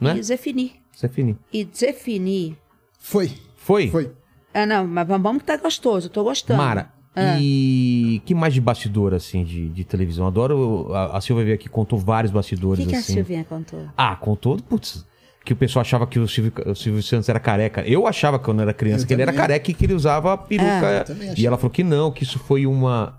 E
É. Né?
definir.
Isso é fininho.
E definir.
Foi,
Foi?
foi.
Ah, não, mas vamos que tá gostoso, eu tô gostando.
Mara,
Ah.
e que mais de bastidor, assim, de, de televisão? Adoro. A, a Silvia veio aqui contou vários
O
bastidores,
que, que a
assim.
Silvinha contou?
Ah, contou. Putz. Que o pessoal achava que o Silvio, o Silvio Santos era careca. Eu achava que quando era criança
Eu
que ele era
também.
careca e que ele usava peruca.
Ah,
também
e
achava.
ela falou que não, que isso foi uma.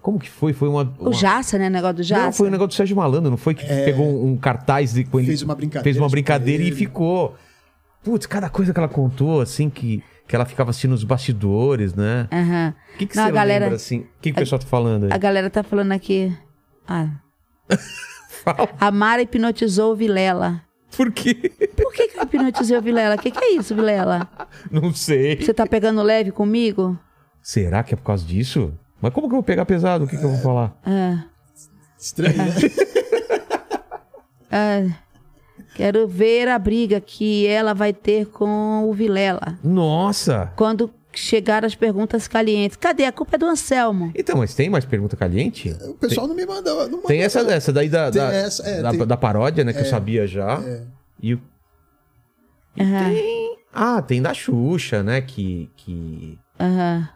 Como que foi? Foi uma.
O
uma-
Jaça, né? O negócio do Jaça.
Não, foi um negócio do Sérgio Malandro, não foi que pegou um, um cartaz de com ele.
Fez uma brincadeira
fez uma
junto
brincadeira
com
e
ele.
ficou. Putz, cada coisa que ela contou, assim, que, que ela ficava assim nos bastidores, né?
Aham.
O que, que
Não,
você
a galera-
lembra, assim? O que, que o pessoal tá falando
A
aí?
galera tá falando aqui. Ah. A Mara hipnotizou o Vilela.
Por quê?
Por que, que eu hipnotizei o Vilela? O que, que é isso, Vilela?
Não sei.
Você tá pegando leve comigo?
Será que é por causa disso? Mas como que eu vou pegar pesado? O que, que eu vou falar?
Ah.
Estranho, né?
Ah. Quero ver a briga que ela vai ter com o Vilela.
Nossa!
Quando chegar as perguntas calientes. Cadê? A culpa é do Anselmo.
Então, mas tem mais pergunta caliente?
O pessoal não me mandou. Não
Tem
mandou.
essa, essa daí da,
Tem
da,
essa, é,
da,
tem-
da paródia, né? Que eu sabia já.
É.
E, o- e
Aham.
tem. Ah, tem da Xuxa, né? Que, que,
Aham.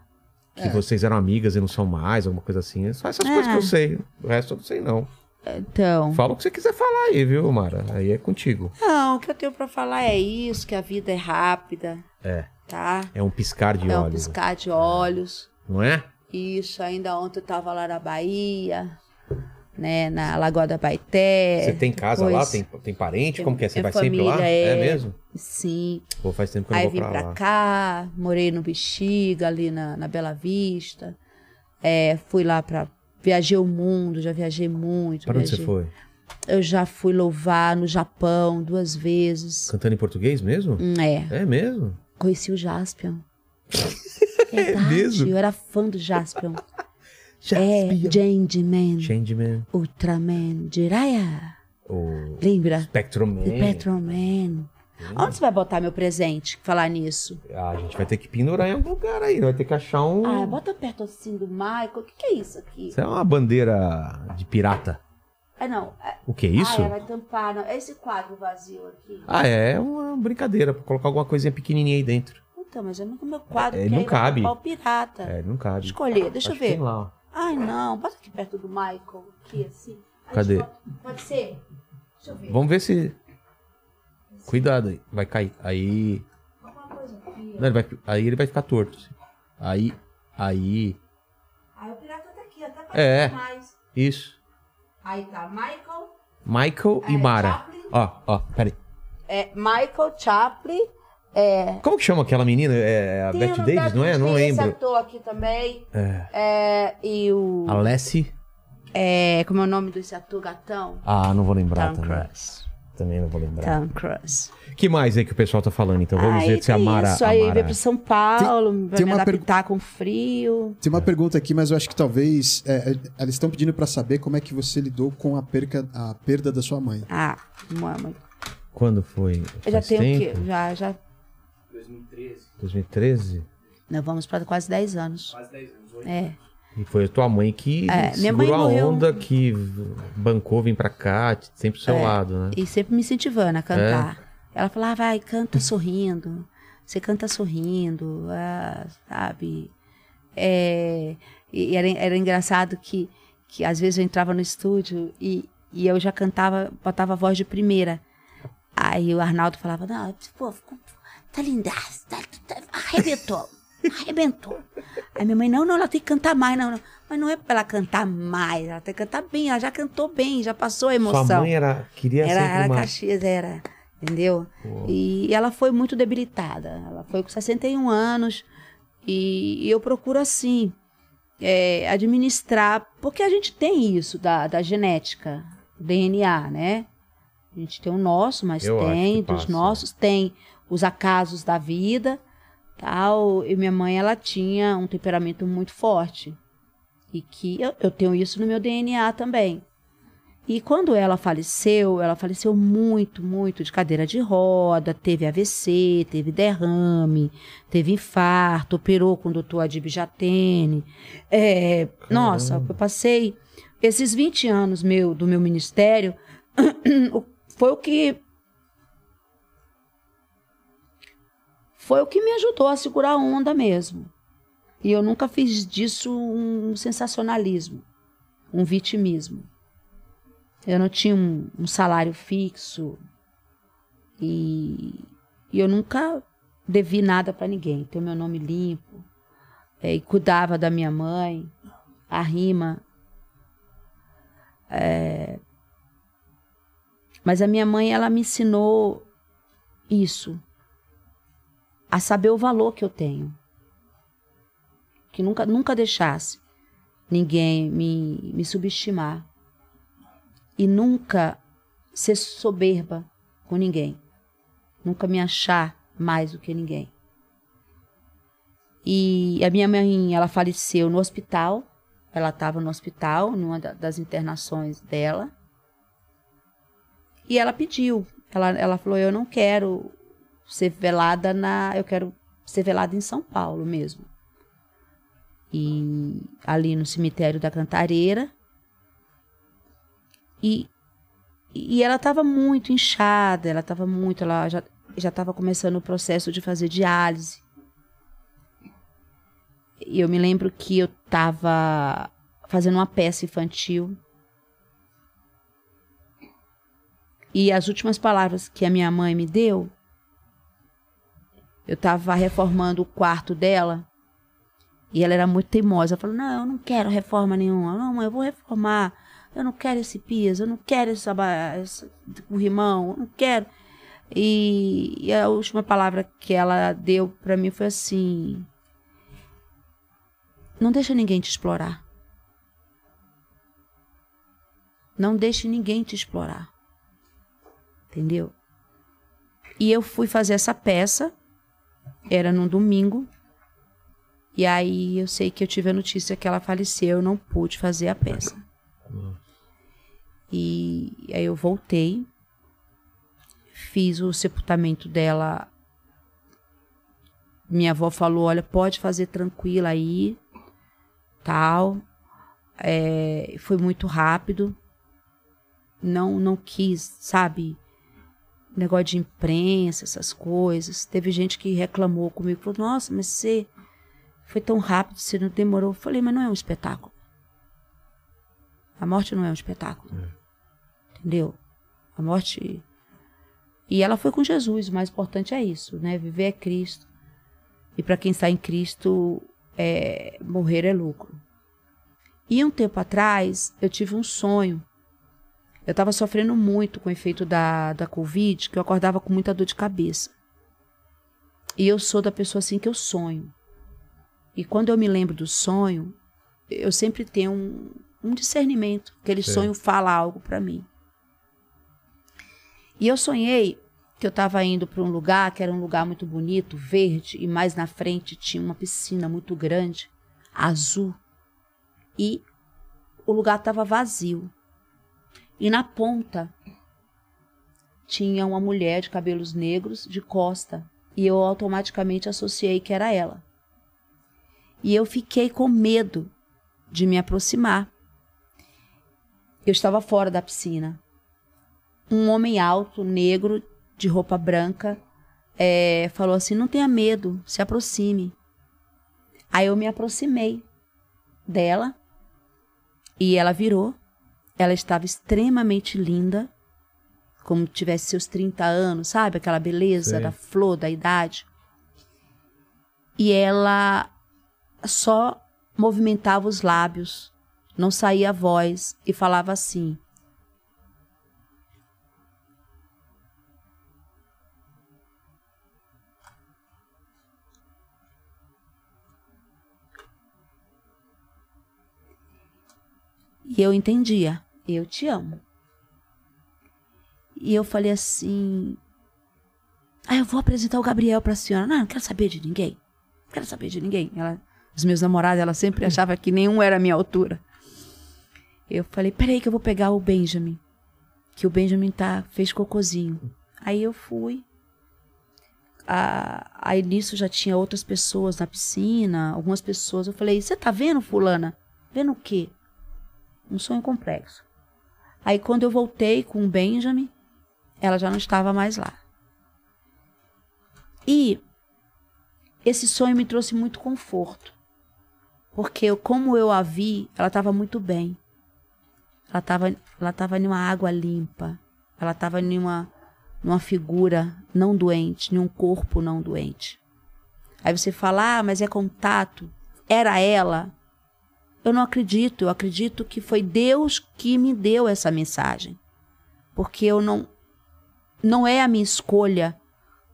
que vocês eram amigas e não são mais, alguma coisa assim. Só essas
Ah.
coisas que eu sei. O resto eu não sei, não.
Então.
Fala o que você quiser falar aí, viu, Mara? Aí é contigo.
Não, o que eu tenho pra falar é isso, que a vida é rápida.
É.
Tá?
É um piscar de
é um
olhos.
piscar de olhos.
Não é?
Isso, ainda ontem eu tava lá na Bahia, né? Na Lagoa da Baité.
Você tem casa
depois-
lá? Tem, tem
É.
parente?
Tem-
Como que é? Você
tem
vai sempre lá?
família, é.
É, mesmo?
Sim.
Pô, faz tempo que eu não
Aí
vou
vim
pra,
pra
lá.
cá, morei no Bexiga, ali na, na Bela Vista. É, fui lá pra. Viajei o mundo, já viajei muito.
Pra onde você
viajei-
foi?
Eu já fui louvar no Japão duas vezes.
Cantando em português mesmo?
Hum, É,
É mesmo?
conheci o Jaspion. Verdade,
É mesmo?
Eu era fã do Jaspion. É,
Jaspion.
Changeman,
Changeman.
Ultraman, Jiraiya.
Ou
Lembra?
Spectrum
The Petroman. Onde você vai botar meu presente? Falar nisso.
Ah, a gente vai ter que pendurar em algum lugar aí. Vai ter que achar um...
Ah, bota perto assim do Michael. O que, que é isso aqui?
Isso é uma bandeira de pirata.
Ah, não. É-
O que é isso?
Ah, é, vai tampar. Não. É esse quadro vazio aqui.
Ah, é uma brincadeira. Pra colocar alguma coisinha pequenininha aí dentro.
Puta, mas é no meu quadro.
É,
que
não
aí vai
cabe.
tampar o pirata.
É, não cabe.
Escolher, deixa
Acho
eu
que
ver.
tem lá, ó.
Ai, não. Bota aqui perto do Michael. Aqui, assim. Aí
Cadê?
bota- Pode ser? Deixa eu ver.
Vamos ver se... Cuidado aí. Vai cair. Aí...
Alguma coisa aqui.
Não, ele vai, aí ele vai ficar torto. assim. Aí, aí,
Aí o pirata tá aqui. Até
É.
parece mais.
isso.
Aí tá Michael.
Michael
é,
e Mara.
Chaplin.
Ó, ó, peraí.
É, Michael Chaplin. É,
Como que chama aquela menina? É a
Tem
Bette
o nome
Davis,
da
não é? Não
atriz, esse
lembro.
ator aqui também.
É.
É, e o.
A Lessie?
É, como é o nome desse ator gatão?
Ah, não vou lembrar
Tom
também.
Cruise.
Também não vou lembrar.
Tom Cruise.
Que mais aí que o pessoal tá falando? Então vamos
aí
ver se a
tem
Mara...
Isso
a
aí,
Mara-
veio pra São Paulo, vai
tem
me
uma
adaptar com frio.
Tem
É.
uma pergunta aqui, mas eu acho que talvez. é, é, elas estão pedindo pra saber como é que você lidou com a, perca, a perda da sua mãe.
Ah, mano.
Quando foi?
Eu já
Faz
tenho o
tempo?
quê? Já, já.
2013,
2013?
Nós vamos pra quase 10 anos.
quase 10 anos. oito.
É.
E foi a tua mãe que
É, minha mãe
segurou a
morreu-
onda, que bancou, vim pra cá, sempre pro seu
É.
lado, né?
E sempre me incentivando a cantar. Ela falava, vai, canta sorrindo. Você canta sorrindo, ah, sabe? É, e era, era engraçado que, que às vezes eu entrava no estúdio e, e eu já cantava, botava a voz de primeira. Aí o Arnaldo falava, não, pô, ficou- tá linda, tá, tá- arrebentou, arrebentou. Aí minha mãe, não, não, ela tem que cantar mais, não, não. Mas não é pra ela cantar mais, ela tem que cantar bem, ela já cantou bem, já passou a emoção.
Sua mãe era, queria
Era,
sempre
era
uma...
Caxias, era. Entendeu?
Pô.
E ela foi muito debilitada. Ela foi com 61 anos. E, e eu procuro, assim, é, administrar. Porque a gente tem isso da, da genética, o DNA, né? A gente tem o nosso, mas
Eu acho que
tem, dos
passa,
nossos, tem os acasos da vida, tal. E minha mãe, ela tinha um temperamento muito forte. E que eu, eu tenho isso no meu DNA também. E quando ela faleceu, ela faleceu muito, muito de cadeira de roda, teve AVC, teve derrame, teve infarto, operou com o doutor Adib Jatene. É, nossa, eu passei esses 20 anos meu do meu ministério, o- foi o que foi o que me ajudou a segurar a onda mesmo. E eu nunca fiz disso um sensacionalismo, um vitimismo. Eu não tinha um, um salário fixo e, e eu nunca devi nada para ninguém. Ter o meu nome limpo eh, e cuidava da minha mãe, a rima. Eh, mas a minha mãe ela me ensinou isso, a saber o valor que eu tenho, que nunca nunca deixasse ninguém me, me subestimar e nunca ser soberba com ninguém. Nunca me achar mais do que ninguém. E a minha mãe, ela faleceu no hospital. Ela estava no hospital, numa da- das internações dela. E ela pediu. Ela, ela falou: Eu não quero ser velada na. Eu quero ser velada em São Paulo mesmo. E ali no cemitério da Cantareira. E, e ela estava muito inchada, ela estava muito, ela já já estava começando o processo de fazer diálise. E eu me lembro que eu estava fazendo uma peça infantil. E as últimas palavras que a minha mãe me deu, eu estava reformando o quarto dela. E ela era muito teimosa. Ela falou: Não, eu não quero reforma nenhuma. Não, mãe, eu vou reformar. Eu não quero esse piso, eu não quero esse, aba- esse corrimão, eu não quero. E, e a última palavra que ela deu pra mim foi assim: Não deixa ninguém te explorar. Não deixe ninguém te explorar. Entendeu? E eu fui fazer essa peça, era num domingo. E aí eu sei que eu tive a notícia que ela faleceu, eu não pude fazer a peça. E aí eu voltei, fiz o sepultamento dela. Minha avó falou: olha, pode fazer tranquila aí, tal. É, foi muito rápido. Não, não quis, sabe? Negócio de imprensa, essas coisas. Teve gente que reclamou comigo, falou: nossa, mas você foi tão rápido, você não demorou. Eu falei, mas não é um espetáculo. A morte não é um espetáculo. Entendeu? A morte. E ela foi com Jesus, o mais importante é isso, né? Viver é Cristo. E para quem está em Cristo, é, morrer é lucro. E um tempo atrás, eu tive um sonho. Eu estava sofrendo muito com o efeito da, da Covid, que eu acordava com muita dor de cabeça. E eu sou da pessoa assim que eu sonho. E quando eu me lembro do sonho, eu sempre tenho um, um discernimento. Aquele
Sei.
sonho fala algo para mim. E eu sonhei que eu estava indo para um lugar que era um lugar muito bonito, verde, e mais na frente tinha uma piscina muito grande, azul. E o lugar estava vazio. E na ponta tinha uma mulher de cabelos negros, de costa. E eu automaticamente associei que era ela. E eu fiquei com medo de me aproximar. Eu estava fora da piscina. Um homem alto, negro, de roupa branca, eh, falou assim: Não tenha medo, se aproxime. Aí eu me aproximei dela e ela virou. Ela estava extremamente linda, como tivesse seus 30 anos, sabe? Aquela beleza
Sei.
da flor, da idade. E ela só movimentava os lábios, não saía a voz e falava assim: E eu entendia. Eu te amo. E eu falei assim. Ah, eu vou apresentar o Gabriel pra senhora. Não, não quero saber de ninguém. Não quero saber de ninguém. Ela, os meus namorados, ela sempre achava que nenhum era a minha altura. Eu falei, peraí que eu vou pegar o Benjamin. Que o Benjamin tá, fez cocôzinho. Aí eu fui. Ah, aí nisso já tinha outras pessoas na piscina, algumas pessoas. Eu falei, você tá vendo, fulana? Vendo o quê? um sonho complexo. Aí quando eu voltei com o Benjamin, ela já não estava mais lá. E esse sonho me trouxe muito conforto. Porque eu- como eu a vi, ela estava muito bem. Ela estava ela tava em uma água limpa. Ela estava em uma, numa figura não doente, em um corpo não doente. Aí você fala, ah, mas é contato. Era ela, eu não acredito, eu acredito que foi Deus que me deu essa mensagem. Porque eu não não é a minha escolha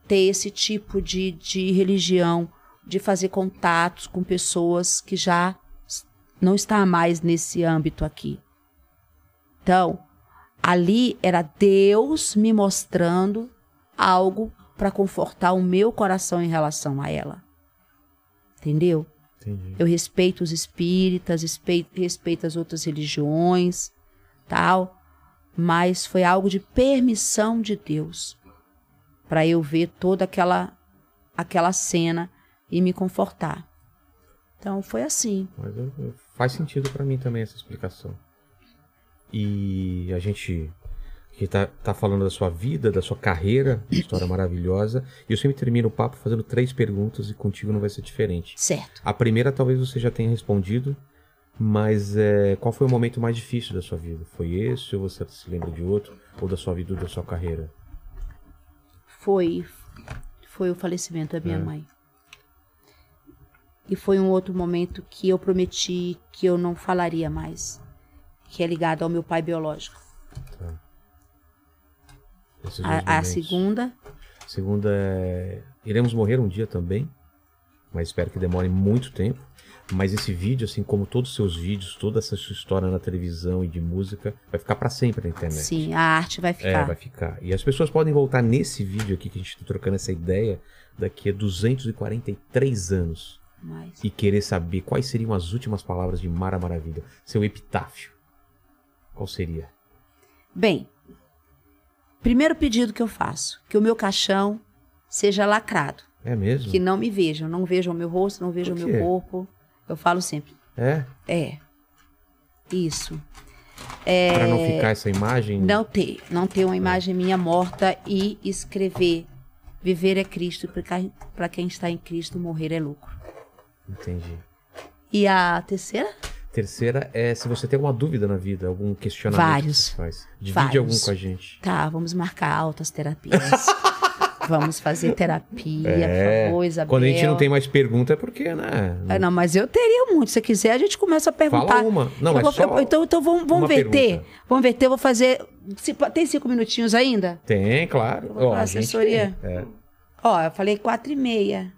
ter esse tipo de, de religião, de fazer contatos com pessoas que já s- não está mais nesse âmbito aqui. Então, ali era Deus me mostrando algo para confortar o meu coração em relação a ela. Entendeu?
Entendi.
Eu respeito os espíritas, respeito, respeito as outras religiões, tal, mas foi algo de permissão de Deus para eu ver toda aquela aquela cena e me confortar. Então foi assim.
Mas eu- eu- faz sentido pra mim também essa explicação. E a gente que tá, tá falando da sua vida, da sua carreira, uma história maravilhosa. E eu sempre termino o papo fazendo três perguntas e contigo não vai ser diferente.
Certo.
A primeira talvez você já tenha respondido, mas é, qual foi o momento mais difícil da sua vida? Foi esse ou você se lembra de outro? Ou da sua vida ou da sua carreira?
Foi foi o falecimento da minha
É.
mãe. E foi um outro momento que eu prometi que eu não falaria mais, que é ligado ao meu pai biológico.
Esses dois
A, a
momentos.
segunda,
Segunda é. Iremos morrer um dia também. Mas espero que demore muito tempo. Mas esse vídeo, assim como todos os seus vídeos, toda essa sua história na televisão e de música, vai ficar pra sempre na internet.
sim, a arte vai
É,
ficar.
vai ficar. E as pessoas podem voltar nesse vídeo aqui que a gente tá trocando essa ideia daqui a 243 anos
Mas
e querer saber quais seriam as últimas palavras de Mara Maravilha, seu epitáfio. Qual seria?
Bem, primeiro pedido que eu faço, que o meu caixão seja lacrado,
É mesmo?
que não me vejam, não vejam o meu rosto, não vejam o
Por
meu
quê?
corpo. Eu falo sempre,
É?
é. Isso.
Hum. Pra não ficar essa
É,
imagem.
Não ter, não ter
É.
uma imagem minha morta e escrever viver é Cristo, para quem está em Cristo morrer é lucro.
Entendi.
E a terceira?
Terceira é se você tem alguma dúvida na vida, algum questionamento.
Vários.
Que você faz. Divide
Vários.
algum com a gente.
Tá, vamos marcar altas terapias. vamos fazer terapia,
É.
por favor, Isabel.
Quando a gente não tem mais pergunta, é porque, né?
Ah, não, mas eu teria muito. Se quiser, a gente começa a perguntar.
Fala uma. Não,
Eu
é
vou-
só
eu- então, então vamos, vamos
uma
verter.
pergunta.
Vamos verter, eu vou fazer. se- tem cinco minutinhos ainda?
Tem, claro.
vou
Ó,
falar
a gente
assessoria.
tem. É.
Ó, eu falei quatro e meia.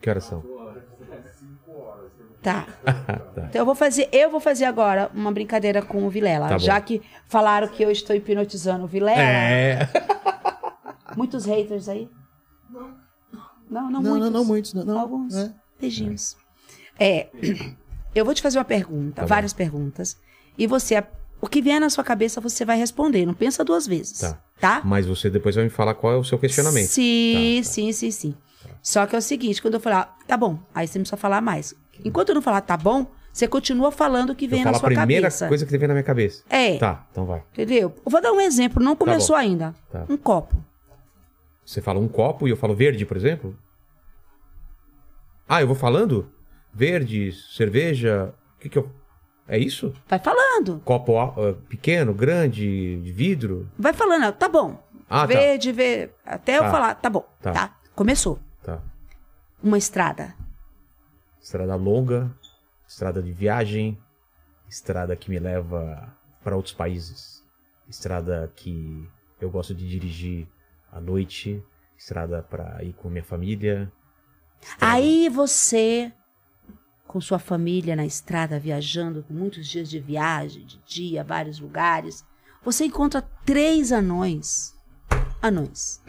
Que horas são?
Tá.
tá.
Então eu vou fazer, eu vou fazer agora uma brincadeira com o Vilela.
Tá bom.
já que falaram que eu estou hipnotizando o Vilela.
É.
Muitos haters aí? Não. Não, não,
Não, não,
muitos.
não, muitos. Não, não.
Alguns.
É.
Beijinhos. É, eu vou te fazer uma pergunta,
Tá bom.
várias perguntas. E você, o que vier na sua cabeça, você vai responder. Não pensa duas vezes.
Tá.
Tá?
Mas você depois vai me falar qual é o seu questionamento.
Sim,
Tá, tá.
sim, sim, sim. Só que é o seguinte, quando eu falar, tá bom, aí você não precisa falar mais. Enquanto eu não falar, tá bom, você continua falando o que
Eu
vem
falo
na
a
sua
primeira
cabeça.
coisa que vem na minha cabeça.
É,
Tá, então vai.
entendeu? Eu vou dar um exemplo, não começou ainda.
Tá.
Um copo.
Você fala um copo e eu falo verde, por exemplo? Ah, eu vou falando? Verde, cerveja. O que que eu. É isso?
Vai falando,
Copo ah, pequeno, grande, de vidro?
vai falando, tá bom.
Ah, tá.
verde, verde, até eu
Tá.
falar, tá bom,
Tá.
tá. Começou.
Tá.
Uma estrada.
Estrada longa, estrada de viagem, estrada que me leva para outros países, estrada que eu gosto de dirigir à noite, estrada para ir com minha família. estrada-
Aí você, com sua família na estrada, viajando, com muitos dias de viagem, de dia, vários lugares, você encontra três anões. Anões.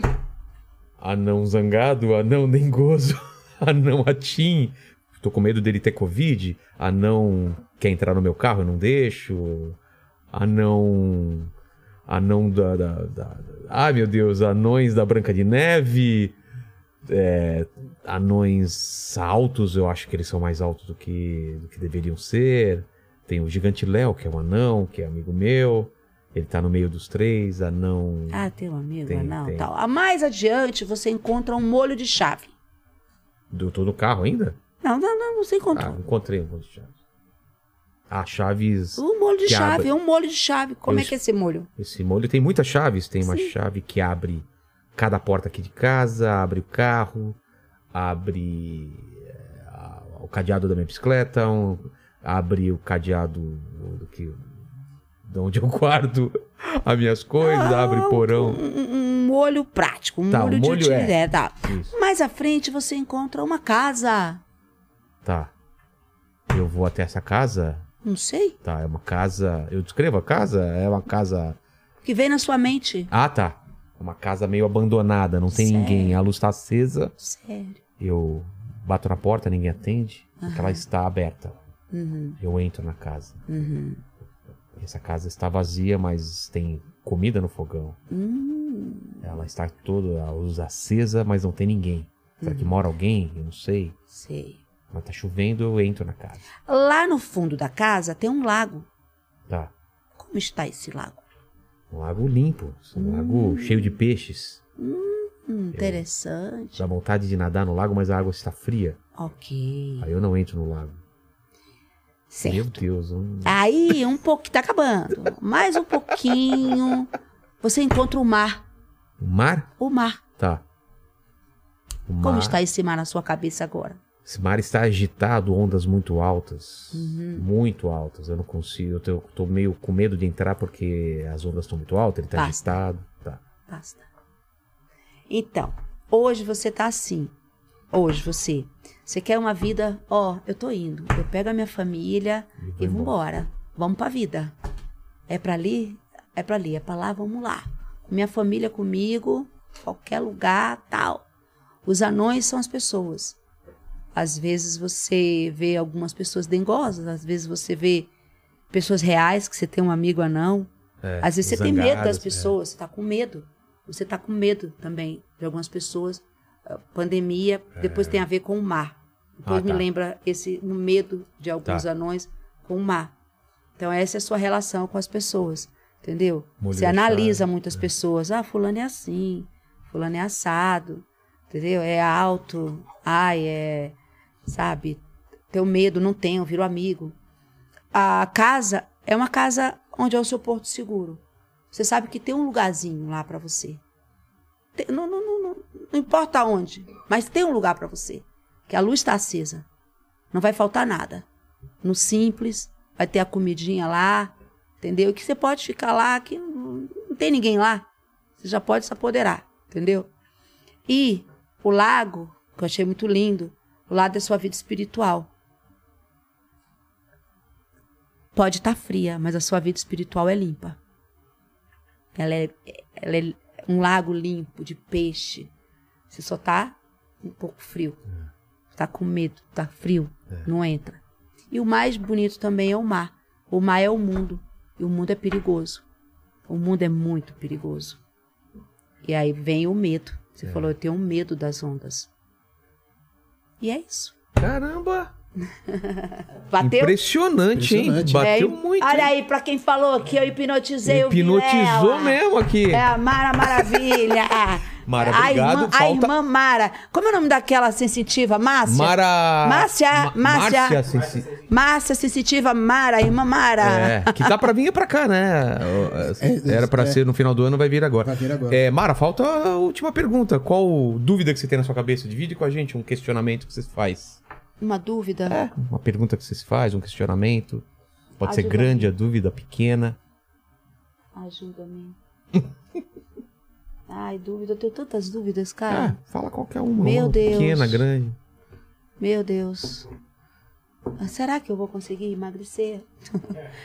Anão zangado, anão dengoso, anão atim. Tô com medo dele ter Covid. Anão quer entrar no meu carro, eu não deixo. Anão. Anão da. da, da- Ai meu Deus, anões da Branca de Neve. É, anões altos, eu acho que eles são mais altos do que, do que deveriam ser. Tem o Gigante Léo, que é um anão, que é amigo meu. Ele tá no meio dos três, anão.
Ah, tem um amigo,
Tem,
anão,
tem.
tal. A mais adiante você encontra um molho de chave.
Eu tô no carro ainda?
Não, não, não, você
Ah,
encontrou.
encontrei um monte de chaves. Ah, chaves.
um molho de
que
chave,
abre.
é um molho de chave. Como
Eu
é que é esse molho?
Esse molho tem muitas chaves. Tem uma
Sim.
chave que abre cada porta aqui de casa, abre o carro, abre eh, a- o cadeado da minha bicicleta, um- abre o cadeado do que, de onde eu guardo as minhas coisas,
Ah,
abre o porão.
Um, um- um molho prático, um
Tá,
molho,
um molho
de utilidade.
é.
tá.
Isso.
Mais à frente você encontra uma casa.
Tá. Eu vou até essa casa.
Não sei.
Tá, é uma casa. Eu descrevo a casa? É uma casa.
O que vem na sua mente?
Ah, tá. É uma casa meio abandonada, não tem
Certo.
ninguém. A luz tá acesa,
Sério.
eu bato na porta, ninguém atende, porque ela está aberta.
Uhum,
Eu entro na casa.
uhum.
Essa casa está vazia, mas tem comida no fogão.
Hum,
Ela está toda, a luz acesa, mas não tem ninguém. Será
Uhum.
que mora alguém? Eu não sei.
sei.
Mas tá chovendo, eu entro na casa.
Lá no fundo da casa tem um lago.
Tá.
Como está esse lago?
Um lago limpo, um
Hum.
lago cheio de peixes.
Hum, interessante.
Dá vontade de nadar no lago, mas a água está fria.
Ok.
Aí eu não entro no lago. Meu
Certo.
Deus, um...
Aí, um pouco. Tá acabando. Mais um pouquinho. Você encontra o mar.
mar?
O mar.
Tá. O
Como
mar-
está esse mar na sua cabeça agora?
Esse mar está agitado, ondas muito altas.
Uhum.
Muito altas. Eu não consigo. Eu tô, eu tô meio com medo de entrar porque as ondas estão muito altas, ele tá
Basta.
agitado. Tá.
Basta. Então, hoje você tá assim. Hoje você. Você quer uma vida, ó, eu tô indo. Eu pego a minha família e vou embora. Vamos pra vida. É pra ali, é pra ali, é pra lá, vamos lá. Minha família comigo, qualquer lugar, tal. Os anões são as pessoas. Às vezes você vê algumas pessoas dengosas, às vezes você vê pessoas reais que você tem um amigo anão.
É,
Às vezes você tem
zangadas,
medo das
é.
pessoas, você tá com medo. Você tá com medo também de algumas pessoas. A Pandemia, depois tem a ver com o mar. Depois
É. Ah,
me
tá.
lembra esse o medo de alguns
Tá.
anões com o mar. Então essa é a sua relação com as pessoas, entendeu?
Molho
você
de
analisa
chá,
muitas pessoas. Ah, fulano é assim, fulano é assado, entendeu? É alto, ai, é, sabe? Tenho medo, não tenho, viro amigo. A casa é uma casa onde é o seu porto seguro. Você sabe que tem um lugarzinho lá pra você. Tem- não, não, não, não, não importa onde, mas tem um lugar pra você. Que a luz está acesa. Não vai faltar nada. No simples, vai ter a comidinha lá, entendeu? Que você pode ficar lá, que não, não tem ninguém lá. Você já pode se apoderar, entendeu? E o lago, que eu achei muito lindo, o lado da sua vida espiritual. Pode estar fria, mas a sua vida espiritual é limpa. Ela é, ela é um lago limpo de peixe. Você só tá um pouco frio. Tá com medo, tá frio, não entra. E o mais bonito também é o mar. O mar é o mundo. E o mundo é perigoso. O mundo é muito perigoso. E aí vem o medo. Você
É.
falou, eu tenho medo das ondas. E é isso.
Caramba!
Bateu?
Impressionante, hein?
Impressionante.
Bateu
É,
muito.
Olha
hein?
aí, pra quem falou que eu hipnotizei o
Hipnotizou
Vilela.
mesmo aqui.
É a Mara Maravilha.
Mara,
a
obrigado.
irmã, a
Falta-
irmã Mara. Como é o nome daquela sensitiva? Márcia?
Mara.
Márcia,
Ma-
Márcia.
Márcia, sim, sim.
Márcia sensitiva Mara, irmã Mara.
É, que tá pra vir pra cá, né?
É, é,
Era pra
é.
ser no final do ano, vai vir agora.
Vai vir agora.
É, Mara, falta a última pergunta. Qual dúvida que você tem na sua cabeça? Divide com a gente um questionamento que você faz.
Uma dúvida?
É, uma pergunta que você se faz, um questionamento. Pode ser
Ajuda.
grande a dúvida, pequena.
Ajuda-me. Ai, dúvida. Eu tenho tantas dúvidas, cara.
Ah, fala qualquer uma.
Meu
uma
Deus.
Pequena, grande.
Meu Deus. Ah, Será que eu vou conseguir emagrecer?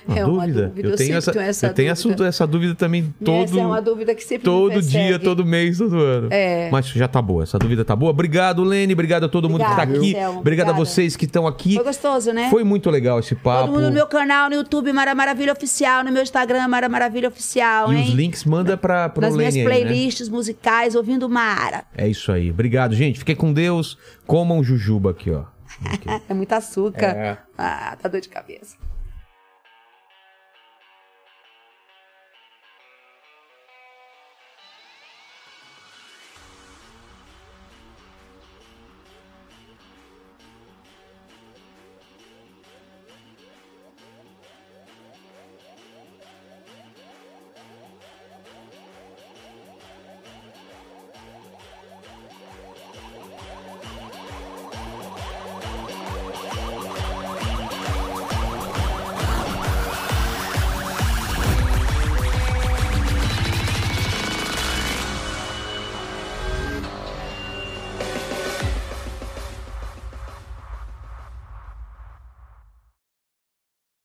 É
Uma dúvida? eu tenho,
sempre
essa, eu tenho essa,
é dúvida.
essa dúvida também
Essa é uma
todo,
dúvida que sempre me
todo dia,
persegue.
todo mês, todo ano.
É.
Mas já tá boa, essa dúvida tá boa. Obrigado, Lene. Obrigado a todo mundo que
Obrigada,
tá aqui.
Anselmo.
obrigado a
Obrigada.
vocês que estão aqui.
Foi gostoso, né?
Foi muito legal esse papo.
Todo mundo no meu canal, no YouTube, Mara Maravilha Oficial, no meu Instagram, Mara Maravilha Oficial,
E
hein?
os links manda pra, pro
Nas minhas
Lene aí, né?
playlists musicais, ouvindo Mara.
É isso aí. Obrigado, gente. Fiquem com Deus. Comam jujuba aqui, ó. Aqui.
É muito açúcar.
É.
Ah, tá dor de cabeça.